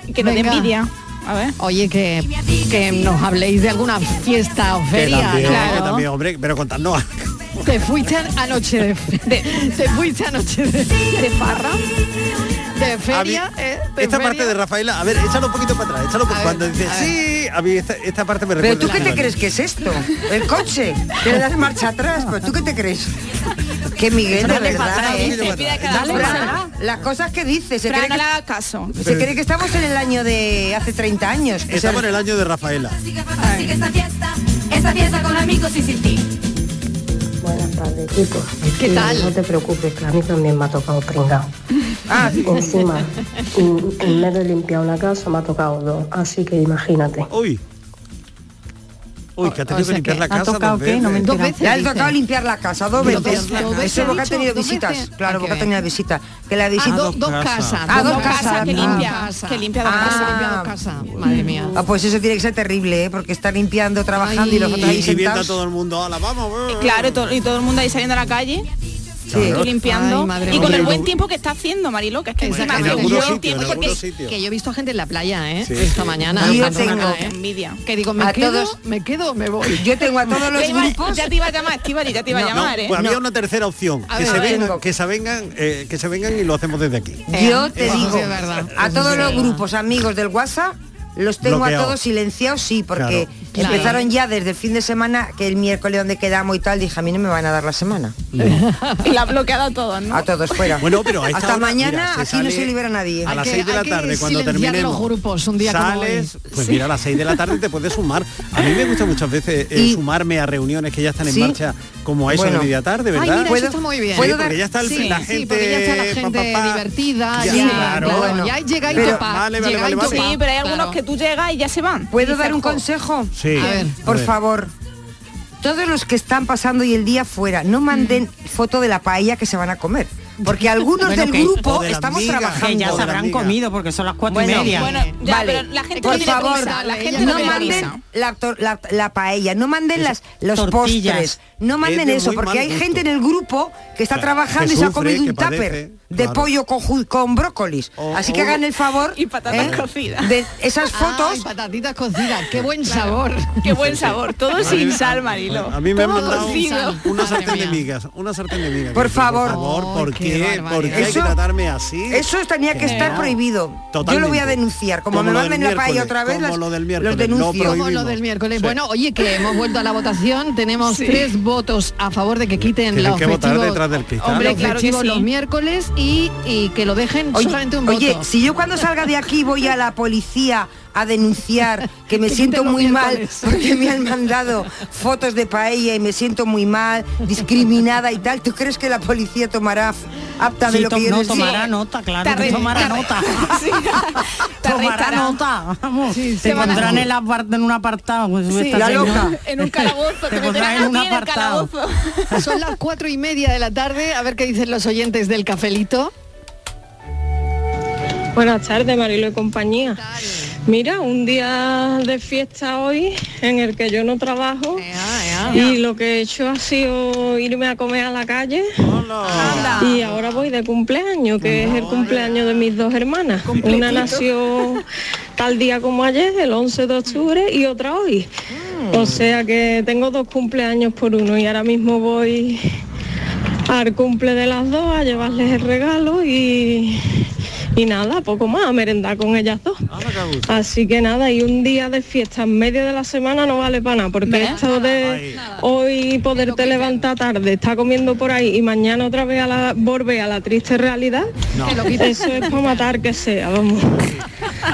[SPEAKER 14] Y que nos dé
[SPEAKER 12] Venga.
[SPEAKER 14] envidia. A ver.
[SPEAKER 12] Oye, que, que nos habléis de alguna fiesta o
[SPEAKER 13] Que
[SPEAKER 12] feria.
[SPEAKER 13] también,
[SPEAKER 12] claro.
[SPEAKER 13] que también, hombre, pero contadnos.
[SPEAKER 12] Te fuiste anoche de, de te fuiste anoche de, de farra, de feria, eh, de
[SPEAKER 13] Esta
[SPEAKER 12] feria.
[SPEAKER 13] parte de Rafaela, a ver, échalo un poquito para atrás, échalo por cuando dice, sí, a mí esta, esta parte me recuerda.
[SPEAKER 15] ¿Pero tú qué te
[SPEAKER 13] a-
[SPEAKER 15] crees que es esto? ¿El coche? ¿Que le das marcha atrás? ¿Pero tú qué te crees? Que Miguel, de Dale para verdad, atrás, ¿eh? dice, pide cada Dale uno. para atrás. Las cosas que dices, se,
[SPEAKER 14] Fran,
[SPEAKER 15] cree
[SPEAKER 14] no
[SPEAKER 15] que,
[SPEAKER 14] le hagas caso.
[SPEAKER 15] se cree que estamos en el año de hace 30 años. que
[SPEAKER 13] Estamos en
[SPEAKER 15] es
[SPEAKER 13] el año de Rafaela.
[SPEAKER 20] Fantástica esta fiesta, esta fiesta con amigos y sin ti.
[SPEAKER 19] Buenas tardes, chicos. ¿Qué
[SPEAKER 12] tal?
[SPEAKER 19] No te preocupes, que a mí también me ha tocado pringado. Encima, mm, en vez de limpiar una casa, me ha tocado dos. Así que imagínate.
[SPEAKER 13] Uy. Uy, que ha tenido
[SPEAKER 19] o sea
[SPEAKER 13] que limpiar
[SPEAKER 19] que
[SPEAKER 13] la
[SPEAKER 19] ha
[SPEAKER 13] casa.
[SPEAKER 19] tocado,
[SPEAKER 13] dos
[SPEAKER 19] ¿qué?
[SPEAKER 13] veces.
[SPEAKER 19] No me he
[SPEAKER 15] Dos veces. Le ha tocado limpiar la casa, dos
[SPEAKER 19] Dos
[SPEAKER 15] veces.
[SPEAKER 19] veces, dos veces
[SPEAKER 15] Eso porque ha
[SPEAKER 19] dicho,
[SPEAKER 15] tenido
[SPEAKER 19] dos
[SPEAKER 15] visitas.
[SPEAKER 19] veces.
[SPEAKER 15] Claro, porque ha tenido visitas. Que la visita.
[SPEAKER 12] Ah, dos- dos casas.
[SPEAKER 15] Ah, dos
[SPEAKER 12] Dos
[SPEAKER 15] casas.
[SPEAKER 12] casas que
[SPEAKER 15] ah.
[SPEAKER 12] limpia, que limpia dos casas, limpia dos casas. Madre mía.
[SPEAKER 15] Ah, pues eso tiene que ser terrible, ¿eh? porque está limpiando, trabajando y los otros ahí
[SPEAKER 13] Y viendo a
[SPEAKER 15] sentados.
[SPEAKER 13] todo el mundo, hola, vamos.
[SPEAKER 14] Y Claro, y todo, y todo el mundo ahí saliendo a la calle.
[SPEAKER 13] Sí.
[SPEAKER 14] tú limpiando
[SPEAKER 12] Ay, madre
[SPEAKER 14] y con
[SPEAKER 13] mía.
[SPEAKER 14] el buen tiempo que está haciendo Mariló que es que encima
[SPEAKER 13] En
[SPEAKER 14] hace
[SPEAKER 13] algunos
[SPEAKER 14] buen
[SPEAKER 13] sitios,
[SPEAKER 14] tiempo
[SPEAKER 13] en
[SPEAKER 14] porque-
[SPEAKER 13] algunos sitios.
[SPEAKER 12] Que yo he visto gente en la playa, ¿eh?
[SPEAKER 15] Sí,
[SPEAKER 12] Esta
[SPEAKER 15] sí.
[SPEAKER 12] mañana.
[SPEAKER 15] Yo
[SPEAKER 12] Esta
[SPEAKER 15] tengo-
[SPEAKER 12] mañana,
[SPEAKER 14] qué
[SPEAKER 12] ¿eh?
[SPEAKER 14] envidia
[SPEAKER 12] Que digo, me
[SPEAKER 15] A
[SPEAKER 12] quedo,
[SPEAKER 15] todos-
[SPEAKER 12] me quedo, me voy.
[SPEAKER 15] Yo tengo a todos los
[SPEAKER 14] Ya iba-
[SPEAKER 15] grupos.
[SPEAKER 14] ya te iba a llamar Estíbaliz, ya te iba a
[SPEAKER 13] No,
[SPEAKER 14] llamar eh
[SPEAKER 13] pues había una tercera opción,
[SPEAKER 15] A
[SPEAKER 13] que,
[SPEAKER 15] ver,
[SPEAKER 13] se
[SPEAKER 15] a ver.
[SPEAKER 13] vengan, que se vengan, eh, que se vengan y lo hacemos desde aquí.
[SPEAKER 15] Yo te
[SPEAKER 13] Eso
[SPEAKER 15] digo,
[SPEAKER 13] sí es verdad.
[SPEAKER 15] a
[SPEAKER 13] Eso
[SPEAKER 15] todos
[SPEAKER 13] sí es
[SPEAKER 15] los
[SPEAKER 13] verdad.
[SPEAKER 15] grupos amigos del WhatsApp, los tengo
[SPEAKER 13] Bloqueado.
[SPEAKER 15] a todos silenciados, sí, porque
[SPEAKER 19] Claro.
[SPEAKER 15] empezaron ya desde el fin de semana, que el miércoles donde quedamos y tal, dije, a mí no me van a dar la semana.
[SPEAKER 14] y la ha bloqueado a todos ¿no?
[SPEAKER 15] A todos fuera.
[SPEAKER 13] Bueno, pero a esta
[SPEAKER 15] Hasta
[SPEAKER 13] hora,
[SPEAKER 15] mañana
[SPEAKER 13] mira, se
[SPEAKER 15] aquí no
[SPEAKER 13] sale
[SPEAKER 15] se libera nadie.
[SPEAKER 13] a Hay las que- seis de la hay que tarde, cuando silenciar terminemos. los
[SPEAKER 12] grupos un día como
[SPEAKER 13] Sales,
[SPEAKER 12] hoy.
[SPEAKER 13] pues mira, a las 6 de la tarde te puedes sumar. A mí me gusta muchas veces eh, sumarme a reuniones que ya están en
[SPEAKER 15] Sí.
[SPEAKER 13] marcha, como a eso
[SPEAKER 15] Bueno.
[SPEAKER 13] de media tarde,
[SPEAKER 12] Ay,
[SPEAKER 13] ¿verdad?
[SPEAKER 12] mira, eso está muy bien.
[SPEAKER 13] Sí, porque ya está el-
[SPEAKER 12] Sí,
[SPEAKER 13] la
[SPEAKER 12] sí,
[SPEAKER 13] gente...
[SPEAKER 12] porque ya está la
[SPEAKER 13] pa,
[SPEAKER 12] gente
[SPEAKER 13] pa, pa.
[SPEAKER 12] Eh, divertida,
[SPEAKER 13] Ya,
[SPEAKER 12] ya,
[SPEAKER 13] claro.
[SPEAKER 12] claro,
[SPEAKER 13] Bueno.
[SPEAKER 12] ya llega y
[SPEAKER 13] Pero-
[SPEAKER 12] topa,
[SPEAKER 13] vale, vale,
[SPEAKER 12] llega
[SPEAKER 13] vale,
[SPEAKER 12] y
[SPEAKER 13] vale.
[SPEAKER 12] topa.
[SPEAKER 14] sí pero hay algunos
[SPEAKER 15] Claro.
[SPEAKER 14] que tú llegas y ya se van
[SPEAKER 15] ¿Puedo dar un
[SPEAKER 14] consejo?
[SPEAKER 15] consejo?
[SPEAKER 13] Sí. A ver.
[SPEAKER 15] Por
[SPEAKER 13] A ver.
[SPEAKER 15] favor. Todos los que están pasando hoy el día fuera, no manden foto de la paella que se van a comer. Porque algunos
[SPEAKER 16] Mm. Bueno,
[SPEAKER 15] del
[SPEAKER 16] que-
[SPEAKER 15] grupo
[SPEAKER 16] o de la
[SPEAKER 15] estamos
[SPEAKER 16] amiga,
[SPEAKER 15] trabajando.
[SPEAKER 16] Que ya se habrán comido porque son las cuatro y
[SPEAKER 15] Bueno,
[SPEAKER 16] media.
[SPEAKER 15] bueno, ya, Vale. pero la gente no
[SPEAKER 16] Por
[SPEAKER 15] tiene
[SPEAKER 16] favor,
[SPEAKER 15] prisa, la gente no
[SPEAKER 16] tiene
[SPEAKER 15] manden
[SPEAKER 16] prisa.
[SPEAKER 15] la, tor- la- la paella, no manden las, los
[SPEAKER 16] tortillas.
[SPEAKER 15] postres, no
[SPEAKER 16] Es
[SPEAKER 15] manden
[SPEAKER 16] de
[SPEAKER 15] eso,
[SPEAKER 16] muy
[SPEAKER 15] porque
[SPEAKER 16] mal
[SPEAKER 15] hay
[SPEAKER 16] gusto.
[SPEAKER 15] gente en el grupo que está
[SPEAKER 16] Claro,
[SPEAKER 15] trabajando
[SPEAKER 16] que
[SPEAKER 15] y se ha
[SPEAKER 16] sufre,
[SPEAKER 15] comido
[SPEAKER 16] que
[SPEAKER 15] un tupper
[SPEAKER 13] padece,
[SPEAKER 15] de
[SPEAKER 13] claro.
[SPEAKER 15] pollo con, ju- con brócolis. Así
[SPEAKER 16] Oh,
[SPEAKER 15] que
[SPEAKER 12] o-
[SPEAKER 15] hagan el favor ¿eh?
[SPEAKER 12] Y patatas cocidas.
[SPEAKER 15] de esas fotos.
[SPEAKER 12] Ay, patatitas cocidas, qué buen sabor.
[SPEAKER 14] qué buen sabor todo
[SPEAKER 13] A mí-
[SPEAKER 14] sin sal Marilo
[SPEAKER 13] A mí me han
[SPEAKER 14] Todo
[SPEAKER 13] mandado
[SPEAKER 14] sin sal.
[SPEAKER 13] una sartén de migas, una sartén de migas.
[SPEAKER 15] Por
[SPEAKER 13] Yo,
[SPEAKER 15] favor.
[SPEAKER 13] por favor, ¿por
[SPEAKER 15] qué
[SPEAKER 13] qué? ¿Por qué hay que
[SPEAKER 15] barbaridad.
[SPEAKER 13] tratarme así?
[SPEAKER 15] Eso tenía que
[SPEAKER 13] Que
[SPEAKER 15] estar
[SPEAKER 13] no.
[SPEAKER 15] prohibido. Yo lo voy a
[SPEAKER 13] Totalmente.
[SPEAKER 15] denunciar. Como,
[SPEAKER 13] Como
[SPEAKER 15] me
[SPEAKER 13] lo del
[SPEAKER 15] manden la paella
[SPEAKER 13] miércoles,
[SPEAKER 15] otra vez,
[SPEAKER 13] como
[SPEAKER 15] las-
[SPEAKER 13] lo del
[SPEAKER 15] los
[SPEAKER 13] miércoles, lo
[SPEAKER 15] denuncio.
[SPEAKER 12] Como lo
[SPEAKER 13] prohibimos.
[SPEAKER 12] del miércoles.
[SPEAKER 13] Sí.
[SPEAKER 12] Bueno, oye, que hemos vuelto a la votación. Tenemos
[SPEAKER 13] Sí.
[SPEAKER 12] tres votos a favor de que quiten
[SPEAKER 13] Tienen
[SPEAKER 12] los
[SPEAKER 13] que votar
[SPEAKER 12] festivos-
[SPEAKER 13] detrás del cristal.
[SPEAKER 12] los
[SPEAKER 15] Hombre, claro que
[SPEAKER 12] festivos
[SPEAKER 15] sí.
[SPEAKER 12] los miércoles y, y que lo dejen solamente un
[SPEAKER 15] oye,
[SPEAKER 12] voto.
[SPEAKER 15] si yo cuando salga de aquí voy a la policía a denunciar que me
[SPEAKER 12] Que
[SPEAKER 15] siento
[SPEAKER 12] quiten los
[SPEAKER 15] muy mal
[SPEAKER 12] miércoles.
[SPEAKER 15] porque me han mandado fotos de paella y me siento muy mal, discriminada y tal, ¿tú crees que la policía tomará f- apta de
[SPEAKER 16] Sí,
[SPEAKER 15] lo
[SPEAKER 16] to-
[SPEAKER 15] que yo
[SPEAKER 16] no
[SPEAKER 15] les digo?
[SPEAKER 16] tomará nota, claro, que tomará nota. tomará
[SPEAKER 15] arrestarán.
[SPEAKER 16] nota, vamos.
[SPEAKER 15] te
[SPEAKER 16] te
[SPEAKER 15] van a-
[SPEAKER 16] pondrán en, la apart- en un apartado. pues,
[SPEAKER 15] Sí,
[SPEAKER 16] esta
[SPEAKER 15] la
[SPEAKER 16] señora.
[SPEAKER 15] loca.
[SPEAKER 14] En un calabozo, te
[SPEAKER 16] pondrán
[SPEAKER 14] meterán a ti en el calabozo.
[SPEAKER 12] Son las cuatro y media de la tarde. A ver qué dicen los oyentes del cafelito.
[SPEAKER 21] Buenas tardes, Marilo y compañía. Mira, un día de fiesta hoy en el que yo no trabajo y lo que he hecho ha sido irme a comer a la calle y ahora voy de cumpleaños, que es el cumpleaños de mis dos hermanas. Una nació tal día como ayer, el 11 de octubre, y otra hoy. O sea que tengo dos cumpleaños por uno y ahora mismo voy al cumple de las dos a llevarles el regalo y, y nada, poco más, a merendar con ellas dos. Así que nada, y un día de fiesta en medio de la semana no vale para nada, porque esto de hoy poderte levantar tarde, estar comiendo por ahí y mañana otra vez a la, volver a la triste realidad,
[SPEAKER 4] No. Que lo quiten.
[SPEAKER 21] eso es para matar que sea, vamos.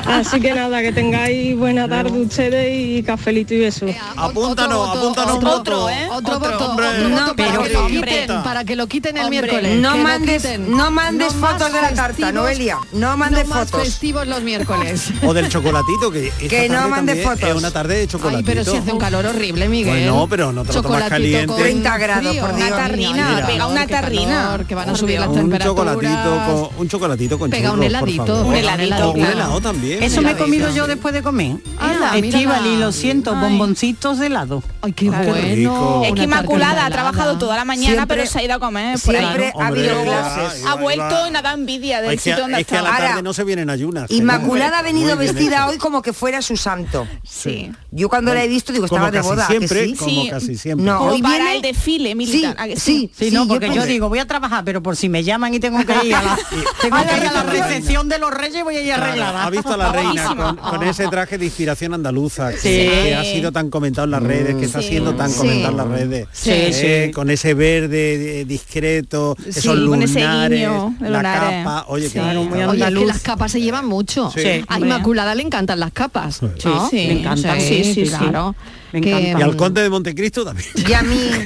[SPEAKER 21] Así que nada, que tengáis buena tarde ustedes y cafelito y beso.
[SPEAKER 13] Apúntanos, apúntanos
[SPEAKER 21] otro,
[SPEAKER 13] un voto.
[SPEAKER 21] otro, ¿eh?
[SPEAKER 12] Otro voto,
[SPEAKER 21] hombre.
[SPEAKER 12] otro voto
[SPEAKER 21] No,
[SPEAKER 12] para,
[SPEAKER 21] pero
[SPEAKER 12] que lo
[SPEAKER 21] hombre.
[SPEAKER 12] quiten, para que lo quiten el
[SPEAKER 15] Hombre,
[SPEAKER 12] miércoles.
[SPEAKER 15] no
[SPEAKER 12] que lo
[SPEAKER 15] mandes-
[SPEAKER 12] quiten.
[SPEAKER 15] no mandes
[SPEAKER 12] más
[SPEAKER 15] fotos de la tarta,
[SPEAKER 12] festivos-
[SPEAKER 15] Noelia, no mandes
[SPEAKER 12] más
[SPEAKER 15] fotos.
[SPEAKER 12] festivos los miércoles.
[SPEAKER 13] O del chocolatito, que, esta
[SPEAKER 15] Que no
[SPEAKER 13] tarde
[SPEAKER 15] mande
[SPEAKER 13] también
[SPEAKER 15] fotos.
[SPEAKER 13] Es una tarde de chocolatito.
[SPEAKER 12] Ay, pero si hace un ¿eh? calor horrible, Miguel.
[SPEAKER 13] Bueno, pero no te lo tomas caliente.
[SPEAKER 15] 30 grados, por Dios.
[SPEAKER 12] Una tarrina,
[SPEAKER 13] Mira.
[SPEAKER 12] pega una tarrina. que van a subir las
[SPEAKER 13] un
[SPEAKER 12] temperaturas.
[SPEAKER 13] chocolatito con un chocolatito con
[SPEAKER 12] Pega un
[SPEAKER 13] churros, por
[SPEAKER 12] heladito,
[SPEAKER 13] favor.
[SPEAKER 12] un heladito,
[SPEAKER 13] O un
[SPEAKER 12] claro.
[SPEAKER 13] helado también. ¿eh?
[SPEAKER 16] Eso me he comido yo después de comer.
[SPEAKER 12] Anda,
[SPEAKER 16] Estivali,
[SPEAKER 12] mírala.
[SPEAKER 16] lo siento, bomboncitos de helado.
[SPEAKER 12] Ay,
[SPEAKER 13] Ah,
[SPEAKER 12] qué
[SPEAKER 13] bueno.
[SPEAKER 14] Ah, Es que Inmaculada ha trabajado toda la mañana,
[SPEAKER 16] Siempre-
[SPEAKER 14] pero se ha ido a comer. por ahí.
[SPEAKER 15] Siempre ha
[SPEAKER 13] Hombre,
[SPEAKER 15] habido
[SPEAKER 13] ahí va,
[SPEAKER 15] clases.
[SPEAKER 13] ahí va,
[SPEAKER 14] Ha vuelto y nada envidia del
[SPEAKER 13] Es que,
[SPEAKER 14] sitio donde
[SPEAKER 13] es que a
[SPEAKER 14] estaba.
[SPEAKER 13] la tarde
[SPEAKER 15] Ahora,
[SPEAKER 13] no se vienen ayunas. ¿eh?
[SPEAKER 15] Inmaculada ha venido
[SPEAKER 13] Muy bien
[SPEAKER 15] vestida
[SPEAKER 13] hecho.
[SPEAKER 15] hoy como que fuera su santo.
[SPEAKER 14] Sí.
[SPEAKER 15] Yo cuando la he visto digo,
[SPEAKER 13] Como
[SPEAKER 15] estaba de
[SPEAKER 13] casi
[SPEAKER 15] boda. ¿a que
[SPEAKER 13] siempre,
[SPEAKER 15] sí?
[SPEAKER 13] como Sí. casi siempre.
[SPEAKER 15] No,
[SPEAKER 14] Como
[SPEAKER 15] hoy
[SPEAKER 14] para
[SPEAKER 15] viene-
[SPEAKER 14] el desfile militar. ¿a que
[SPEAKER 15] sí,
[SPEAKER 16] Sí,
[SPEAKER 15] sí,
[SPEAKER 16] no,
[SPEAKER 15] yo
[SPEAKER 16] porque yo,
[SPEAKER 15] pensé.
[SPEAKER 16] digo, voy a trabajar, pero por si me llaman y tengo que ir a la, tengo
[SPEAKER 13] a
[SPEAKER 16] que
[SPEAKER 13] la
[SPEAKER 16] ir a la
[SPEAKER 13] recepción.
[SPEAKER 16] recepción de los reyes, voy a ir
[SPEAKER 13] Claro,
[SPEAKER 16] arreglada.
[SPEAKER 13] ha visto a la reina con, con ese traje de inspiración andaluza que,
[SPEAKER 16] Sí.
[SPEAKER 13] que ha sido tan comentado en las redes, que está
[SPEAKER 16] Sí.
[SPEAKER 13] siendo tan
[SPEAKER 16] Sí.
[SPEAKER 13] comentado en las redes.
[SPEAKER 16] Sí,
[SPEAKER 13] Eh, Con ese verde eh, discreto, esos
[SPEAKER 16] Sí, con
[SPEAKER 13] lunares,
[SPEAKER 16] ese guiño de
[SPEAKER 13] la
[SPEAKER 16] lunares.
[SPEAKER 13] capa. Oye,
[SPEAKER 16] Sí.
[SPEAKER 13] claro,
[SPEAKER 16] Muy
[SPEAKER 12] Oye, es
[SPEAKER 16] andaluz.
[SPEAKER 12] que las capas se llevan mucho.
[SPEAKER 13] Sí. Sí,
[SPEAKER 12] A
[SPEAKER 16] hombre.
[SPEAKER 12] Inmaculada le encantan las capas.
[SPEAKER 16] Sí,
[SPEAKER 12] ¿no?
[SPEAKER 16] sí, me encantan.
[SPEAKER 12] Sí,
[SPEAKER 16] Sí, sí, sí.
[SPEAKER 12] claro.
[SPEAKER 16] Me
[SPEAKER 12] Que,
[SPEAKER 13] Y al conde de Montecristo también.
[SPEAKER 15] Y a mí.
[SPEAKER 4] Yo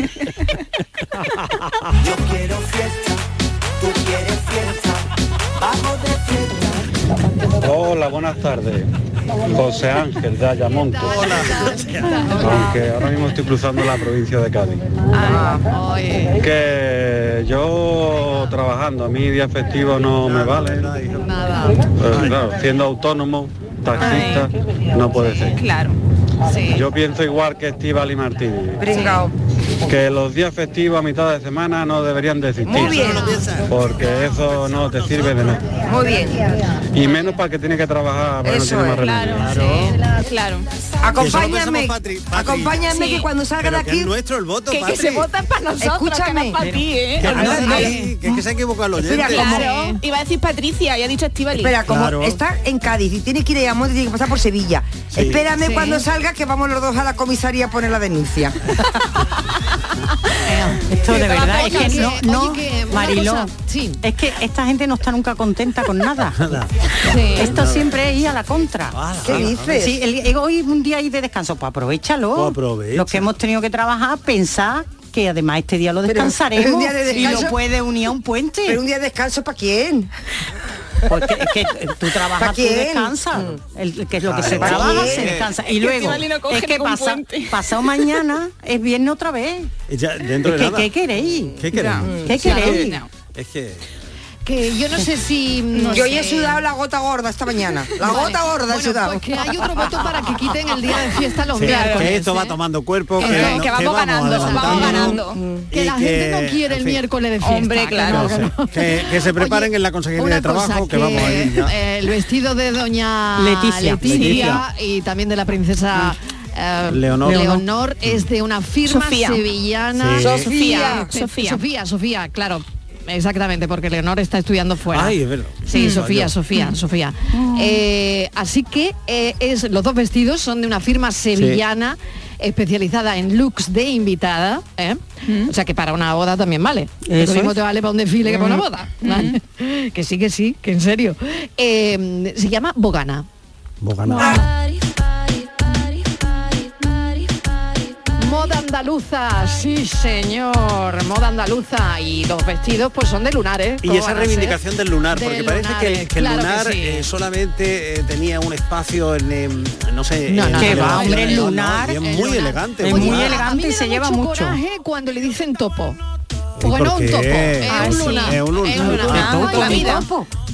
[SPEAKER 4] quiero fiesta, tú quieres fiesta, vamos de fiesta.
[SPEAKER 22] Hola, buenas tardes. José Ángel de Ayamonte. Aunque ahora mismo estoy cruzando la provincia de Cádiz.
[SPEAKER 12] Ah.
[SPEAKER 22] Que yo trabajando, a mí día festivo no me vale. Pero, claro, siendo autónomo, taxista, no puede ser.
[SPEAKER 14] Claro.
[SPEAKER 22] Yo pienso igual que Estival y Martínez. Que los días festivos a mitad de semana no deberían de existir.
[SPEAKER 15] Muy bien.
[SPEAKER 22] Porque eso no te sirve de nada.
[SPEAKER 15] Muy bien.
[SPEAKER 22] Y menos para el que tiene que trabajar, para
[SPEAKER 15] Eso
[SPEAKER 22] no tiene
[SPEAKER 15] es.
[SPEAKER 22] más remedio.
[SPEAKER 14] Claro.
[SPEAKER 15] Acompáñame,
[SPEAKER 13] Patri, Patri.
[SPEAKER 15] acompáñame
[SPEAKER 13] Sí.
[SPEAKER 15] que cuando salga
[SPEAKER 13] Pero
[SPEAKER 15] de
[SPEAKER 13] que
[SPEAKER 15] aquí
[SPEAKER 13] es nuestro el voto,
[SPEAKER 15] que, que
[SPEAKER 13] Patri.
[SPEAKER 15] se vota
[SPEAKER 14] para nosotros, que no es
[SPEAKER 15] Escúchame,
[SPEAKER 14] pa' ti, ¿eh?
[SPEAKER 13] Que,
[SPEAKER 15] Ah,
[SPEAKER 13] no,
[SPEAKER 15] no,
[SPEAKER 13] ahí, que es que se ha equivocado el oyente.
[SPEAKER 15] Mira,
[SPEAKER 14] Claro. Iba a decir Patricia y ha dicho Estivali.
[SPEAKER 15] Espera, como
[SPEAKER 13] Claro.
[SPEAKER 15] está en Cádiz y tiene que ir a Monte, tiene que pasar por Sevilla.
[SPEAKER 13] Sí.
[SPEAKER 15] Espérame Sí. cuando salga que vamos los dos a la comisaría a poner la denuncia.
[SPEAKER 16] Esto de
[SPEAKER 15] Oye,
[SPEAKER 16] verdad es que
[SPEAKER 15] que-
[SPEAKER 16] no,
[SPEAKER 15] oye,
[SPEAKER 16] no,
[SPEAKER 15] que una
[SPEAKER 16] Mariló,
[SPEAKER 15] cosa,
[SPEAKER 16] es que esta gente no está nunca contenta con nada. Esto
[SPEAKER 13] Nada.
[SPEAKER 16] siempre es ir a la contra.
[SPEAKER 13] ¿Qué ala, ala. dices?
[SPEAKER 16] Sí, el- el- hoy es un día ahí de descanso, pues aprovechalo.
[SPEAKER 13] Pues aprovecha.
[SPEAKER 16] Los que hemos tenido que trabajar, pensar que además este día lo descansaremos
[SPEAKER 15] un día de
[SPEAKER 16] y
[SPEAKER 15] descanso-
[SPEAKER 16] lo puede unir a un puente.
[SPEAKER 15] Pero un día de descanso para quién?
[SPEAKER 16] Porque es pues que tú
[SPEAKER 15] ¿Pa'
[SPEAKER 16] trabajas, tú
[SPEAKER 15] quién?
[SPEAKER 16] descansas. El- que es lo que
[SPEAKER 15] Claro.
[SPEAKER 16] se
[SPEAKER 15] ¿Pa'
[SPEAKER 16] trabaja,
[SPEAKER 15] quién?
[SPEAKER 16] se descansa.
[SPEAKER 15] Es
[SPEAKER 16] Y
[SPEAKER 15] que
[SPEAKER 16] luego,
[SPEAKER 15] Estivali no coge
[SPEAKER 16] es que
[SPEAKER 15] ningún
[SPEAKER 16] pasa-
[SPEAKER 15] puente.
[SPEAKER 16] pasado mañana es viernes otra vez.
[SPEAKER 13] Ya, dentro
[SPEAKER 16] Es
[SPEAKER 13] de
[SPEAKER 16] que-
[SPEAKER 13] nada.
[SPEAKER 16] ¿Qué queréis?
[SPEAKER 13] ¿Qué queremos?
[SPEAKER 16] ¿Qué
[SPEAKER 15] Mm,
[SPEAKER 16] queréis?
[SPEAKER 13] Es que...
[SPEAKER 12] que yo no sé si... no
[SPEAKER 15] Yo hoy he
[SPEAKER 12] sé.
[SPEAKER 15] sudado la gota gorda esta mañana. La
[SPEAKER 12] Vale.
[SPEAKER 15] gota gorda he
[SPEAKER 12] Bueno,
[SPEAKER 15] sudado.
[SPEAKER 12] pues que hay otro voto para que quiten el día de fiesta
[SPEAKER 15] Oh,
[SPEAKER 12] a los
[SPEAKER 13] Sí,
[SPEAKER 12] miércoles.
[SPEAKER 13] que esto va tomando cuerpo, que,
[SPEAKER 12] Que no,
[SPEAKER 13] no-
[SPEAKER 12] que vamos ganando,
[SPEAKER 13] adelantando,
[SPEAKER 12] vamos ganando.
[SPEAKER 13] y
[SPEAKER 12] Que la gente no quiere el
[SPEAKER 13] en fin,
[SPEAKER 12] miércoles de fiesta.
[SPEAKER 14] Hombre,
[SPEAKER 12] que
[SPEAKER 14] claro.
[SPEAKER 12] no, que no.
[SPEAKER 13] Que, que se preparen en la consejería de trabajo,
[SPEAKER 12] cosa
[SPEAKER 13] que, vamos a ir ya.
[SPEAKER 12] eh, el vestido de doña
[SPEAKER 13] Leticia.
[SPEAKER 12] Leticia,
[SPEAKER 13] Leticia.
[SPEAKER 12] y también de la princesa eh,
[SPEAKER 13] Leonor.
[SPEAKER 12] Leonor es de una firma
[SPEAKER 14] Sofía.
[SPEAKER 12] sevillana.
[SPEAKER 13] Sí.
[SPEAKER 14] Sofía,
[SPEAKER 12] Pe-
[SPEAKER 14] Sofía.
[SPEAKER 12] Sofía, Sofía, claro. Exactamente, porque Leonor está estudiando fuera.
[SPEAKER 13] Ay, es verdad.
[SPEAKER 12] Sí,
[SPEAKER 13] Mm.
[SPEAKER 12] Sofía,
[SPEAKER 13] Vaya.
[SPEAKER 12] Sofía, Sofía. Eh, así que eh, es, los dos vestidos son de una firma sevillana especializada en looks de invitada. ¿eh?
[SPEAKER 14] Mm.
[SPEAKER 12] O sea que para una boda también vale.
[SPEAKER 16] Eso
[SPEAKER 12] Lo mismo
[SPEAKER 16] es.
[SPEAKER 12] te vale para un desfile que para una
[SPEAKER 16] Mm.
[SPEAKER 12] boda. ¿vale? que sí, que sí, que en serio. Eh, se llama Bogana. Ah. Moda andaluza, sí señor, moda andaluza y los vestidos pues son de lunares.
[SPEAKER 13] Y
[SPEAKER 12] ¿cómo
[SPEAKER 13] esa
[SPEAKER 12] van a ser?
[SPEAKER 13] reivindicación del lunar, porque
[SPEAKER 12] ¿eh? Del
[SPEAKER 13] parece
[SPEAKER 12] lunar,
[SPEAKER 13] que el-
[SPEAKER 12] eh,
[SPEAKER 13] que, el
[SPEAKER 12] claro que
[SPEAKER 13] lunar
[SPEAKER 12] sí.
[SPEAKER 13] eh, solamente eh, tenía un espacio en, em, no sé,
[SPEAKER 16] No,
[SPEAKER 13] en
[SPEAKER 16] no,
[SPEAKER 13] el
[SPEAKER 16] que va,
[SPEAKER 13] elevado,
[SPEAKER 16] hombre, el
[SPEAKER 13] no, no,
[SPEAKER 16] lunar,
[SPEAKER 13] y es
[SPEAKER 16] el
[SPEAKER 13] muy
[SPEAKER 16] lunar.
[SPEAKER 13] elegante.
[SPEAKER 16] Es
[SPEAKER 13] el
[SPEAKER 16] muy
[SPEAKER 13] lunar.
[SPEAKER 12] Ah, A mí
[SPEAKER 16] elegante y
[SPEAKER 12] me
[SPEAKER 16] se
[SPEAKER 12] da
[SPEAKER 16] lleva mucho.
[SPEAKER 12] coraje cuando le dicen topo. O
[SPEAKER 13] ¿Y
[SPEAKER 12] ganó
[SPEAKER 13] por
[SPEAKER 12] un
[SPEAKER 13] qué?
[SPEAKER 12] topo. Es
[SPEAKER 13] Ah,
[SPEAKER 12] un
[SPEAKER 13] sí.
[SPEAKER 12] luna.
[SPEAKER 13] Es un luna.
[SPEAKER 12] Es un luna.
[SPEAKER 13] Ah,
[SPEAKER 12] Ay,
[SPEAKER 13] topo.
[SPEAKER 12] la vida.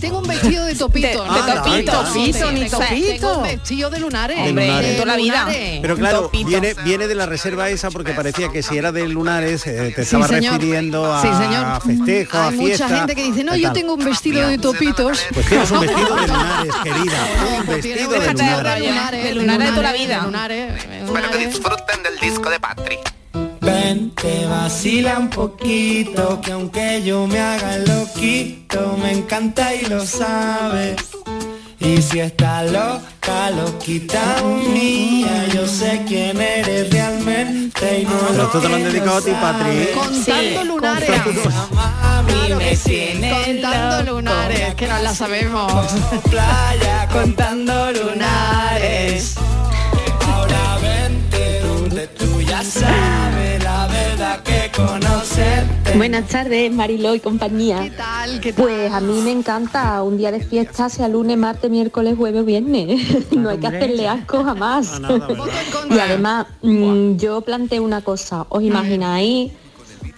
[SPEAKER 12] Tengo un vestido de topito.
[SPEAKER 13] De- de topito, topito, ni
[SPEAKER 12] O sea, Tengo
[SPEAKER 13] topito.
[SPEAKER 12] un vestido de lunares.
[SPEAKER 13] De lunares.
[SPEAKER 12] De
[SPEAKER 13] Toda la vida.
[SPEAKER 12] lunares.
[SPEAKER 13] Pero claro, viene, viene de la reserva esa porque parecía que si era de lunares eh, te estaba
[SPEAKER 12] señor.
[SPEAKER 13] refiriendo a,
[SPEAKER 12] Sí, señor.
[SPEAKER 13] a festejos, a
[SPEAKER 12] Hay mucha
[SPEAKER 13] fiestas.
[SPEAKER 12] gente que dice, no, yo tengo un vestido de topitos. pues
[SPEAKER 13] Pues tienes un vestido de lunares, querida. Un vestido de
[SPEAKER 12] Déjate
[SPEAKER 13] lunares.
[SPEAKER 12] de lunares. De lunares de toda la vida. Lunares.
[SPEAKER 23] Espero que disfruten del disco de Patri.
[SPEAKER 4] Ven, te vacila un poquito, que aunque yo me haga el loquito, me encanta y lo sabes. Y si está loca, loquita mía, yo sé quién eres realmente y no
[SPEAKER 13] Pero
[SPEAKER 4] lo
[SPEAKER 13] esto te lo han
[SPEAKER 4] que yo
[SPEAKER 13] dedicado a ti, Patri.
[SPEAKER 4] sabe.
[SPEAKER 12] Contando lunares.
[SPEAKER 4] Mami, me
[SPEAKER 12] Contando lunares, que no la sabemos.
[SPEAKER 4] playa contando lunares. Ahora vente donde tú ya sabes la verdad que conocer.
[SPEAKER 8] Buenas tardes, Mariló y compañía. ¿Qué tal? Pues a mí me encanta un día de fiesta, sea lunes, martes, miércoles, jueves o viernes. no hay que hacerle asco jamás. y además, mm, yo planteo una cosa. ¿Os imagináis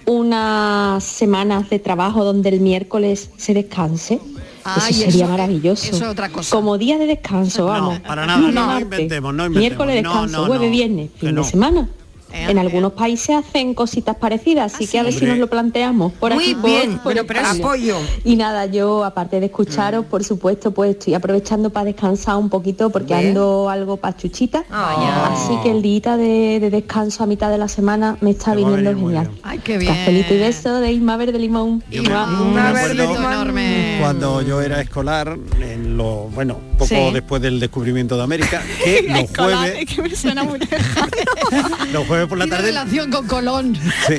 [SPEAKER 8] unas semanas de trabajo donde el miércoles se descanse?
[SPEAKER 12] Ay,
[SPEAKER 8] eso sería
[SPEAKER 12] eso-
[SPEAKER 8] maravilloso.
[SPEAKER 12] eso es otra cosa.
[SPEAKER 8] Como día de descanso, vamos.
[SPEAKER 13] para nada,
[SPEAKER 8] Lunes,
[SPEAKER 13] no
[SPEAKER 8] martes,
[SPEAKER 13] inventemos, no inventemos.
[SPEAKER 8] Miércoles
[SPEAKER 13] No,
[SPEAKER 8] descanso,
[SPEAKER 13] no,
[SPEAKER 8] jueves,
[SPEAKER 13] no,
[SPEAKER 8] viernes,
[SPEAKER 13] que
[SPEAKER 8] fin
[SPEAKER 13] no.
[SPEAKER 8] de semana.
[SPEAKER 12] Eh,
[SPEAKER 8] En algunos países hacen cositas parecidas,
[SPEAKER 12] Ah,
[SPEAKER 8] así que a ver si
[SPEAKER 15] Hombre.
[SPEAKER 8] nos lo planteamos. Por
[SPEAKER 15] Muy
[SPEAKER 8] aquí, por-
[SPEAKER 15] bien,
[SPEAKER 8] por
[SPEAKER 15] pero-
[SPEAKER 8] el
[SPEAKER 15] pero
[SPEAKER 8] cable.
[SPEAKER 15] apoyo.
[SPEAKER 8] Y nada, yo aparte de escucharos, por supuesto, pues estoy aprovechando para descansar un poquito porque
[SPEAKER 15] Bien.
[SPEAKER 8] ando algo pachuchita.
[SPEAKER 12] Ah,
[SPEAKER 8] Así que el día de, de descanso a mitad de la semana me está viniendo genial.
[SPEAKER 12] Ay, qué bien.
[SPEAKER 8] Cafelito y beso de Isma Verde Limón. Mua.
[SPEAKER 13] me acuerdo Cuando yo era escolar, en lo, bueno, poco
[SPEAKER 8] Sí.
[SPEAKER 13] después del descubrimiento de América,
[SPEAKER 12] Eh,
[SPEAKER 13] que los jueves,
[SPEAKER 12] que me suena muy
[SPEAKER 13] los jueves por la
[SPEAKER 12] Tiene
[SPEAKER 13] tarde
[SPEAKER 12] relación con Colón.
[SPEAKER 13] Sí,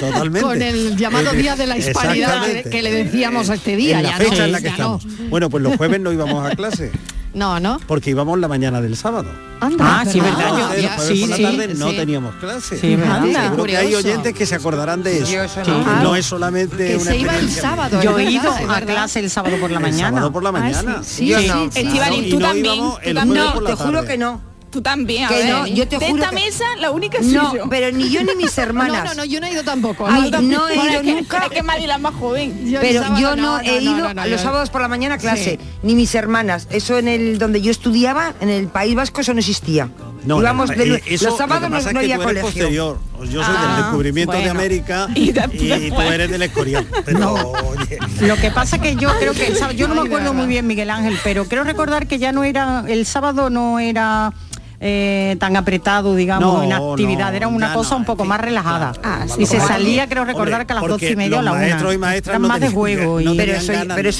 [SPEAKER 13] totalmente.
[SPEAKER 12] Con el llamado
[SPEAKER 13] Eh,
[SPEAKER 12] Día de la Hispanidad eh,
[SPEAKER 13] exactamente.
[SPEAKER 12] que le decíamos a este día.
[SPEAKER 13] en la
[SPEAKER 12] ya
[SPEAKER 13] fecha
[SPEAKER 12] no,
[SPEAKER 13] en la que
[SPEAKER 12] ya no.
[SPEAKER 13] estamos. Bueno, pues los jueves no íbamos a clase,
[SPEAKER 12] No, no.
[SPEAKER 13] porque íbamos la mañana del sábado.
[SPEAKER 12] Anda,
[SPEAKER 13] Ah, sí,
[SPEAKER 12] ¿verdad?
[SPEAKER 13] verdad, yo-
[SPEAKER 12] Ya,
[SPEAKER 13] los jueves por la tarde no teníamos clase. Sí, verdad.
[SPEAKER 12] Anda,
[SPEAKER 13] Seguro que hay
[SPEAKER 12] curioso.
[SPEAKER 13] oyentes que se acordarán de eso.
[SPEAKER 12] Yo eso no.
[SPEAKER 13] Que
[SPEAKER 12] Claro.
[SPEAKER 13] no es solamente
[SPEAKER 12] Que
[SPEAKER 13] una
[SPEAKER 12] se iba el
[SPEAKER 13] experiencia.
[SPEAKER 12] sábado,
[SPEAKER 16] Yo he ido a clase el sábado por la
[SPEAKER 13] El
[SPEAKER 16] mañana. Ah,
[SPEAKER 13] sábado por la mañana.
[SPEAKER 15] Yo no.
[SPEAKER 14] Estivali,
[SPEAKER 13] Y
[SPEAKER 14] tú
[SPEAKER 13] no
[SPEAKER 14] también.
[SPEAKER 13] íbamos
[SPEAKER 14] tú
[SPEAKER 13] el
[SPEAKER 14] también.
[SPEAKER 13] jueves por la
[SPEAKER 15] te juro que no.
[SPEAKER 14] Tú también, a
[SPEAKER 15] Que
[SPEAKER 14] ver.
[SPEAKER 15] no, yo te
[SPEAKER 14] de
[SPEAKER 15] juro
[SPEAKER 14] esta
[SPEAKER 15] que-
[SPEAKER 14] mesa, la única soy
[SPEAKER 15] No,
[SPEAKER 14] yo.
[SPEAKER 15] pero ni yo ni mis hermanas.
[SPEAKER 12] No, no, no, yo no he ido tampoco.
[SPEAKER 15] Ay, no he
[SPEAKER 14] Bueno,
[SPEAKER 15] ido
[SPEAKER 14] es que-
[SPEAKER 15] nunca.
[SPEAKER 14] Es que Marila es más joven.
[SPEAKER 15] pero yo no, he ido a los sábados por la mañana a clase, ni mis hermanas. Eso en el donde yo estudiaba, en el País Vasco, eso no existía.
[SPEAKER 13] No,
[SPEAKER 15] Íbamos
[SPEAKER 13] no,
[SPEAKER 15] de-
[SPEAKER 13] eh, eso,
[SPEAKER 15] los
[SPEAKER 13] lo
[SPEAKER 15] sábados
[SPEAKER 13] que
[SPEAKER 15] no,
[SPEAKER 13] pasa es
[SPEAKER 15] no
[SPEAKER 13] que
[SPEAKER 15] había
[SPEAKER 13] tú eres
[SPEAKER 15] colegio.
[SPEAKER 13] posterior. Yo soy
[SPEAKER 15] Ah,
[SPEAKER 13] del descubrimiento de
[SPEAKER 15] bueno.
[SPEAKER 13] América
[SPEAKER 15] Y
[SPEAKER 13] y,
[SPEAKER 15] de-
[SPEAKER 13] tú eres del escorial. Pero, oye,
[SPEAKER 16] Lo que pasa que yo creo que el sábado, yo no me acuerdo muy bien Miguel Ángel, pero creo recordar que ya no era, el sábado no era eh, tan apretado, digamos,
[SPEAKER 13] No,
[SPEAKER 16] en actividad,
[SPEAKER 13] no,
[SPEAKER 16] era una
[SPEAKER 13] ya
[SPEAKER 16] cosa un poco más relajada. y se
[SPEAKER 13] Porque-
[SPEAKER 16] salía, creo recordar
[SPEAKER 13] hombre,
[SPEAKER 16] que a las doce
[SPEAKER 13] porque
[SPEAKER 16] y media o la
[SPEAKER 13] los
[SPEAKER 16] una.
[SPEAKER 13] maestros y maestras
[SPEAKER 16] Eran
[SPEAKER 13] no
[SPEAKER 16] más de
[SPEAKER 13] tenían-
[SPEAKER 16] juego.
[SPEAKER 13] no
[SPEAKER 16] y-
[SPEAKER 13] tenían ganas- no tenían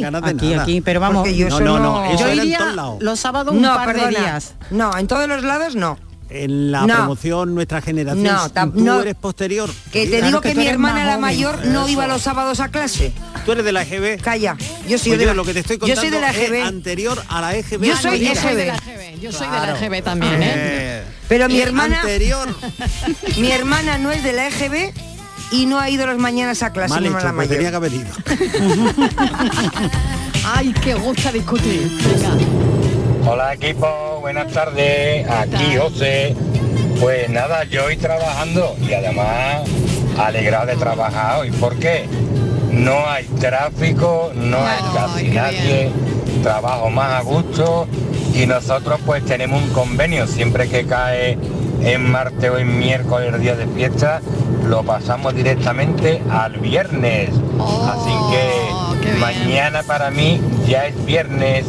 [SPEAKER 13] ganas de
[SPEAKER 16] Aquí,
[SPEAKER 13] nada.
[SPEAKER 16] aquí, pero vamos.
[SPEAKER 13] Porque yo eso no- eso
[SPEAKER 16] yo
[SPEAKER 13] era en
[SPEAKER 16] iría
[SPEAKER 13] todos lados.
[SPEAKER 16] los sábados un
[SPEAKER 15] No,
[SPEAKER 16] par de
[SPEAKER 15] perdona.
[SPEAKER 16] días.
[SPEAKER 15] No, en todos los lados no.
[SPEAKER 13] en la
[SPEAKER 15] No.
[SPEAKER 13] promoción nuestra generación,
[SPEAKER 15] No, tam-
[SPEAKER 13] tú
[SPEAKER 15] no.
[SPEAKER 13] eres posterior.
[SPEAKER 15] Que te
[SPEAKER 13] Claro
[SPEAKER 15] digo que,
[SPEAKER 13] tú
[SPEAKER 15] mi
[SPEAKER 13] eres más
[SPEAKER 15] hermana la
[SPEAKER 13] joven.
[SPEAKER 15] mayor no
[SPEAKER 13] Eso.
[SPEAKER 15] iba los sábados a clase.
[SPEAKER 13] Tú eres de la EGB.
[SPEAKER 15] Calla. Yo soy
[SPEAKER 13] Pues
[SPEAKER 15] de la-
[SPEAKER 13] lo que te estoy
[SPEAKER 15] yo
[SPEAKER 13] contando
[SPEAKER 15] soy de la
[SPEAKER 13] es
[SPEAKER 15] EGB.
[SPEAKER 13] anterior a la EGB.
[SPEAKER 16] Ah,
[SPEAKER 15] Yo soy E
[SPEAKER 12] de
[SPEAKER 16] E
[SPEAKER 12] la
[SPEAKER 15] EGB.
[SPEAKER 12] GB, yo soy de la GB también, ¿eh?
[SPEAKER 15] Pero mi
[SPEAKER 12] Eh,
[SPEAKER 15] hermana
[SPEAKER 13] anterior.
[SPEAKER 15] mi hermana no es de la EGB y no ha ido las mañanas a clase
[SPEAKER 13] Mal
[SPEAKER 15] no
[SPEAKER 13] hecho,
[SPEAKER 15] la
[SPEAKER 13] pues
[SPEAKER 15] mayor.
[SPEAKER 13] tenía que haber ido.
[SPEAKER 12] Ay, qué gusta discutir. Venga.
[SPEAKER 24] Hola equipo, buenas tardes, aquí José. Pues nada, yo hoy trabajando y además alegrado de trabajar hoy. ¿Por qué? No hay tráfico, no hay casi nadie, trabajo más a gusto y nosotros pues tenemos un convenio. Siempre que cae en martes o en miércoles el día de fiesta, lo pasamos directamente al viernes.
[SPEAKER 16] Oh,
[SPEAKER 24] Así que mañana para mí ya es viernes.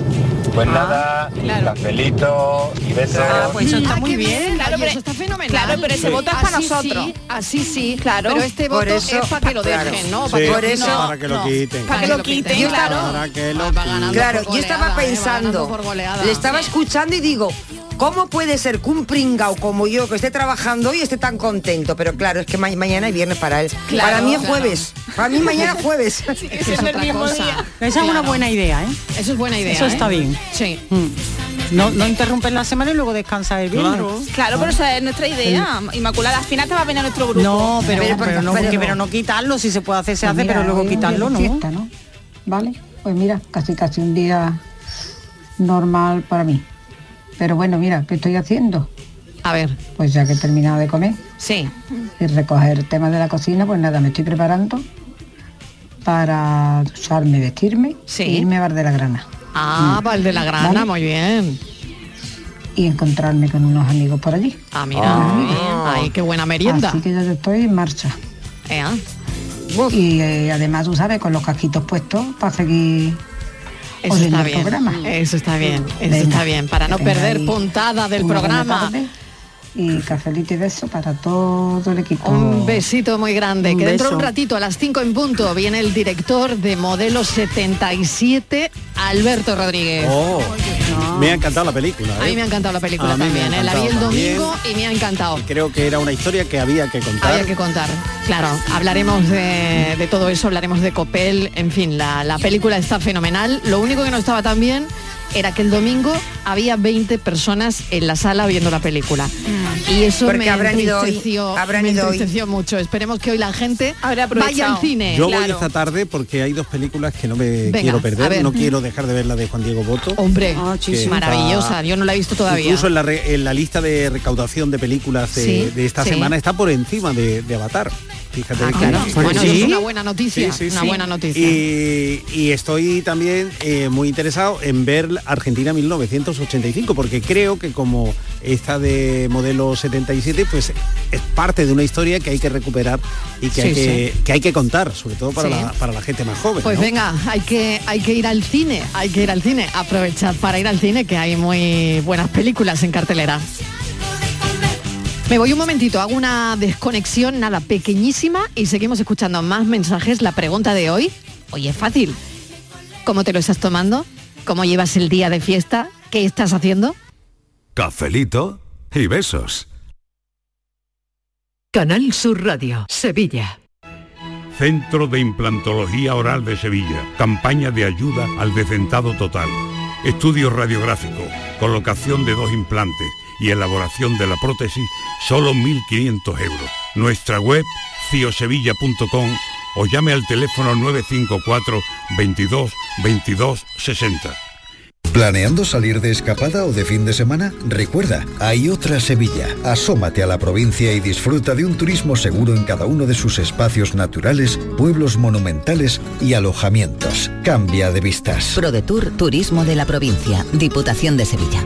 [SPEAKER 24] Pues
[SPEAKER 16] Ah,
[SPEAKER 24] nada, cafelito y besos.
[SPEAKER 12] Ah,
[SPEAKER 16] pues muy
[SPEAKER 12] qué
[SPEAKER 16] bien,
[SPEAKER 14] claro,
[SPEAKER 12] claro, pero,
[SPEAKER 14] pero-
[SPEAKER 12] eso está fenomenal.
[SPEAKER 14] claro, pero ese voto es para
[SPEAKER 12] Así
[SPEAKER 14] nosotros.
[SPEAKER 12] sí, así sí, claro. Pero este
[SPEAKER 14] Por
[SPEAKER 12] voto
[SPEAKER 14] eso-
[SPEAKER 12] es para que lo
[SPEAKER 15] claro.
[SPEAKER 12] dejen, ¿no?
[SPEAKER 13] Sí,
[SPEAKER 12] Para que
[SPEAKER 15] por
[SPEAKER 12] lo-
[SPEAKER 15] eso-
[SPEAKER 12] no,
[SPEAKER 13] para que lo
[SPEAKER 15] no.
[SPEAKER 13] quiten.
[SPEAKER 15] Para que lo quiten,
[SPEAKER 12] Yo estaba-
[SPEAKER 15] claro.
[SPEAKER 13] Para que lo quiten.
[SPEAKER 15] Claro,
[SPEAKER 12] por
[SPEAKER 16] pues,
[SPEAKER 15] yo estaba
[SPEAKER 12] goleada, eh, va ganando
[SPEAKER 15] pensando,
[SPEAKER 12] por goleada.
[SPEAKER 15] le estaba escuchando y digo, ¿cómo puede ser que un pringao como yo que esté trabajando y esté tan contento? Pero claro, es que ma- mañana es viernes para él.
[SPEAKER 16] Claro,
[SPEAKER 15] para mí es
[SPEAKER 16] claro.
[SPEAKER 15] jueves. Para mí mañana es jueves.
[SPEAKER 12] es es otra mismo cosa. día.
[SPEAKER 16] Esa es una
[SPEAKER 12] Claro.
[SPEAKER 16] buena idea, ¿eh?
[SPEAKER 12] Eso es buena idea.
[SPEAKER 16] Eso
[SPEAKER 12] ¿eh?
[SPEAKER 16] está bien. Mm.
[SPEAKER 12] Sí.
[SPEAKER 16] No, no interrumpes la semana y luego descansas el viernes.
[SPEAKER 14] Claro, pero esa es nuestra idea. Inmaculada, al final te va a venir a nuestro grupo.
[SPEAKER 16] No, pero, pero no, porque- pero no quitarlo, si se puede hacer, se hace,
[SPEAKER 1] Pues
[SPEAKER 8] Mira,
[SPEAKER 16] pero luego
[SPEAKER 8] hoy es un día de
[SPEAKER 16] quitarlo, ¿no?
[SPEAKER 8] fiesta, ¿no? Vale, pues mira, casi casi un día normal para mí. Pero bueno, mira, ¿qué estoy haciendo?
[SPEAKER 12] A ver.
[SPEAKER 8] Pues ya que he terminado de comer.
[SPEAKER 12] Sí.
[SPEAKER 1] Y recoger el tema de la cocina, pues nada, me estoy preparando para ducharme, vestirme e irme a Bar de la Grana.
[SPEAKER 12] Ah, Val de la Grana,
[SPEAKER 1] ¿Vale?
[SPEAKER 12] muy bien.
[SPEAKER 1] Y encontrarme con unos amigos por allí.
[SPEAKER 12] Ah, mira, muy bien. Ay, qué buena merienda.
[SPEAKER 1] Así que ya yo estoy en marcha. Y eh, además, tú sabes, con los casquitos puestos para seguir
[SPEAKER 12] Eso
[SPEAKER 1] oyendo
[SPEAKER 12] está
[SPEAKER 1] el
[SPEAKER 12] bien.
[SPEAKER 1] programa.
[SPEAKER 12] Eso está bien. Eso
[SPEAKER 1] Venga,
[SPEAKER 12] está bien. Para no
[SPEAKER 1] que tengáis
[SPEAKER 12] perder puntada del
[SPEAKER 1] una buena
[SPEAKER 12] programa.
[SPEAKER 1] tarde Y cafelito y beso para todo el equipo.
[SPEAKER 12] Un besito muy grande.
[SPEAKER 1] Un
[SPEAKER 12] que dentro de un
[SPEAKER 1] beso.
[SPEAKER 12] ratito, a las 5 en punto, viene el director de Modelo 77, Alberto Rodríguez.
[SPEAKER 13] Oh, me ha encantado la película.
[SPEAKER 12] A mí
[SPEAKER 13] ¿eh?
[SPEAKER 12] me ha encantado la película
[SPEAKER 13] A mí me
[SPEAKER 12] también.
[SPEAKER 13] ha
[SPEAKER 12] ¿eh? La vi el
[SPEAKER 13] encantado
[SPEAKER 12] domingo y me ha encantado.
[SPEAKER 13] Creo que era una historia que había que contar.
[SPEAKER 12] Había que contar. Claro, hablaremos de, de todo eso, hablaremos de Copel, en fin, la, la película está fenomenal. Lo único que no estaba tan bien era que el domingo había 20 personas en la sala viendo la película. Y eso
[SPEAKER 14] Mm. Porque
[SPEAKER 12] me
[SPEAKER 14] habrán ido hoy,
[SPEAKER 12] entristeció,
[SPEAKER 14] habrán
[SPEAKER 12] me
[SPEAKER 14] ido hoy.
[SPEAKER 12] entristeció mucho. Esperemos que hoy la gente vaya al cine.
[SPEAKER 13] Yo voy esta tarde porque hay dos películas que no me
[SPEAKER 12] Venga,
[SPEAKER 13] quiero
[SPEAKER 12] a
[SPEAKER 13] perder.
[SPEAKER 12] ver.
[SPEAKER 13] No
[SPEAKER 12] Mm.
[SPEAKER 13] quiero dejar de ver la de Juan Diego Boto.
[SPEAKER 12] Hombre,
[SPEAKER 15] Ah,
[SPEAKER 14] Ah,
[SPEAKER 13] que
[SPEAKER 12] sí, sí.
[SPEAKER 13] está-
[SPEAKER 12] maravillosa. Yo no la he visto todavía.
[SPEAKER 13] Incluso en la, re- en la lista de recaudación de películas de,
[SPEAKER 12] Sí,
[SPEAKER 13] de esta
[SPEAKER 12] sí.
[SPEAKER 13] semana está por encima de, de Avatar. Fíjate
[SPEAKER 12] Ah,
[SPEAKER 13] que-
[SPEAKER 12] claro.
[SPEAKER 13] que-
[SPEAKER 12] Bueno, eso
[SPEAKER 13] Sí.
[SPEAKER 12] es una buena noticia.
[SPEAKER 13] Sí, sí,
[SPEAKER 12] una
[SPEAKER 13] sí.
[SPEAKER 12] buena noticia.
[SPEAKER 13] Y, y estoy también eh, muy interesado en ver Argentina 1985, porque creo que como esta de modelo 77, pues es parte de una historia que hay que recuperar y que,
[SPEAKER 12] Sí,
[SPEAKER 13] hay, que, que hay que contar, sobre todo para,
[SPEAKER 12] Sí.
[SPEAKER 13] la, para la gente más joven.
[SPEAKER 12] Pues
[SPEAKER 13] ¿no?
[SPEAKER 12] venga, hay que, hay que ir al cine, hay que ir al cine. Aprovechad para ir al cine, que hay muy buenas películas en cartelera. Me voy un momentito, hago una desconexión, nada, pequeñísima, y seguimos escuchando más mensajes. La pregunta de hoy, hoy es fácil. ¿Cómo te lo estás tomando? ¿Cómo llevas el día de fiesta? ¿Qué estás haciendo?
[SPEAKER 25] Cafelito y besos.
[SPEAKER 26] Canal Sur Radio, Sevilla.
[SPEAKER 27] Centro de Implantología Oral de Sevilla. Campaña de ayuda al decentado total. Estudio radiográfico, colocación de dos implantes y elaboración de la prótesis, solo 1.500 euros. Nuestra web, ciosevilla.com o llame al teléfono 954 22 22 60.
[SPEAKER 5] ¿Planeando salir de escapada o de fin de semana? Recuerda, hay otra Sevilla. Asómate a la provincia y disfruta de un turismo seguro en cada uno de sus espacios naturales, pueblos monumentales y alojamientos. Cambia de vistas.
[SPEAKER 3] ProDetour Turismo de la Provincia, Diputación de Sevilla.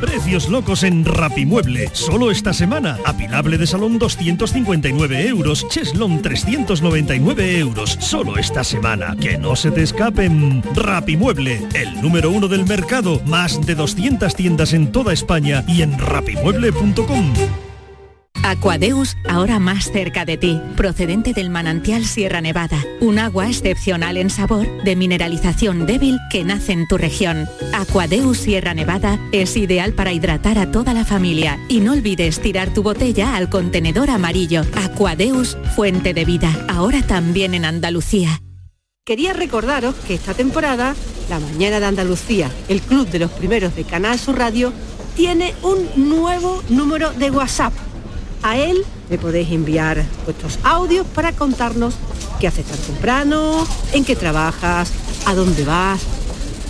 [SPEAKER 28] Precios locos en Rapimueble. Solo esta semana. Apilable de salón 259 euros. Cheslon 399 euros. Solo esta semana. Que no se te escapen. Rapimueble, el número uno del mercado. Más de 200 tiendas en toda España y en rapimueble.com.
[SPEAKER 8] Aquadeus, ahora más cerca de ti, procedente del manantial Sierra Nevada, un agua excepcional en sabor, de mineralización débil que nace en tu región. Aquadeus Sierra Nevada es ideal para hidratar a toda la familia y no olvides tirar tu botella al contenedor amarillo. Aquadeus, fuente de vida, ahora también en Andalucía.
[SPEAKER 29] Quería recordaros que esta temporada, La Mañana de Andalucía, el club de los primeros de Canal Sur Radio, tiene un nuevo número de WhatsApp. A él le podéis enviar vuestros audios para contarnos qué haces tan temprano, en qué trabajas, a dónde vas.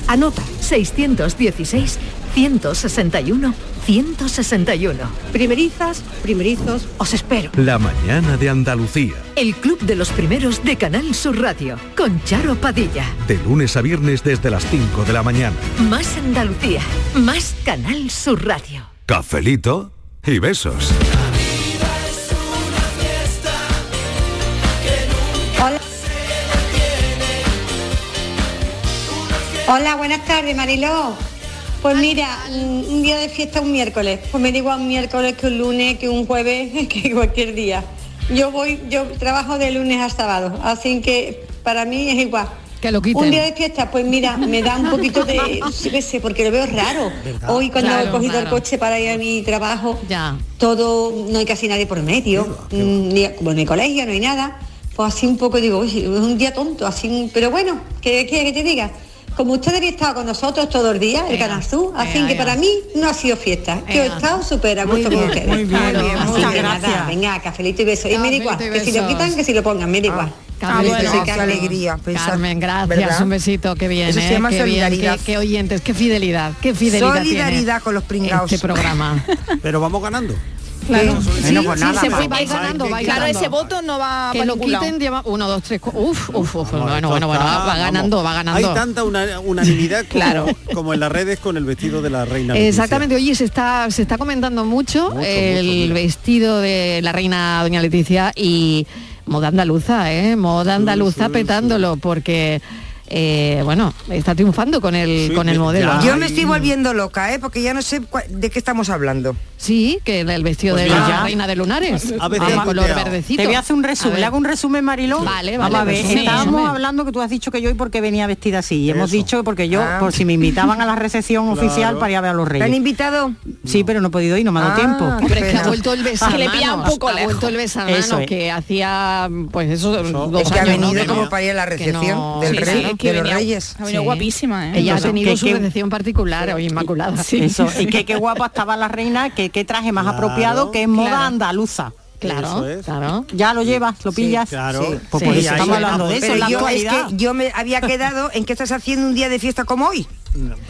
[SPEAKER 29] Anota
[SPEAKER 8] 616 161 161.
[SPEAKER 29] Primerizas, primerizos, os espero.
[SPEAKER 30] La mañana de Andalucía.
[SPEAKER 8] El club de los primeros de Canal Sur Radio, con Charo Padilla.
[SPEAKER 30] De lunes a viernes desde las 5 de la mañana.
[SPEAKER 8] Más Andalucía, más Canal Sur Radio.
[SPEAKER 25] Cafelito y besos.
[SPEAKER 31] Hola. Hola, buenas tardes, Mariló. Pues mira, un un día de fiesta un miércoles. Pues me da igual un miércoles que un lunes, que un jueves, que cualquier día. Yo voy, yo trabajo de lunes a sábado, así que para mí es igual.
[SPEAKER 12] Que lo quiten.
[SPEAKER 31] Un día de fiesta, pues mira, me da un poquito de, yo qué sé, porque lo veo raro.
[SPEAKER 12] ¿Verdad?
[SPEAKER 31] Hoy cuando
[SPEAKER 12] Claro,
[SPEAKER 31] he cogido
[SPEAKER 12] claro.
[SPEAKER 31] el coche para ir a mi trabajo, todo, no hay casi nadie por medio, mm, ni- bueno, ni colegio, no hay nada. Pues pues así un poco digo, uy, es un día tonto, así, un- pero bueno, ¿qué quiere que te diga? Como usted había estado con nosotros todos los días, el
[SPEAKER 1] Ea,
[SPEAKER 31] Canal Sur, así
[SPEAKER 1] ea,
[SPEAKER 31] que
[SPEAKER 1] ea.
[SPEAKER 31] para mí no ha sido fiesta. Yo he
[SPEAKER 1] Ea.
[SPEAKER 31] estado súper a
[SPEAKER 1] Muy
[SPEAKER 31] gusto con
[SPEAKER 1] bien,
[SPEAKER 31] ustedes.
[SPEAKER 1] muy bien,
[SPEAKER 31] Así
[SPEAKER 1] muchas
[SPEAKER 31] que nada,
[SPEAKER 1] gracias.
[SPEAKER 31] venga, cafelito y beso. Y me da igual,
[SPEAKER 1] Cafelito y
[SPEAKER 31] que si lo
[SPEAKER 1] besos.
[SPEAKER 31] quitan, que si lo pongan, me da igual.
[SPEAKER 12] Ah, bueno, qué alegría pensar, Carmen, gracias, ¿verdad? un besito, qué bien,
[SPEAKER 31] Eso se
[SPEAKER 12] ¿eh?
[SPEAKER 31] llama
[SPEAKER 12] qué bien,
[SPEAKER 31] solidaridad.
[SPEAKER 12] qué, qué oyentes, qué fidelidad, qué fidelidad tiene
[SPEAKER 13] Solidaridad
[SPEAKER 15] con los pringaos.
[SPEAKER 12] Este programa.
[SPEAKER 13] Pero vamos ganando.
[SPEAKER 12] Claro.
[SPEAKER 13] Bueno, pues nada,
[SPEAKER 12] se fue,
[SPEAKER 13] vamos,
[SPEAKER 12] vais
[SPEAKER 13] vamos.
[SPEAKER 12] ganando, vais
[SPEAKER 14] Claro,
[SPEAKER 12] ganando.
[SPEAKER 14] ese voto no va
[SPEAKER 12] Que
[SPEAKER 14] para
[SPEAKER 12] lo
[SPEAKER 14] ningún lado.
[SPEAKER 12] quiten, lleva uno, dos, tres, cu- uf, uf, uf, bueno,
[SPEAKER 13] Esto
[SPEAKER 12] bueno, bueno,
[SPEAKER 13] está,
[SPEAKER 12] va, va
[SPEAKER 13] vamos.
[SPEAKER 12] ganando, va ganando.
[SPEAKER 13] Hay tanta una- unanimidad como,
[SPEAKER 12] Claro.
[SPEAKER 13] como en las redes con el vestido de la reina. Leticia.
[SPEAKER 12] Exactamente, oye, se está, se está comentando mucho, el vestido de la reina doña Leticia y moda andaluza, ¿eh? Moda andaluza petándolo, porque, eh, bueno, está triunfando con el, con el modelo.
[SPEAKER 15] Yo me estoy volviendo loca, ¿eh? Porque ya no sé cua- de qué estamos hablando.
[SPEAKER 12] Sí, que el vestido
[SPEAKER 15] Pues
[SPEAKER 12] de
[SPEAKER 15] mira,
[SPEAKER 12] la
[SPEAKER 15] ya.
[SPEAKER 12] reina de lunares. Ah,
[SPEAKER 15] A veces
[SPEAKER 12] de
[SPEAKER 15] he
[SPEAKER 12] color
[SPEAKER 15] tuiteado.
[SPEAKER 12] verdecito.
[SPEAKER 16] Te voy a hacer un resumen,
[SPEAKER 12] ver.
[SPEAKER 16] le hago un resumen, Mariló.
[SPEAKER 12] Vale,
[SPEAKER 16] Vamos a
[SPEAKER 12] vale, pues
[SPEAKER 16] ver,
[SPEAKER 12] resumen,
[SPEAKER 16] pues estábamos
[SPEAKER 12] resumen.
[SPEAKER 16] hablando que tú has dicho que yo y porque venía vestida así. Y hemos
[SPEAKER 12] Eso.
[SPEAKER 16] dicho porque yo,
[SPEAKER 12] Ah.
[SPEAKER 16] por si me invitaban a la recepción
[SPEAKER 12] Claro.
[SPEAKER 16] oficial para ir a ver a los
[SPEAKER 12] ¿Te
[SPEAKER 16] reyes.
[SPEAKER 12] han
[SPEAKER 15] invitado?
[SPEAKER 16] Sí, pero no he podido ir, no me ha dado
[SPEAKER 12] Ah,
[SPEAKER 16] tiempo.
[SPEAKER 12] Hombre, es que ha vuelto el besamano.
[SPEAKER 16] Que le pilla un poco
[SPEAKER 12] Ha vuelto el besamano
[SPEAKER 16] Eso es.
[SPEAKER 12] que hacía, pues eso, dos
[SPEAKER 15] Es que ha
[SPEAKER 12] años, ¿no?
[SPEAKER 15] venido
[SPEAKER 12] Que
[SPEAKER 15] como
[SPEAKER 12] no-
[SPEAKER 15] para ir a la
[SPEAKER 12] que
[SPEAKER 15] recepción
[SPEAKER 12] no-
[SPEAKER 15] del
[SPEAKER 12] Sí,
[SPEAKER 15] rey,
[SPEAKER 12] sí, que
[SPEAKER 15] de los
[SPEAKER 12] venía-
[SPEAKER 15] reyes.
[SPEAKER 16] ha venido guapísima, ¿eh?
[SPEAKER 12] Ella ha
[SPEAKER 16] Entonces,
[SPEAKER 12] tenido
[SPEAKER 16] que-
[SPEAKER 12] su
[SPEAKER 16] que-
[SPEAKER 12] recepción particular, hoy inmaculada.
[SPEAKER 16] Sí, eso. Y que qué guapa estaba la reina, que qué traje más apropiado, que es moda
[SPEAKER 12] claro.
[SPEAKER 16] andaluza.
[SPEAKER 12] Claro, Eso es. claro.
[SPEAKER 16] Ya lo llevas, lo
[SPEAKER 15] Sí,
[SPEAKER 16] pillas.
[SPEAKER 15] claro.
[SPEAKER 16] Sí. Pues por
[SPEAKER 15] Sí,
[SPEAKER 16] eso
[SPEAKER 15] ahí
[SPEAKER 16] estamos hablando de eso,
[SPEAKER 15] Pero
[SPEAKER 16] la
[SPEAKER 15] yo, es
[SPEAKER 16] actualidad.
[SPEAKER 15] que yo me había quedado en que estás haciendo un día de fiesta como hoy.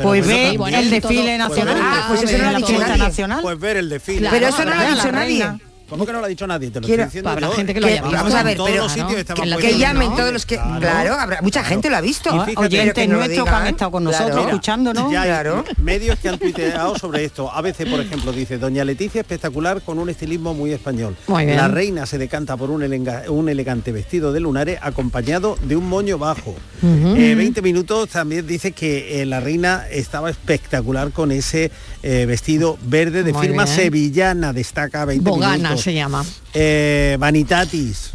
[SPEAKER 16] Pues ve el desfile nacional.
[SPEAKER 15] Ah, pues eso no lo ha
[SPEAKER 16] la
[SPEAKER 15] dicho
[SPEAKER 16] fiesta
[SPEAKER 15] nadie.
[SPEAKER 16] nacional.
[SPEAKER 13] Pues ver el desfile.
[SPEAKER 15] Claro, Pero eso no lo ha
[SPEAKER 13] Ver a
[SPEAKER 15] dicho
[SPEAKER 13] la
[SPEAKER 15] nadie.
[SPEAKER 13] reina. ¿Cómo que no lo ha dicho nadie? Te lo
[SPEAKER 15] Quiero-
[SPEAKER 13] estoy diciendo
[SPEAKER 15] Habrá
[SPEAKER 13] yo.
[SPEAKER 15] gente que lo haya
[SPEAKER 13] Vamos,
[SPEAKER 15] visto. Vamos a
[SPEAKER 13] en
[SPEAKER 15] ver,
[SPEAKER 13] todos
[SPEAKER 15] pero-
[SPEAKER 13] los sitios
[SPEAKER 15] que
[SPEAKER 13] estaban
[SPEAKER 15] la-
[SPEAKER 13] puestos,
[SPEAKER 15] que llamen
[SPEAKER 13] ¿no?
[SPEAKER 15] todos los que- claro, habrá- mucha gente lo ha visto.
[SPEAKER 13] Y
[SPEAKER 15] Ah,
[SPEAKER 13] fíjate,
[SPEAKER 15] oyentes
[SPEAKER 13] pero que no lo
[SPEAKER 15] nuestros que han
[SPEAKER 13] digan.
[SPEAKER 15] estado con nosotros escuchándonos.
[SPEAKER 13] Ya hay
[SPEAKER 15] Claro.
[SPEAKER 13] Medios que han tuiteado sobre esto. A veces, por ejemplo, dice, Doña Leticia espectacular con un estilismo muy español.
[SPEAKER 12] Muy bien.
[SPEAKER 13] La reina se decanta por un, elenga- un elegante vestido de lunares acompañado de un moño bajo.
[SPEAKER 12] Ujú.
[SPEAKER 13] Eh, 20 minutos también dice que eh, la reina estaba espectacular con ese eh, vestido verde de
[SPEAKER 12] Muy
[SPEAKER 13] firma
[SPEAKER 12] bien.
[SPEAKER 13] sevillana, destaca 20
[SPEAKER 12] Bogana
[SPEAKER 13] minutos.
[SPEAKER 12] se llama.
[SPEAKER 13] Eh, Vanitatis,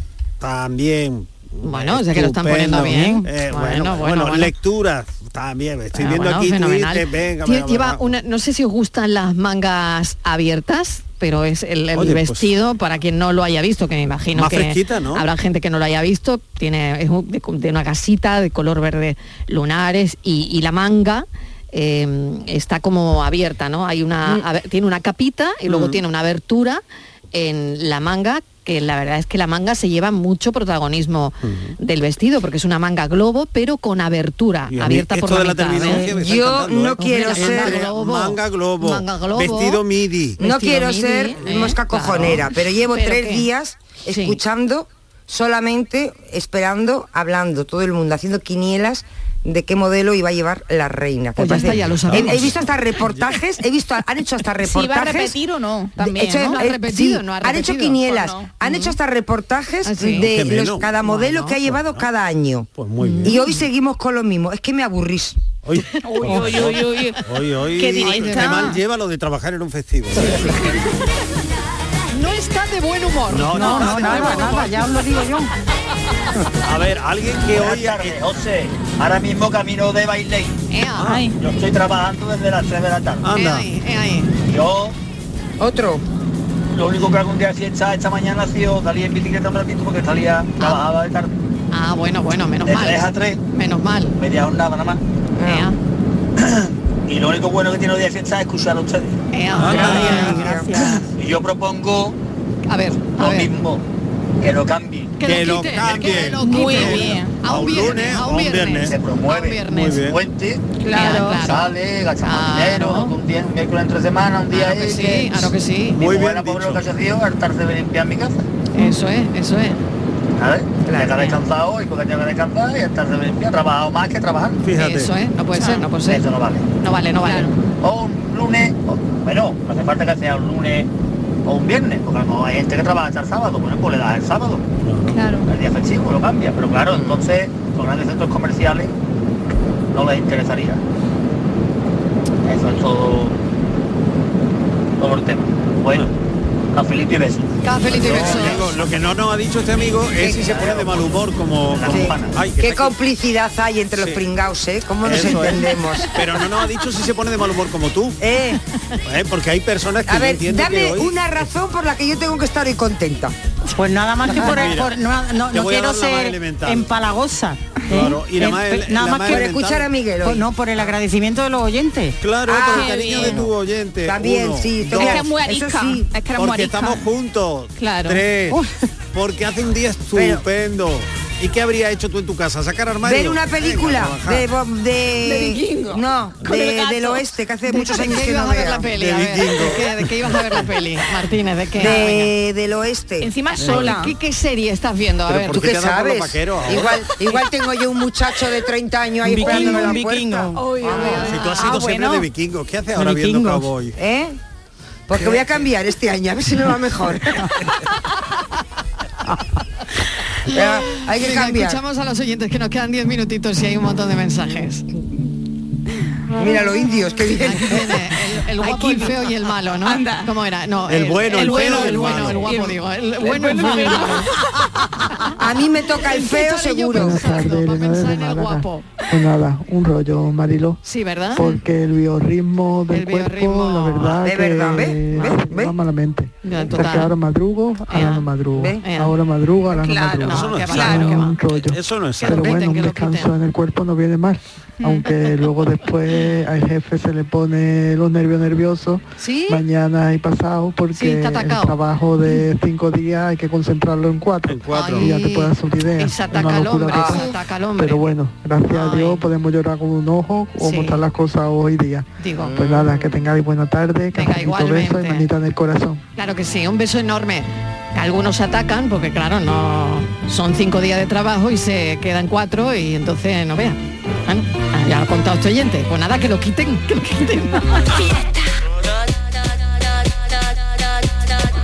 [SPEAKER 13] también.
[SPEAKER 12] Bueno, o sea que lo están
[SPEAKER 13] Estupendo.
[SPEAKER 12] poniendo bien.
[SPEAKER 13] Eh,
[SPEAKER 12] Bueno,
[SPEAKER 13] bueno, bueno,
[SPEAKER 12] bueno, bueno.
[SPEAKER 13] lecturas también. Estoy
[SPEAKER 12] Bueno,
[SPEAKER 13] viendo
[SPEAKER 12] bueno,
[SPEAKER 13] aquí
[SPEAKER 12] fenomenal.
[SPEAKER 13] tuites, venga,
[SPEAKER 12] Tie-
[SPEAKER 13] venga,
[SPEAKER 12] lleva
[SPEAKER 13] venga.
[SPEAKER 12] una, no sé si os gustan las mangas abiertas, pero es el, el
[SPEAKER 13] Oye, pues-
[SPEAKER 12] vestido para quien no lo haya visto, que me imagino
[SPEAKER 13] Más
[SPEAKER 12] que
[SPEAKER 13] fresquita, ¿no?
[SPEAKER 12] habrá gente que no lo haya visto. Tiene es un- de, de una casita de color verde lunares y, y la manga. eh, está como abierta, ¿no? Hay una
[SPEAKER 29] Mm.
[SPEAKER 12] a ver, tiene una capita y luego
[SPEAKER 17] Mm.
[SPEAKER 12] tiene una abertura en la manga que la verdad es que la manga se lleva mucho protagonismo del vestido porque es una manga globo pero con abertura
[SPEAKER 13] Y a mí
[SPEAKER 12] abierta por
[SPEAKER 13] esto
[SPEAKER 12] la,
[SPEAKER 13] de la
[SPEAKER 12] mitad,
[SPEAKER 13] terminología
[SPEAKER 12] ¿eh?
[SPEAKER 13] me está encantando, ¿eh? Hombre, la manga globo, manga globo,
[SPEAKER 12] Manga globo.
[SPEAKER 13] vestido midi.
[SPEAKER 15] No
[SPEAKER 12] Vestido
[SPEAKER 15] quiero
[SPEAKER 12] midi,
[SPEAKER 15] ser
[SPEAKER 12] ¿eh?
[SPEAKER 15] mosca
[SPEAKER 12] Claro.
[SPEAKER 15] cojonera, pero llevo
[SPEAKER 12] ¿Pero
[SPEAKER 15] tres
[SPEAKER 12] qué?
[SPEAKER 15] días
[SPEAKER 12] Sí.
[SPEAKER 15] escuchando, solamente esperando, hablando todo el mundo, haciendo quinielas de qué modelo iba a llevar la reina. que
[SPEAKER 12] Pues ya
[SPEAKER 15] parece-
[SPEAKER 12] está, ya lo
[SPEAKER 15] he,
[SPEAKER 12] sabemos.
[SPEAKER 15] he visto hasta reportajes, he visto, han hecho hasta
[SPEAKER 14] Si va a
[SPEAKER 15] reportajes.
[SPEAKER 14] repetir o no, también,
[SPEAKER 15] Hecho-
[SPEAKER 14] ¿no?
[SPEAKER 15] eh, sí, han hecho quinielas,
[SPEAKER 14] Pues no.
[SPEAKER 15] han hecho hasta reportajes
[SPEAKER 14] ¿Ah, sí?
[SPEAKER 15] de
[SPEAKER 14] Qué
[SPEAKER 15] los-
[SPEAKER 14] menos.
[SPEAKER 15] cada modelo
[SPEAKER 13] Pues
[SPEAKER 15] que ha llevado cada año. Y hoy seguimos con lo mismo. Es que me aburrís.
[SPEAKER 14] Uy, uy, uy.
[SPEAKER 13] Hoy, hoy,
[SPEAKER 15] Qué directa.
[SPEAKER 13] qué mal lleva lo de trabajar en un festivo.
[SPEAKER 12] No está de buen humor.
[SPEAKER 13] No, no, No, no, no, nada, no, nada, no. ya os lo digo yo. A ver, alguien que
[SPEAKER 19] Buenas
[SPEAKER 13] hoy...
[SPEAKER 19] tardes, José. Ahora mismo camino de baile.
[SPEAKER 12] Eh,
[SPEAKER 19] Yo estoy trabajando desde las 3 de la tarde.
[SPEAKER 13] Anda.
[SPEAKER 12] eh,
[SPEAKER 19] Yo. Otro. Lo único que algún día fiesta esta mañana ha sido salir en bicicleta un ratito porque salía trabajada de tarde.
[SPEAKER 12] Ah, bueno, bueno, menos
[SPEAKER 19] de
[SPEAKER 12] mal.
[SPEAKER 19] 3 a 3.
[SPEAKER 12] Menos mal. Eh.
[SPEAKER 19] Media jornada nada más.
[SPEAKER 12] Ea,
[SPEAKER 19] Y lo único bueno que tiene los días de fiesta es escuchar a ustedes.
[SPEAKER 12] ea.
[SPEAKER 19] Y yo propongo
[SPEAKER 12] A ver,
[SPEAKER 19] lo mismo. Que lo cambie.
[SPEAKER 12] Que Que lo lo quiten, cambie. que lo Muy quiten. bien. A un A un viernes, lunes, a un a un viernes. viernes.
[SPEAKER 19] Se
[SPEAKER 12] A un
[SPEAKER 19] promueve.
[SPEAKER 12] viernes. Muy bien.
[SPEAKER 19] Puente.
[SPEAKER 12] Claro. Claro.
[SPEAKER 19] Sale, gastamos dinero. Un día, un miércoles entre semana, un día
[SPEAKER 12] Claro que
[SPEAKER 19] ahí
[SPEAKER 12] sí, claro que sí.
[SPEAKER 19] Mi
[SPEAKER 12] Muy
[SPEAKER 19] mujer
[SPEAKER 12] bien
[SPEAKER 19] la pobre lo que ha sido hartarse de limpiar mi casa.
[SPEAKER 12] Eso es, eso es.
[SPEAKER 19] ¿Sabes? Claro. Que ha descansado y porque tenga que descansar y hartarse de limpiar. Ha trabajado más que trabajar.
[SPEAKER 12] Eso es, no puede ser, no puede ser.
[SPEAKER 19] Eso no vale.
[SPEAKER 12] No vale, no vale.
[SPEAKER 19] O un lunes, o- bueno, no hace falta que sea un lunes o un viernes, porque a lo mejor hay gente que trabaja hasta el sábado, bueno, pues le das el sábado.
[SPEAKER 12] Claro.
[SPEAKER 19] El día festivo lo cambia, pero claro, entonces los grandes centros comerciales no les interesaría. Eso es todo, todo el tema. Bueno, a Felipe y besos.
[SPEAKER 12] Cada feliz inmenso.
[SPEAKER 13] Lo, lo que no nos ha dicho este amigo es si se pone de mal humor como... como- Ay, que
[SPEAKER 15] Qué
[SPEAKER 13] está aquí.
[SPEAKER 15] complicidad hay entre los
[SPEAKER 13] Sí.
[SPEAKER 15] pringaos, ¿eh? ¿Cómo nos
[SPEAKER 13] Eso es.
[SPEAKER 15] entendemos?
[SPEAKER 13] Pero no nos ha dicho si se pone de mal humor como tú. Eh, Porque hay personas que
[SPEAKER 15] A
[SPEAKER 13] no
[SPEAKER 15] ver,
[SPEAKER 13] entienden que
[SPEAKER 15] dame
[SPEAKER 13] hoy-
[SPEAKER 15] una razón por la que yo tengo que estar hoy contenta.
[SPEAKER 16] Pues nada más que por,
[SPEAKER 13] Mira,
[SPEAKER 16] por- no, no-
[SPEAKER 13] te
[SPEAKER 16] no
[SPEAKER 13] voy a
[SPEAKER 16] quiero
[SPEAKER 15] dar la más
[SPEAKER 16] ser
[SPEAKER 15] elemental.
[SPEAKER 16] empalagosa. ¿eh?
[SPEAKER 13] Claro, y la más-
[SPEAKER 16] pe-
[SPEAKER 13] la
[SPEAKER 16] nada
[SPEAKER 13] más
[SPEAKER 16] más que
[SPEAKER 13] Por elemental. escuchar a Miguel hoy.
[SPEAKER 16] Pues no, por el agradecimiento de los oyentes. Ah,
[SPEAKER 13] Claro, por el cariño de tu oyente.
[SPEAKER 16] También,
[SPEAKER 13] Uno,
[SPEAKER 16] sí,
[SPEAKER 13] dos,
[SPEAKER 16] es que es muy
[SPEAKER 13] eso
[SPEAKER 16] arisca,
[SPEAKER 13] sí,
[SPEAKER 16] es que eres muy
[SPEAKER 13] porque
[SPEAKER 16] arisca.
[SPEAKER 13] estamos juntos.
[SPEAKER 16] Claro.
[SPEAKER 13] Tres.
[SPEAKER 16] Uf.
[SPEAKER 13] Porque hace un día estupendo. ¿Y qué habría hecho tú en tu casa? ¿Sacar armario?
[SPEAKER 15] Ver una
[SPEAKER 13] Venga,
[SPEAKER 15] película
[SPEAKER 13] trabajar.
[SPEAKER 15] de, Bob- de,
[SPEAKER 13] De vikingo.
[SPEAKER 15] No,
[SPEAKER 13] Con el
[SPEAKER 15] de-
[SPEAKER 13] gato.
[SPEAKER 15] del oeste, que hace
[SPEAKER 12] ¿De
[SPEAKER 15] muchos
[SPEAKER 12] qué
[SPEAKER 15] años que
[SPEAKER 12] ibas
[SPEAKER 15] no
[SPEAKER 12] a ver
[SPEAKER 15] veo.
[SPEAKER 12] la peli? A ver, ¿de qué- de qué ibas a ver la peli, Martínez? ¿De qué? Ah,
[SPEAKER 15] De- del oeste.
[SPEAKER 12] Encima sola. ¿Qué- serie estás viendo? A ver.
[SPEAKER 15] ¿Tú qué sabes? Igual, igual tengo yo un muchacho de 30 años ahí
[SPEAKER 13] Un vikingo,
[SPEAKER 15] esperándome a la
[SPEAKER 13] un
[SPEAKER 15] puerta.
[SPEAKER 13] vikingo.
[SPEAKER 16] Oh,
[SPEAKER 13] Ah, Si
[SPEAKER 16] Ah,
[SPEAKER 12] Ah,
[SPEAKER 13] tú has sido siempre de vikingos, ¿qué haces
[SPEAKER 15] De
[SPEAKER 13] ahora viendo
[SPEAKER 15] vikingos.
[SPEAKER 13] Cowboy?
[SPEAKER 15] ¿Eh? Porque
[SPEAKER 13] ¿Qué?
[SPEAKER 15] voy a cambiar este año, a ver si me va mejor. Ya, hay que
[SPEAKER 12] Venga,
[SPEAKER 15] cambiar.
[SPEAKER 12] Escuchamos a los oyentes que nos quedan 10 minutitos y hay un montón de mensajes.
[SPEAKER 15] Mira los indios, qué bien.
[SPEAKER 12] El, el guapo, el feo y el malo, ¿no? ¿Cómo era? No,
[SPEAKER 15] El bueno, el
[SPEAKER 12] el
[SPEAKER 15] feo
[SPEAKER 12] bueno,
[SPEAKER 15] y el
[SPEAKER 12] el bueno,
[SPEAKER 15] malo.
[SPEAKER 12] el guapo,
[SPEAKER 15] El-
[SPEAKER 12] digo. El
[SPEAKER 15] el
[SPEAKER 12] bueno, el
[SPEAKER 15] bueno
[SPEAKER 12] malo.
[SPEAKER 15] y el malo. A mí me toca el feo seguro.
[SPEAKER 32] Buenas tardes, Elena desde Málaga. Pues nada, un rollo, Mariló.
[SPEAKER 12] Sí, ¿verdad?
[SPEAKER 32] Porque el biorritmo del cuerpo, la verdad De que verdad, ¿ves? va malamente. Ya, Hasta total. que ahora madrugo, ahora no madrugo. Ahora madrugo, ahora Claro, no madrugo.
[SPEAKER 13] no, Eso no que es va,
[SPEAKER 32] Claro,
[SPEAKER 13] sano.
[SPEAKER 32] es un rollo.
[SPEAKER 13] Eso no es
[SPEAKER 32] Pero
[SPEAKER 13] sano.
[SPEAKER 32] bueno, un descanso en el cuerpo no viene mal.
[SPEAKER 12] Mm.
[SPEAKER 32] Aunque luego después al jefe se le pone los nervios nerviosos mañana y pasado porque
[SPEAKER 12] Sí, está
[SPEAKER 32] el
[SPEAKER 12] atacado. Mm.
[SPEAKER 32] trabajo de cinco días hay que concentrarlo en cuatro,
[SPEAKER 12] cuatro.
[SPEAKER 32] y ya te
[SPEAKER 12] Ay.
[SPEAKER 32] puedes hacer una idea.
[SPEAKER 12] Y se ataca
[SPEAKER 32] Una
[SPEAKER 12] al
[SPEAKER 32] locura
[SPEAKER 12] hombre,
[SPEAKER 32] total.
[SPEAKER 12] se ataca al hombre.
[SPEAKER 32] Pero bueno, gracias a Dios podemos llorar con un ojo como
[SPEAKER 12] Sí.
[SPEAKER 32] están las cosas hoy día.
[SPEAKER 12] Digo.
[SPEAKER 13] Mm.
[SPEAKER 32] Pues nada, que tengáis buena tarde, cafecito, beso y
[SPEAKER 12] igualmente.
[SPEAKER 32] manita en el corazón.
[SPEAKER 12] Claro que sí, un beso enorme. Algunos atacan porque claro, no son cinco días de trabajo y se quedan cuatro y entonces no vean. Bueno, ya lo ha contado este oyente. Pues nada, que lo quiten, que lo quiten.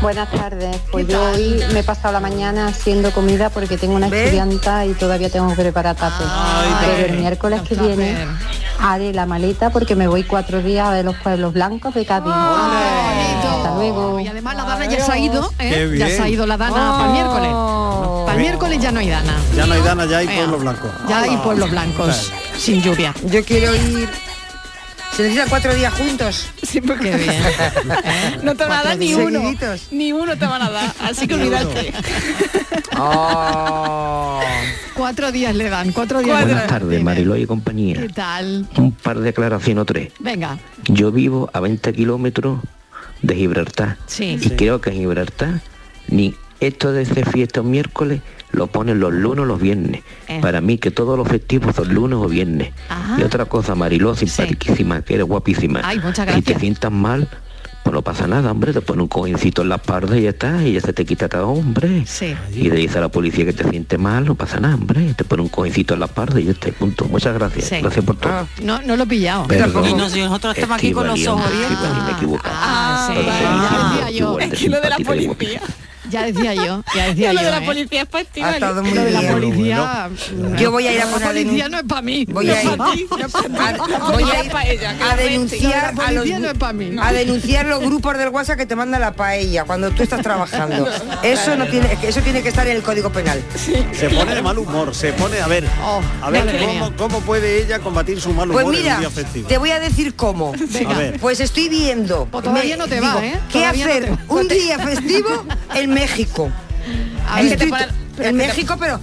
[SPEAKER 8] Buenas tardes, pues yo hoy me he pasado la mañana haciendo comida porque tengo una estudianta y todavía tengo que preparar tapes. Pero el miércoles que viene haré la maleta porque me voy cuatro días a ver los pueblos blancos de Cádiz. Hasta luego.
[SPEAKER 12] Y además la Dana ya se ha ido, ¿eh?
[SPEAKER 13] Qué
[SPEAKER 12] ya
[SPEAKER 13] bien.
[SPEAKER 12] se ha ido la Dana para el miércoles. Para el miércoles ya no hay Dana.
[SPEAKER 13] Ya no hay dana, ya hay
[SPEAKER 12] Venga.
[SPEAKER 13] pueblo blanco.
[SPEAKER 12] Ya hay pueblos blancos sin lluvia.
[SPEAKER 15] Yo quiero ir. Se necesitan cuatro días juntos.
[SPEAKER 14] Sí, porque No te van a dar ni uno. Ni uno te van a dar. Así que olvídate.
[SPEAKER 12] Cuatro días le dan, cuatro días. le
[SPEAKER 17] Buenas
[SPEAKER 12] dan.
[SPEAKER 17] tardes, Mariló y compañía.
[SPEAKER 12] ¿Qué tal?
[SPEAKER 17] Un par de aclaraciones o tres.
[SPEAKER 12] Venga,
[SPEAKER 17] Yo vivo a 20 kilómetros de Gibraltar.
[SPEAKER 12] Sí.
[SPEAKER 17] Y
[SPEAKER 12] Sí.
[SPEAKER 17] creo que en Gibraltar ni esto de hacer fiesta un miércoles lo ponen los lunes o los viernes.
[SPEAKER 22] Eh.
[SPEAKER 17] Para mí que todos los festivos son lunes o viernes. Y otra cosa, Mariló, simpaticísima, que eres guapísima.
[SPEAKER 12] Ay, muchas
[SPEAKER 17] Y te
[SPEAKER 12] gracias.
[SPEAKER 17] sientas mal, pues no pasa nada, hombre. Te pones un cojincito en la espalda y ya está. Y ya se te quita todo, hombre.
[SPEAKER 12] Sí.
[SPEAKER 17] Y le dice a la policía que te sientes mal, no pasa nada, hombre. Te pone un cojincito en la espalda y ya está. y Punto. Muchas gracias.
[SPEAKER 12] Sí.
[SPEAKER 17] Gracias por todo.
[SPEAKER 12] no, no lo he pillado.
[SPEAKER 17] Perdón.
[SPEAKER 16] Y nos- nosotros estamos aquí con los
[SPEAKER 17] Estivali, hombre,
[SPEAKER 16] ojos abiertos. Ah,
[SPEAKER 17] Estivali, me he equivocado.
[SPEAKER 12] decía yo.
[SPEAKER 17] Es que lo de la policía.
[SPEAKER 12] Ya decía yo, ya decía yo. ¿eh?
[SPEAKER 8] Lo de la
[SPEAKER 12] policía es para
[SPEAKER 8] Ha estado muy
[SPEAKER 12] Lo de la
[SPEAKER 8] bien.
[SPEAKER 12] policía.
[SPEAKER 8] Yo voy a ir a poner
[SPEAKER 12] La policía
[SPEAKER 8] denun-
[SPEAKER 12] no es para mí.
[SPEAKER 8] Voy
[SPEAKER 12] no
[SPEAKER 8] a
[SPEAKER 12] es
[SPEAKER 8] ir-
[SPEAKER 12] pa' ti, no es pa' ti.
[SPEAKER 8] voy
[SPEAKER 12] La policía
[SPEAKER 8] a
[SPEAKER 12] es
[SPEAKER 8] ir
[SPEAKER 12] pa' ella, que
[SPEAKER 8] a
[SPEAKER 12] la vete.
[SPEAKER 8] denunciar
[SPEAKER 12] La
[SPEAKER 8] a los
[SPEAKER 12] policía no es pa' mí.
[SPEAKER 8] No. A No. de-
[SPEAKER 15] denunciar los grupos del WhatsApp que te manda la paella cuando tú estás trabajando. Eso no tiene, eso tiene que estar en el código penal.
[SPEAKER 13] Se pone de mal humor, se pone, a ver,
[SPEAKER 12] Oh,
[SPEAKER 13] a ver,
[SPEAKER 15] Oh, madre
[SPEAKER 13] ¿cómo,
[SPEAKER 15] mía.
[SPEAKER 13] cómo puede ella combatir su mal humor
[SPEAKER 15] Pues
[SPEAKER 13] en un
[SPEAKER 15] mira,
[SPEAKER 13] día festivo?
[SPEAKER 15] te voy a decir cómo.
[SPEAKER 13] Venga. A ver.
[SPEAKER 15] Pues estoy viendo.
[SPEAKER 12] todavía no te va, ¿eh?
[SPEAKER 15] ¿Qué
[SPEAKER 12] Todavía no
[SPEAKER 15] hacer
[SPEAKER 12] te va.
[SPEAKER 15] un día festivo en México?
[SPEAKER 12] A
[SPEAKER 15] En
[SPEAKER 12] ver, que te
[SPEAKER 15] Twitter,
[SPEAKER 12] ponen- pero
[SPEAKER 15] en
[SPEAKER 12] es que te-
[SPEAKER 15] México, pero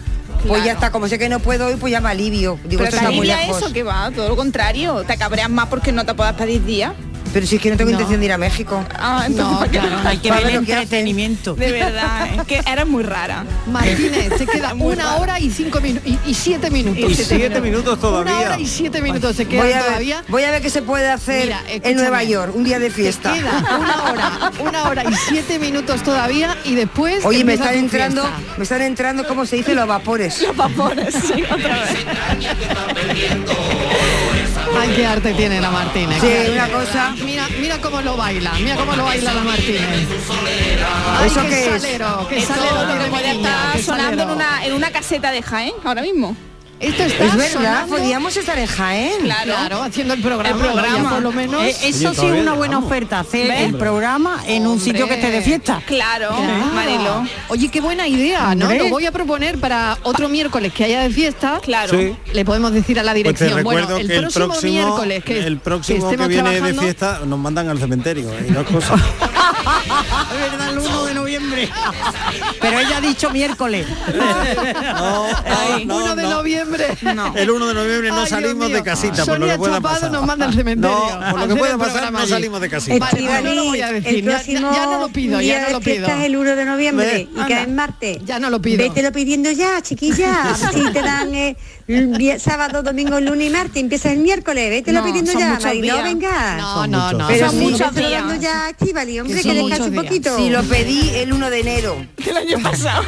[SPEAKER 15] pues ya está, como sé que no puedo ir, pues ya me alivio. Digo,
[SPEAKER 14] Pero
[SPEAKER 15] esto
[SPEAKER 14] te
[SPEAKER 15] está muy
[SPEAKER 14] alivia
[SPEAKER 15] lejos.
[SPEAKER 14] eso que va, todo lo contrario. Te cabreas más porque no te puedas pedir día.
[SPEAKER 15] Pero si es que no tengo intención de ir a México.
[SPEAKER 14] Ah, entonces, ¿para qué?
[SPEAKER 16] Hay que
[SPEAKER 15] Para
[SPEAKER 16] ver
[SPEAKER 15] ver lo que hace.
[SPEAKER 16] entretenimiento.
[SPEAKER 14] De verdad, es que eres muy rara.
[SPEAKER 12] Martínez, te queda
[SPEAKER 14] Muy
[SPEAKER 12] una hora y cinco minutos y, y siete minutos.
[SPEAKER 15] Y siete minutos
[SPEAKER 12] Una
[SPEAKER 15] todavía.
[SPEAKER 12] hora y siete minutos se quedan
[SPEAKER 15] voy a ver,
[SPEAKER 12] todavía.
[SPEAKER 15] Voy a ver qué se puede hacer
[SPEAKER 12] Mira,
[SPEAKER 15] en
[SPEAKER 12] escúchame.
[SPEAKER 15] Nueva York, un día de fiesta.
[SPEAKER 12] Queda una hora, una hora y siete minutos todavía y después.
[SPEAKER 15] Oye, me
[SPEAKER 12] empieza
[SPEAKER 15] están
[SPEAKER 12] tu
[SPEAKER 15] entrando,
[SPEAKER 12] fiesta.
[SPEAKER 15] me están entrando, ¿cómo se dice? Los vapores. Los vapores, sí, otra vez.
[SPEAKER 12] Ay, qué arte tiene la Martínez.
[SPEAKER 15] Sí,
[SPEAKER 12] Qué
[SPEAKER 15] una
[SPEAKER 12] arte,
[SPEAKER 15] cosa-
[SPEAKER 12] ¿verdad? Mira, mira cómo lo baila, mira cómo lo baila la Martínez. Ay,
[SPEAKER 15] ¿Eso qué es?
[SPEAKER 12] salero, qué
[SPEAKER 14] Eso
[SPEAKER 12] salero
[SPEAKER 14] lo
[SPEAKER 12] tiene
[SPEAKER 14] que
[SPEAKER 12] mi
[SPEAKER 14] podría
[SPEAKER 12] niña,
[SPEAKER 14] estar
[SPEAKER 12] qué
[SPEAKER 14] sonando en
[SPEAKER 12] salero.
[SPEAKER 14] una, en una caseta de Jaén ahora mismo.
[SPEAKER 12] Esto está
[SPEAKER 15] Es verdad,
[SPEAKER 12] sonando.
[SPEAKER 15] podíamos estar en Jaén.
[SPEAKER 12] Claro. Claro, haciendo el programa,
[SPEAKER 15] El
[SPEAKER 12] ¿no? Ya
[SPEAKER 15] programa.
[SPEAKER 12] por lo menos.
[SPEAKER 16] Eh, eso sí es una buena oferta, hacer el programa en un sitio que esté de fiesta.
[SPEAKER 14] Claro, Marilo.
[SPEAKER 12] Oye, qué buena idea, ¿no?
[SPEAKER 16] Hombre.
[SPEAKER 12] Lo voy a proponer para otro miércoles que haya de fiesta. Claro.
[SPEAKER 13] Sí.
[SPEAKER 12] Le podemos decir a la
[SPEAKER 13] Pues te
[SPEAKER 12] dirección,
[SPEAKER 13] recuerdo
[SPEAKER 12] bueno, el,
[SPEAKER 13] que el
[SPEAKER 12] próximo,
[SPEAKER 13] próximo
[SPEAKER 12] miércoles que,
[SPEAKER 13] el próximo que,
[SPEAKER 12] estemos
[SPEAKER 13] viene
[SPEAKER 12] trabajando,
[SPEAKER 13] de fiesta nos mandan al cementerio ¿eh? y no es cosa.
[SPEAKER 16] ¿Verdad? El 1 de noviembre. Pero ella ha dicho miércoles.
[SPEAKER 12] Ay, 1 de noviembre.
[SPEAKER 13] El 1 de noviembre no salimos de casita, por lo
[SPEAKER 12] Sonia
[SPEAKER 13] que pueda
[SPEAKER 12] Chapado
[SPEAKER 13] pasar.
[SPEAKER 12] nos manda al cementerio.
[SPEAKER 13] No, por
[SPEAKER 12] a
[SPEAKER 13] lo que
[SPEAKER 12] hacer
[SPEAKER 13] pueda
[SPEAKER 12] el
[SPEAKER 13] pasar,
[SPEAKER 12] programa
[SPEAKER 13] no
[SPEAKER 12] allí.
[SPEAKER 13] salimos de casita.
[SPEAKER 12] Vale, pues no lo voy a decir.
[SPEAKER 15] Este el
[SPEAKER 12] Ya,
[SPEAKER 15] próximo
[SPEAKER 12] ya- ya no lo pido,
[SPEAKER 15] día
[SPEAKER 12] ya no
[SPEAKER 15] de
[SPEAKER 12] lo pido.
[SPEAKER 15] fiestas es el 1 de
[SPEAKER 12] Ve,
[SPEAKER 15] noviembre y que
[SPEAKER 12] anda.
[SPEAKER 15] es martes.
[SPEAKER 12] Ya no lo pido.
[SPEAKER 15] Vételo pidiendo ya, chiquilla. si te dan eh, vi- sábado, domingo, lunes y martes, empiezas el miércoles. Vételo
[SPEAKER 12] No,
[SPEAKER 15] pidiendo
[SPEAKER 12] son
[SPEAKER 15] ya,
[SPEAKER 12] muchos
[SPEAKER 15] Marino,
[SPEAKER 12] días.
[SPEAKER 15] venga.
[SPEAKER 12] No, Son no, muchos no,
[SPEAKER 15] Pero
[SPEAKER 12] son
[SPEAKER 15] sí,
[SPEAKER 12] muchos
[SPEAKER 15] vételo
[SPEAKER 12] días.
[SPEAKER 15] dando ya, Estivali, hombre,
[SPEAKER 12] Que
[SPEAKER 15] que,
[SPEAKER 12] son
[SPEAKER 15] descanse
[SPEAKER 12] muchos
[SPEAKER 15] un
[SPEAKER 12] días.
[SPEAKER 15] poquito.
[SPEAKER 12] Sí, lo pedí
[SPEAKER 15] el 1 de enero.
[SPEAKER 14] Del año pasado.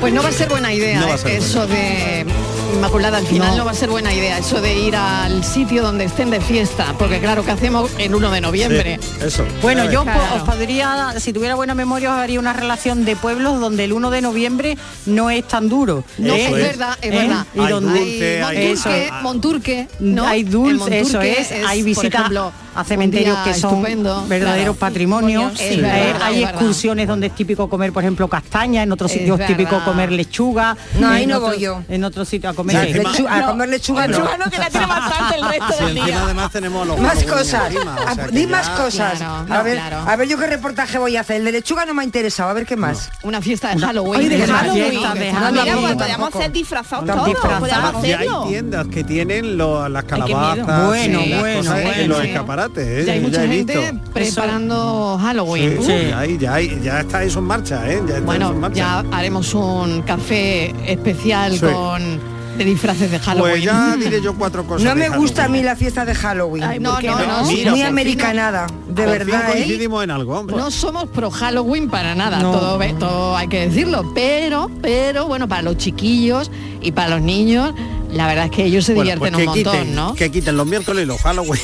[SPEAKER 12] Pues no va a ser buena idea ¿eh?
[SPEAKER 13] No va a ser
[SPEAKER 12] eso de Inmaculada al final no. va a ser buena idea eso de ir al sitio donde estén de fiesta, porque claro, que hacemos el 1 de noviembre?
[SPEAKER 13] Sí, eso.
[SPEAKER 16] Bueno,
[SPEAKER 12] Claro.
[SPEAKER 16] yo po-
[SPEAKER 12] Claro.
[SPEAKER 16] os podría, si tuviera buena memoria, os haría una relación de pueblos donde el 1 de noviembre no es tan duro.
[SPEAKER 12] No,
[SPEAKER 16] ¿eh?
[SPEAKER 12] es verdad, es
[SPEAKER 16] ¿Eh?
[SPEAKER 12] verdad.
[SPEAKER 16] Y donde
[SPEAKER 12] Monturque,
[SPEAKER 16] eso es.
[SPEAKER 12] Monturque, ¿no?
[SPEAKER 16] Hay
[SPEAKER 12] El
[SPEAKER 16] dulce, eso
[SPEAKER 12] Monturque
[SPEAKER 16] es, hay
[SPEAKER 12] por
[SPEAKER 16] visitas
[SPEAKER 12] ejemplo,
[SPEAKER 16] a cementerios
[SPEAKER 12] un
[SPEAKER 16] que
[SPEAKER 12] día
[SPEAKER 16] son
[SPEAKER 12] estupendo,
[SPEAKER 16] verdaderos
[SPEAKER 12] claro.
[SPEAKER 16] patrimonios.
[SPEAKER 12] Es
[SPEAKER 16] Sí.
[SPEAKER 12] verdad,
[SPEAKER 16] Eh,
[SPEAKER 12] es
[SPEAKER 16] hay
[SPEAKER 12] verdad.
[SPEAKER 16] excursiones donde es típico comer, por ejemplo, castaña, en otros
[SPEAKER 12] Es
[SPEAKER 16] sitios es típico
[SPEAKER 12] verdad.
[SPEAKER 16] comer lechuga.
[SPEAKER 15] No, ahí
[SPEAKER 16] en
[SPEAKER 15] no
[SPEAKER 16] otro-
[SPEAKER 15] voy yo.
[SPEAKER 16] En otro sitio a comer
[SPEAKER 13] Sí, encima-
[SPEAKER 15] Lechu- a comer lechuga no.
[SPEAKER 13] Lechuga no, que la tiene bastante el resto Sí, del encima día. además tenemos a los
[SPEAKER 15] más
[SPEAKER 13] juegos
[SPEAKER 15] cosas.
[SPEAKER 13] encima, o sea
[SPEAKER 15] Ah,
[SPEAKER 13] que
[SPEAKER 15] Di
[SPEAKER 13] ya-
[SPEAKER 15] más cosas.
[SPEAKER 12] Claro,
[SPEAKER 15] a
[SPEAKER 12] no,
[SPEAKER 15] ver,
[SPEAKER 12] claro.
[SPEAKER 15] a ver yo qué reportaje voy a hacer. El de lechuga no me ha interesado, a ver qué más.
[SPEAKER 12] Una fiesta de Halloween.
[SPEAKER 15] Ay, de
[SPEAKER 12] Que es una
[SPEAKER 15] Halloween.
[SPEAKER 12] fiesta de
[SPEAKER 15] Mira,
[SPEAKER 12] Halloween.
[SPEAKER 15] pues
[SPEAKER 12] Tampoco.
[SPEAKER 15] podíamos
[SPEAKER 14] Vamos a ser disfrazados
[SPEAKER 13] Tampoco.
[SPEAKER 14] todos. Podemos
[SPEAKER 13] Y hay
[SPEAKER 14] hacerlo.
[SPEAKER 13] tiendas que tienen lo- las
[SPEAKER 16] qué miedo.
[SPEAKER 13] calabazas,
[SPEAKER 16] Bueno,
[SPEAKER 13] y las
[SPEAKER 16] bueno,
[SPEAKER 13] cosas en
[SPEAKER 16] bueno.
[SPEAKER 13] los escaparates. ¿eh?
[SPEAKER 12] Ya hay
[SPEAKER 13] Yo
[SPEAKER 12] mucha
[SPEAKER 13] he
[SPEAKER 12] gente
[SPEAKER 13] visto.
[SPEAKER 12] preparando Halloween.
[SPEAKER 13] Sí,
[SPEAKER 12] Uh.
[SPEAKER 13] ya, hay- ya, hay- ya está eso en marcha, ¿eh? Ya está eso en
[SPEAKER 12] Bueno,
[SPEAKER 13] marcha.
[SPEAKER 12] ya haremos un café especial
[SPEAKER 13] Sí.
[SPEAKER 12] con de disfraces de Halloween. Mm.
[SPEAKER 13] Pues ya diré yo cuatro cosas.
[SPEAKER 15] No
[SPEAKER 13] de
[SPEAKER 15] me gusta a
[SPEAKER 13] Halloween.
[SPEAKER 15] mí la fiesta de Halloween.
[SPEAKER 12] Ay, no,
[SPEAKER 15] porque
[SPEAKER 12] no, no.
[SPEAKER 15] es
[SPEAKER 13] Mira, por
[SPEAKER 15] Muy
[SPEAKER 13] fin-
[SPEAKER 15] americanada, de
[SPEAKER 13] Por fin
[SPEAKER 15] verdad, ¿eh?
[SPEAKER 13] coincidimos en algo, hombre.
[SPEAKER 12] No somos pro Halloween para nada,
[SPEAKER 13] Pues- No.
[SPEAKER 12] todo, ve- todo hay que decirlo, pero, pero bueno, para los chiquillos y para los niños, la verdad es que ellos se
[SPEAKER 13] Bueno,
[SPEAKER 12] divierten
[SPEAKER 13] pues
[SPEAKER 12] un
[SPEAKER 13] que
[SPEAKER 12] montón,
[SPEAKER 13] quiten,
[SPEAKER 12] ¿no?
[SPEAKER 13] Que quiten los miércoles y los Halloween.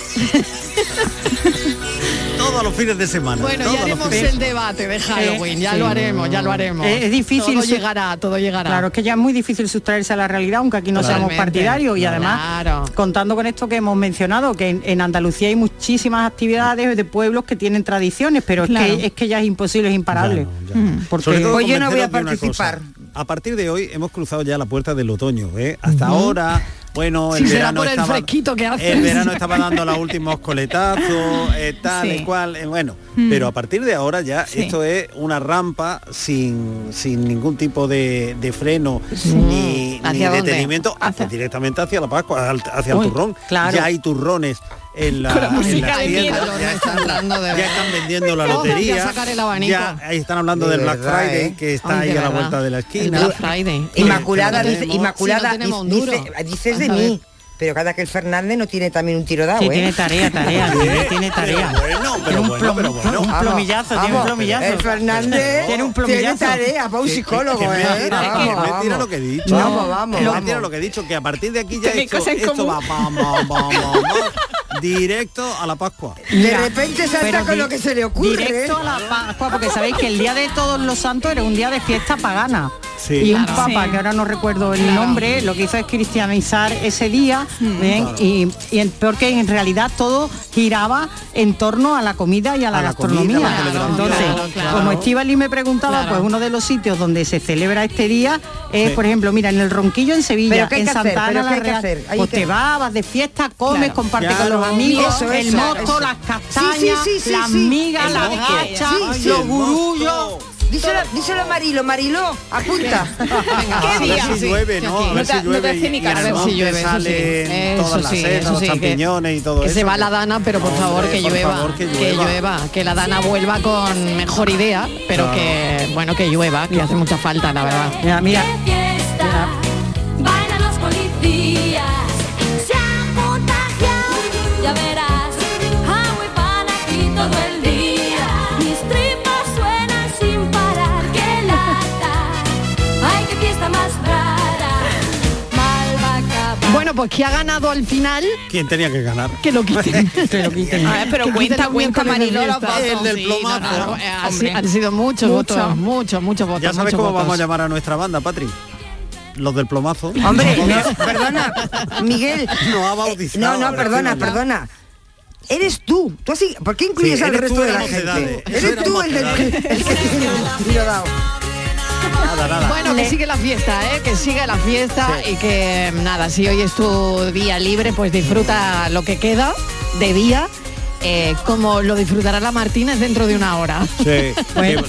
[SPEAKER 13] Todos los fines de semana.
[SPEAKER 12] Bueno,
[SPEAKER 13] todos
[SPEAKER 12] ya
[SPEAKER 13] los
[SPEAKER 12] haremos
[SPEAKER 13] fines.
[SPEAKER 12] el debate de Halloween, ya
[SPEAKER 16] sí.
[SPEAKER 12] lo haremos, ya lo haremos.
[SPEAKER 16] Eh, es difícil
[SPEAKER 12] Todo
[SPEAKER 16] su-
[SPEAKER 12] llegará, todo llegará.
[SPEAKER 16] Claro, es que ya es muy difícil sustraerse a la realidad, aunque aquí no
[SPEAKER 12] Totalmente.
[SPEAKER 16] seamos partidarios y además
[SPEAKER 12] Claro.
[SPEAKER 16] contando con esto que hemos mencionado, que en, en Andalucía hay muchísimas actividades de pueblos que tienen tradiciones, pero
[SPEAKER 12] Claro.
[SPEAKER 16] es, que, es que ya es imposible, es imparable. Mm. Porque-
[SPEAKER 13] Sobre todo convenceros de una cosa. A partir de hoy hemos cruzado ya la puerta del otoño, ¿eh? Hasta
[SPEAKER 16] Ujú.
[SPEAKER 13] ahora, bueno, el
[SPEAKER 12] Si será
[SPEAKER 13] verano
[SPEAKER 12] por el
[SPEAKER 13] estaba,
[SPEAKER 12] fresquito que hace.
[SPEAKER 13] el verano estaba dando los últimos coletazos, eh, tal
[SPEAKER 12] Sí.
[SPEAKER 13] y cual, eh, bueno,
[SPEAKER 12] Mm.
[SPEAKER 13] pero a partir de ahora ya
[SPEAKER 12] Sí.
[SPEAKER 13] esto es una rampa sin, sin ningún tipo de, de freno ni, ni
[SPEAKER 12] ¿Hacia dónde?
[SPEAKER 13] detenimiento, hacia, directamente hacia la Pascua, al- hacia
[SPEAKER 16] Uy,
[SPEAKER 13] el turrón.
[SPEAKER 16] claro.
[SPEAKER 13] Ya hay turrones en la,
[SPEAKER 16] Con la
[SPEAKER 13] en
[SPEAKER 16] música
[SPEAKER 13] las
[SPEAKER 16] de
[SPEAKER 13] tiendas,
[SPEAKER 16] miedo.
[SPEAKER 13] ya están, ya están vendiendo la
[SPEAKER 12] Ojo, que a
[SPEAKER 13] lotería.
[SPEAKER 12] sacar el abanico.
[SPEAKER 13] ya ahí están hablando De del Black verdad, Friday, ¿eh? que está
[SPEAKER 12] Ay,
[SPEAKER 13] ahí
[SPEAKER 12] de
[SPEAKER 13] a la
[SPEAKER 12] verdad.
[SPEAKER 13] vuelta de la esquina.
[SPEAKER 12] El Black Friday.
[SPEAKER 15] Inmaculada,
[SPEAKER 13] Sí,
[SPEAKER 15] dice,
[SPEAKER 13] tenemos-
[SPEAKER 15] Inmaculada,
[SPEAKER 12] sí, no tenemos
[SPEAKER 15] dice-
[SPEAKER 12] duro.
[SPEAKER 15] dices de
[SPEAKER 12] Vamos a ver.
[SPEAKER 15] mí. Pero cada que el Fernández no tiene también un tiro dado,
[SPEAKER 16] Sí,
[SPEAKER 15] ¿eh?
[SPEAKER 16] tiene tarea, tarea, tiene- tiene tarea.
[SPEAKER 13] Pero bueno, pero
[SPEAKER 16] un
[SPEAKER 13] bueno, pero
[SPEAKER 16] plomi-
[SPEAKER 13] bueno. Eh,
[SPEAKER 16] un plomillazo, tiene un
[SPEAKER 15] Vamos,
[SPEAKER 16] plomillazo.
[SPEAKER 15] El Fernández
[SPEAKER 16] Tiene un
[SPEAKER 15] tiene
[SPEAKER 16] plomillazo.
[SPEAKER 15] tarea para un
[SPEAKER 13] Que-
[SPEAKER 15] psicólogo,
[SPEAKER 13] que
[SPEAKER 15] ¿eh?
[SPEAKER 13] mentira, que
[SPEAKER 15] Vamos,
[SPEAKER 13] mentira
[SPEAKER 15] vamos.
[SPEAKER 13] lo que he dicho.
[SPEAKER 15] Vamos, vamos,
[SPEAKER 13] Que
[SPEAKER 15] vamos.
[SPEAKER 13] mentira lo que he dicho, que a partir de aquí ya
[SPEAKER 15] Tenéis
[SPEAKER 13] esto,
[SPEAKER 15] cosas en
[SPEAKER 13] esto va
[SPEAKER 15] común.
[SPEAKER 13] vamos, vamos, vamos, directo a la Pascua.
[SPEAKER 15] De repente salta
[SPEAKER 16] pero
[SPEAKER 15] con
[SPEAKER 16] di-
[SPEAKER 15] lo que se le ocurre. ¿eh?
[SPEAKER 16] Directo a la Pascua, porque sabéis que el día de todos los santos era un día de fiesta pagana.
[SPEAKER 13] Sí.
[SPEAKER 16] y un
[SPEAKER 13] Claro.
[SPEAKER 16] papa,
[SPEAKER 13] Sí.
[SPEAKER 16] que ahora no recuerdo el nombre, lo que hizo es cristianizar ese día, ¿ven?
[SPEAKER 13] Claro.
[SPEAKER 16] y, y en- porque en realidad todo giraba en torno a la comida y a la
[SPEAKER 13] A la comida,
[SPEAKER 16] gastronomía.
[SPEAKER 13] la celebración.
[SPEAKER 16] Entonces,
[SPEAKER 13] Claro, claro.
[SPEAKER 16] como Estivali me preguntaba,
[SPEAKER 13] Claro.
[SPEAKER 16] pues uno de los sitios donde se celebra este día es,
[SPEAKER 13] Sí.
[SPEAKER 16] por ejemplo, mira, en el Ronquillo en Sevilla,
[SPEAKER 15] ¿Pero qué hay
[SPEAKER 16] en
[SPEAKER 15] que hacer?
[SPEAKER 16] Santa Ana
[SPEAKER 15] ¿Pero
[SPEAKER 16] la
[SPEAKER 15] qué hay que
[SPEAKER 16] Real,
[SPEAKER 15] hacer? Ahí
[SPEAKER 16] pues
[SPEAKER 15] que-
[SPEAKER 16] te vas, vas de fiesta, comes,
[SPEAKER 15] Claro.
[SPEAKER 16] comparte
[SPEAKER 13] Claro.
[SPEAKER 16] con los amigos,
[SPEAKER 15] Eso,
[SPEAKER 16] el
[SPEAKER 15] eso,
[SPEAKER 16] moco,
[SPEAKER 15] eso.
[SPEAKER 16] las castañas,
[SPEAKER 15] Sí, sí, sí, sí,
[SPEAKER 16] las
[SPEAKER 15] sí.
[SPEAKER 16] migas,
[SPEAKER 15] Eso
[SPEAKER 16] las
[SPEAKER 15] hay que-
[SPEAKER 16] gachas,
[SPEAKER 15] sí, sí.
[SPEAKER 16] los gurullos.
[SPEAKER 15] Díselo, díselo a Marilo, Marilo, apunta.
[SPEAKER 13] a ver si llueve, ¿no? A ver si llueve. y- y
[SPEAKER 12] A ver si
[SPEAKER 13] además que
[SPEAKER 12] llueve, eso sí.
[SPEAKER 13] salen
[SPEAKER 12] Eso
[SPEAKER 13] todas las
[SPEAKER 12] sí,
[SPEAKER 13] setas,
[SPEAKER 12] eso
[SPEAKER 13] los
[SPEAKER 12] sí, que-
[SPEAKER 13] champiñones y todo
[SPEAKER 12] que
[SPEAKER 13] eso.
[SPEAKER 12] se va la dana, pero por
[SPEAKER 13] Hombre,
[SPEAKER 12] favor, que,
[SPEAKER 13] por
[SPEAKER 12] llueva,
[SPEAKER 13] favor, que
[SPEAKER 12] que
[SPEAKER 13] llueva.
[SPEAKER 12] llueva, que la dana vuelva con mejor idea, pero
[SPEAKER 13] Claro.
[SPEAKER 12] que bueno que llueva, que hace mucha falta, la verdad.
[SPEAKER 16] Mira, mira.
[SPEAKER 33] fiesta, bailan los policías, se han contagiado, ya verás, agua y pan aquí todo el día, mis tripas suenan sin parar, que lata, ay qué fiesta más rara, malvaca.
[SPEAKER 12] Bueno, pues pues que ha ganado al final.
[SPEAKER 13] ¿Quién tenía que ganar?
[SPEAKER 12] Que lo quiten. que lo quiten.
[SPEAKER 14] A ver, pero
[SPEAKER 12] Que
[SPEAKER 14] cuenta,
[SPEAKER 12] quiten los
[SPEAKER 14] cuenta,
[SPEAKER 12] miércoles de
[SPEAKER 14] Marilo, los
[SPEAKER 12] fiesta.
[SPEAKER 14] votos.
[SPEAKER 13] El del
[SPEAKER 14] Sí,
[SPEAKER 13] plomazo.
[SPEAKER 14] no, no, eh,
[SPEAKER 12] Ha si-
[SPEAKER 14] hombre.
[SPEAKER 12] han sido muchos
[SPEAKER 14] Mucho.
[SPEAKER 12] votos, muchos, muchos votos.
[SPEAKER 13] Ya sabes cómo
[SPEAKER 12] muchos
[SPEAKER 13] vamos a
[SPEAKER 12] votos.
[SPEAKER 13] llamar a nuestra banda, Patri. Los del plomazo.
[SPEAKER 15] Hombre, no, perdona, Miguel.
[SPEAKER 13] No ha
[SPEAKER 15] No,
[SPEAKER 13] bautizado.
[SPEAKER 15] no,
[SPEAKER 13] ahora
[SPEAKER 15] perdona,
[SPEAKER 13] encima ya.
[SPEAKER 15] perdona. Eres tú. tú así, ¿Por qué incluyes
[SPEAKER 13] Sí,
[SPEAKER 15] al
[SPEAKER 13] eres tú
[SPEAKER 15] resto de
[SPEAKER 13] de eh.
[SPEAKER 15] la
[SPEAKER 13] las
[SPEAKER 15] gente?
[SPEAKER 13] mocedades. Eso
[SPEAKER 15] Eres
[SPEAKER 13] era
[SPEAKER 15] tú el, del,
[SPEAKER 13] mocedades.
[SPEAKER 15] el que tiene el tiro dado.
[SPEAKER 13] Nada, nada.
[SPEAKER 12] Bueno, que
[SPEAKER 13] Le-
[SPEAKER 12] sigue la fiesta, ¿eh? que sigue la fiesta y que nada, si hoy es tu día libre, pues disfruta lo que queda de día, eh, como lo disfrutará la Martínez dentro de una hora.
[SPEAKER 13] Sí.
[SPEAKER 12] Bueno,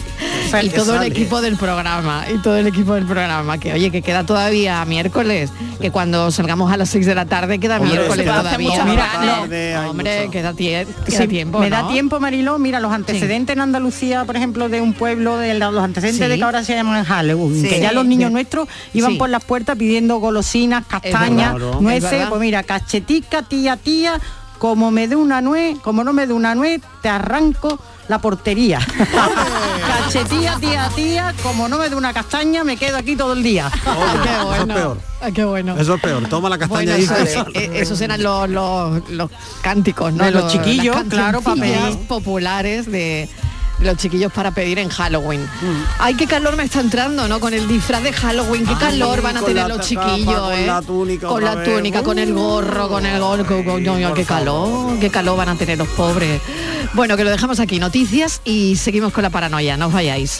[SPEAKER 13] Sal-
[SPEAKER 12] y todo el
[SPEAKER 13] sale.
[SPEAKER 12] equipo del programa, y todo el equipo del programa, que oye, que queda todavía miércoles, que cuando salgamos a las 6 de la tarde queda
[SPEAKER 13] Hombre,
[SPEAKER 12] miércoles
[SPEAKER 13] es que hace
[SPEAKER 12] todavía.
[SPEAKER 13] mucha
[SPEAKER 12] Mira,
[SPEAKER 13] tarde,
[SPEAKER 12] no,
[SPEAKER 13] hay
[SPEAKER 12] hombre,
[SPEAKER 13] mucho.
[SPEAKER 12] queda, tie- queda
[SPEAKER 16] Sí,
[SPEAKER 12] tiempo.
[SPEAKER 16] me
[SPEAKER 12] ¿no?
[SPEAKER 16] da tiempo, Mariló. Mira, los antecedentes en Andalucía, por ejemplo, de un pueblo, de la- los antecedentes
[SPEAKER 12] Sí.
[SPEAKER 16] de que ahora se llaman Halloween,
[SPEAKER 12] Sí.
[SPEAKER 16] que ya los niños
[SPEAKER 12] Sí.
[SPEAKER 16] nuestros iban
[SPEAKER 12] Sí.
[SPEAKER 16] por las puertas pidiendo golosinas, castañas,
[SPEAKER 12] verdad. Es
[SPEAKER 16] nueces,
[SPEAKER 12] verdad.
[SPEAKER 16] pues mira, cachetica, tía, tía, como me dé una nuez, como no me dé una nuez, te arranco la portería. Cachetía, tía, tía, como no me dé una castaña, me quedo aquí todo el día.
[SPEAKER 12] Qué
[SPEAKER 13] Eso es
[SPEAKER 12] bueno.
[SPEAKER 13] peor.
[SPEAKER 12] Ah, qué bueno.
[SPEAKER 13] Eso es peor. Toma la
[SPEAKER 12] Bueno,
[SPEAKER 13] castaña
[SPEAKER 12] eso-
[SPEAKER 13] y
[SPEAKER 12] eh, esos eran los, los- los cánticos, ¿no?
[SPEAKER 16] De los chiquillos,
[SPEAKER 12] las
[SPEAKER 16] claro, para
[SPEAKER 12] cancioncillas
[SPEAKER 16] pedir.
[SPEAKER 12] populares de de los chiquillos para pedir en Halloween.
[SPEAKER 13] Mm.
[SPEAKER 12] Ay, qué calor me está entrando, ¿no? Con el disfraz de Halloween, qué
[SPEAKER 13] Ay,
[SPEAKER 12] calor van a
[SPEAKER 13] Ah, con la
[SPEAKER 12] tener los
[SPEAKER 13] capa,
[SPEAKER 12] chiquillos,
[SPEAKER 13] con
[SPEAKER 12] ¿eh?
[SPEAKER 13] la túnica
[SPEAKER 12] con
[SPEAKER 13] otra
[SPEAKER 12] la
[SPEAKER 13] vez. Uh.
[SPEAKER 12] túnica, con el gorro, con el gorro, con- con- con- qué calor, qué calor van a tener los pobres. Bueno, que lo dejamos aquí, noticias y seguimos con la paranoia, no os vayáis.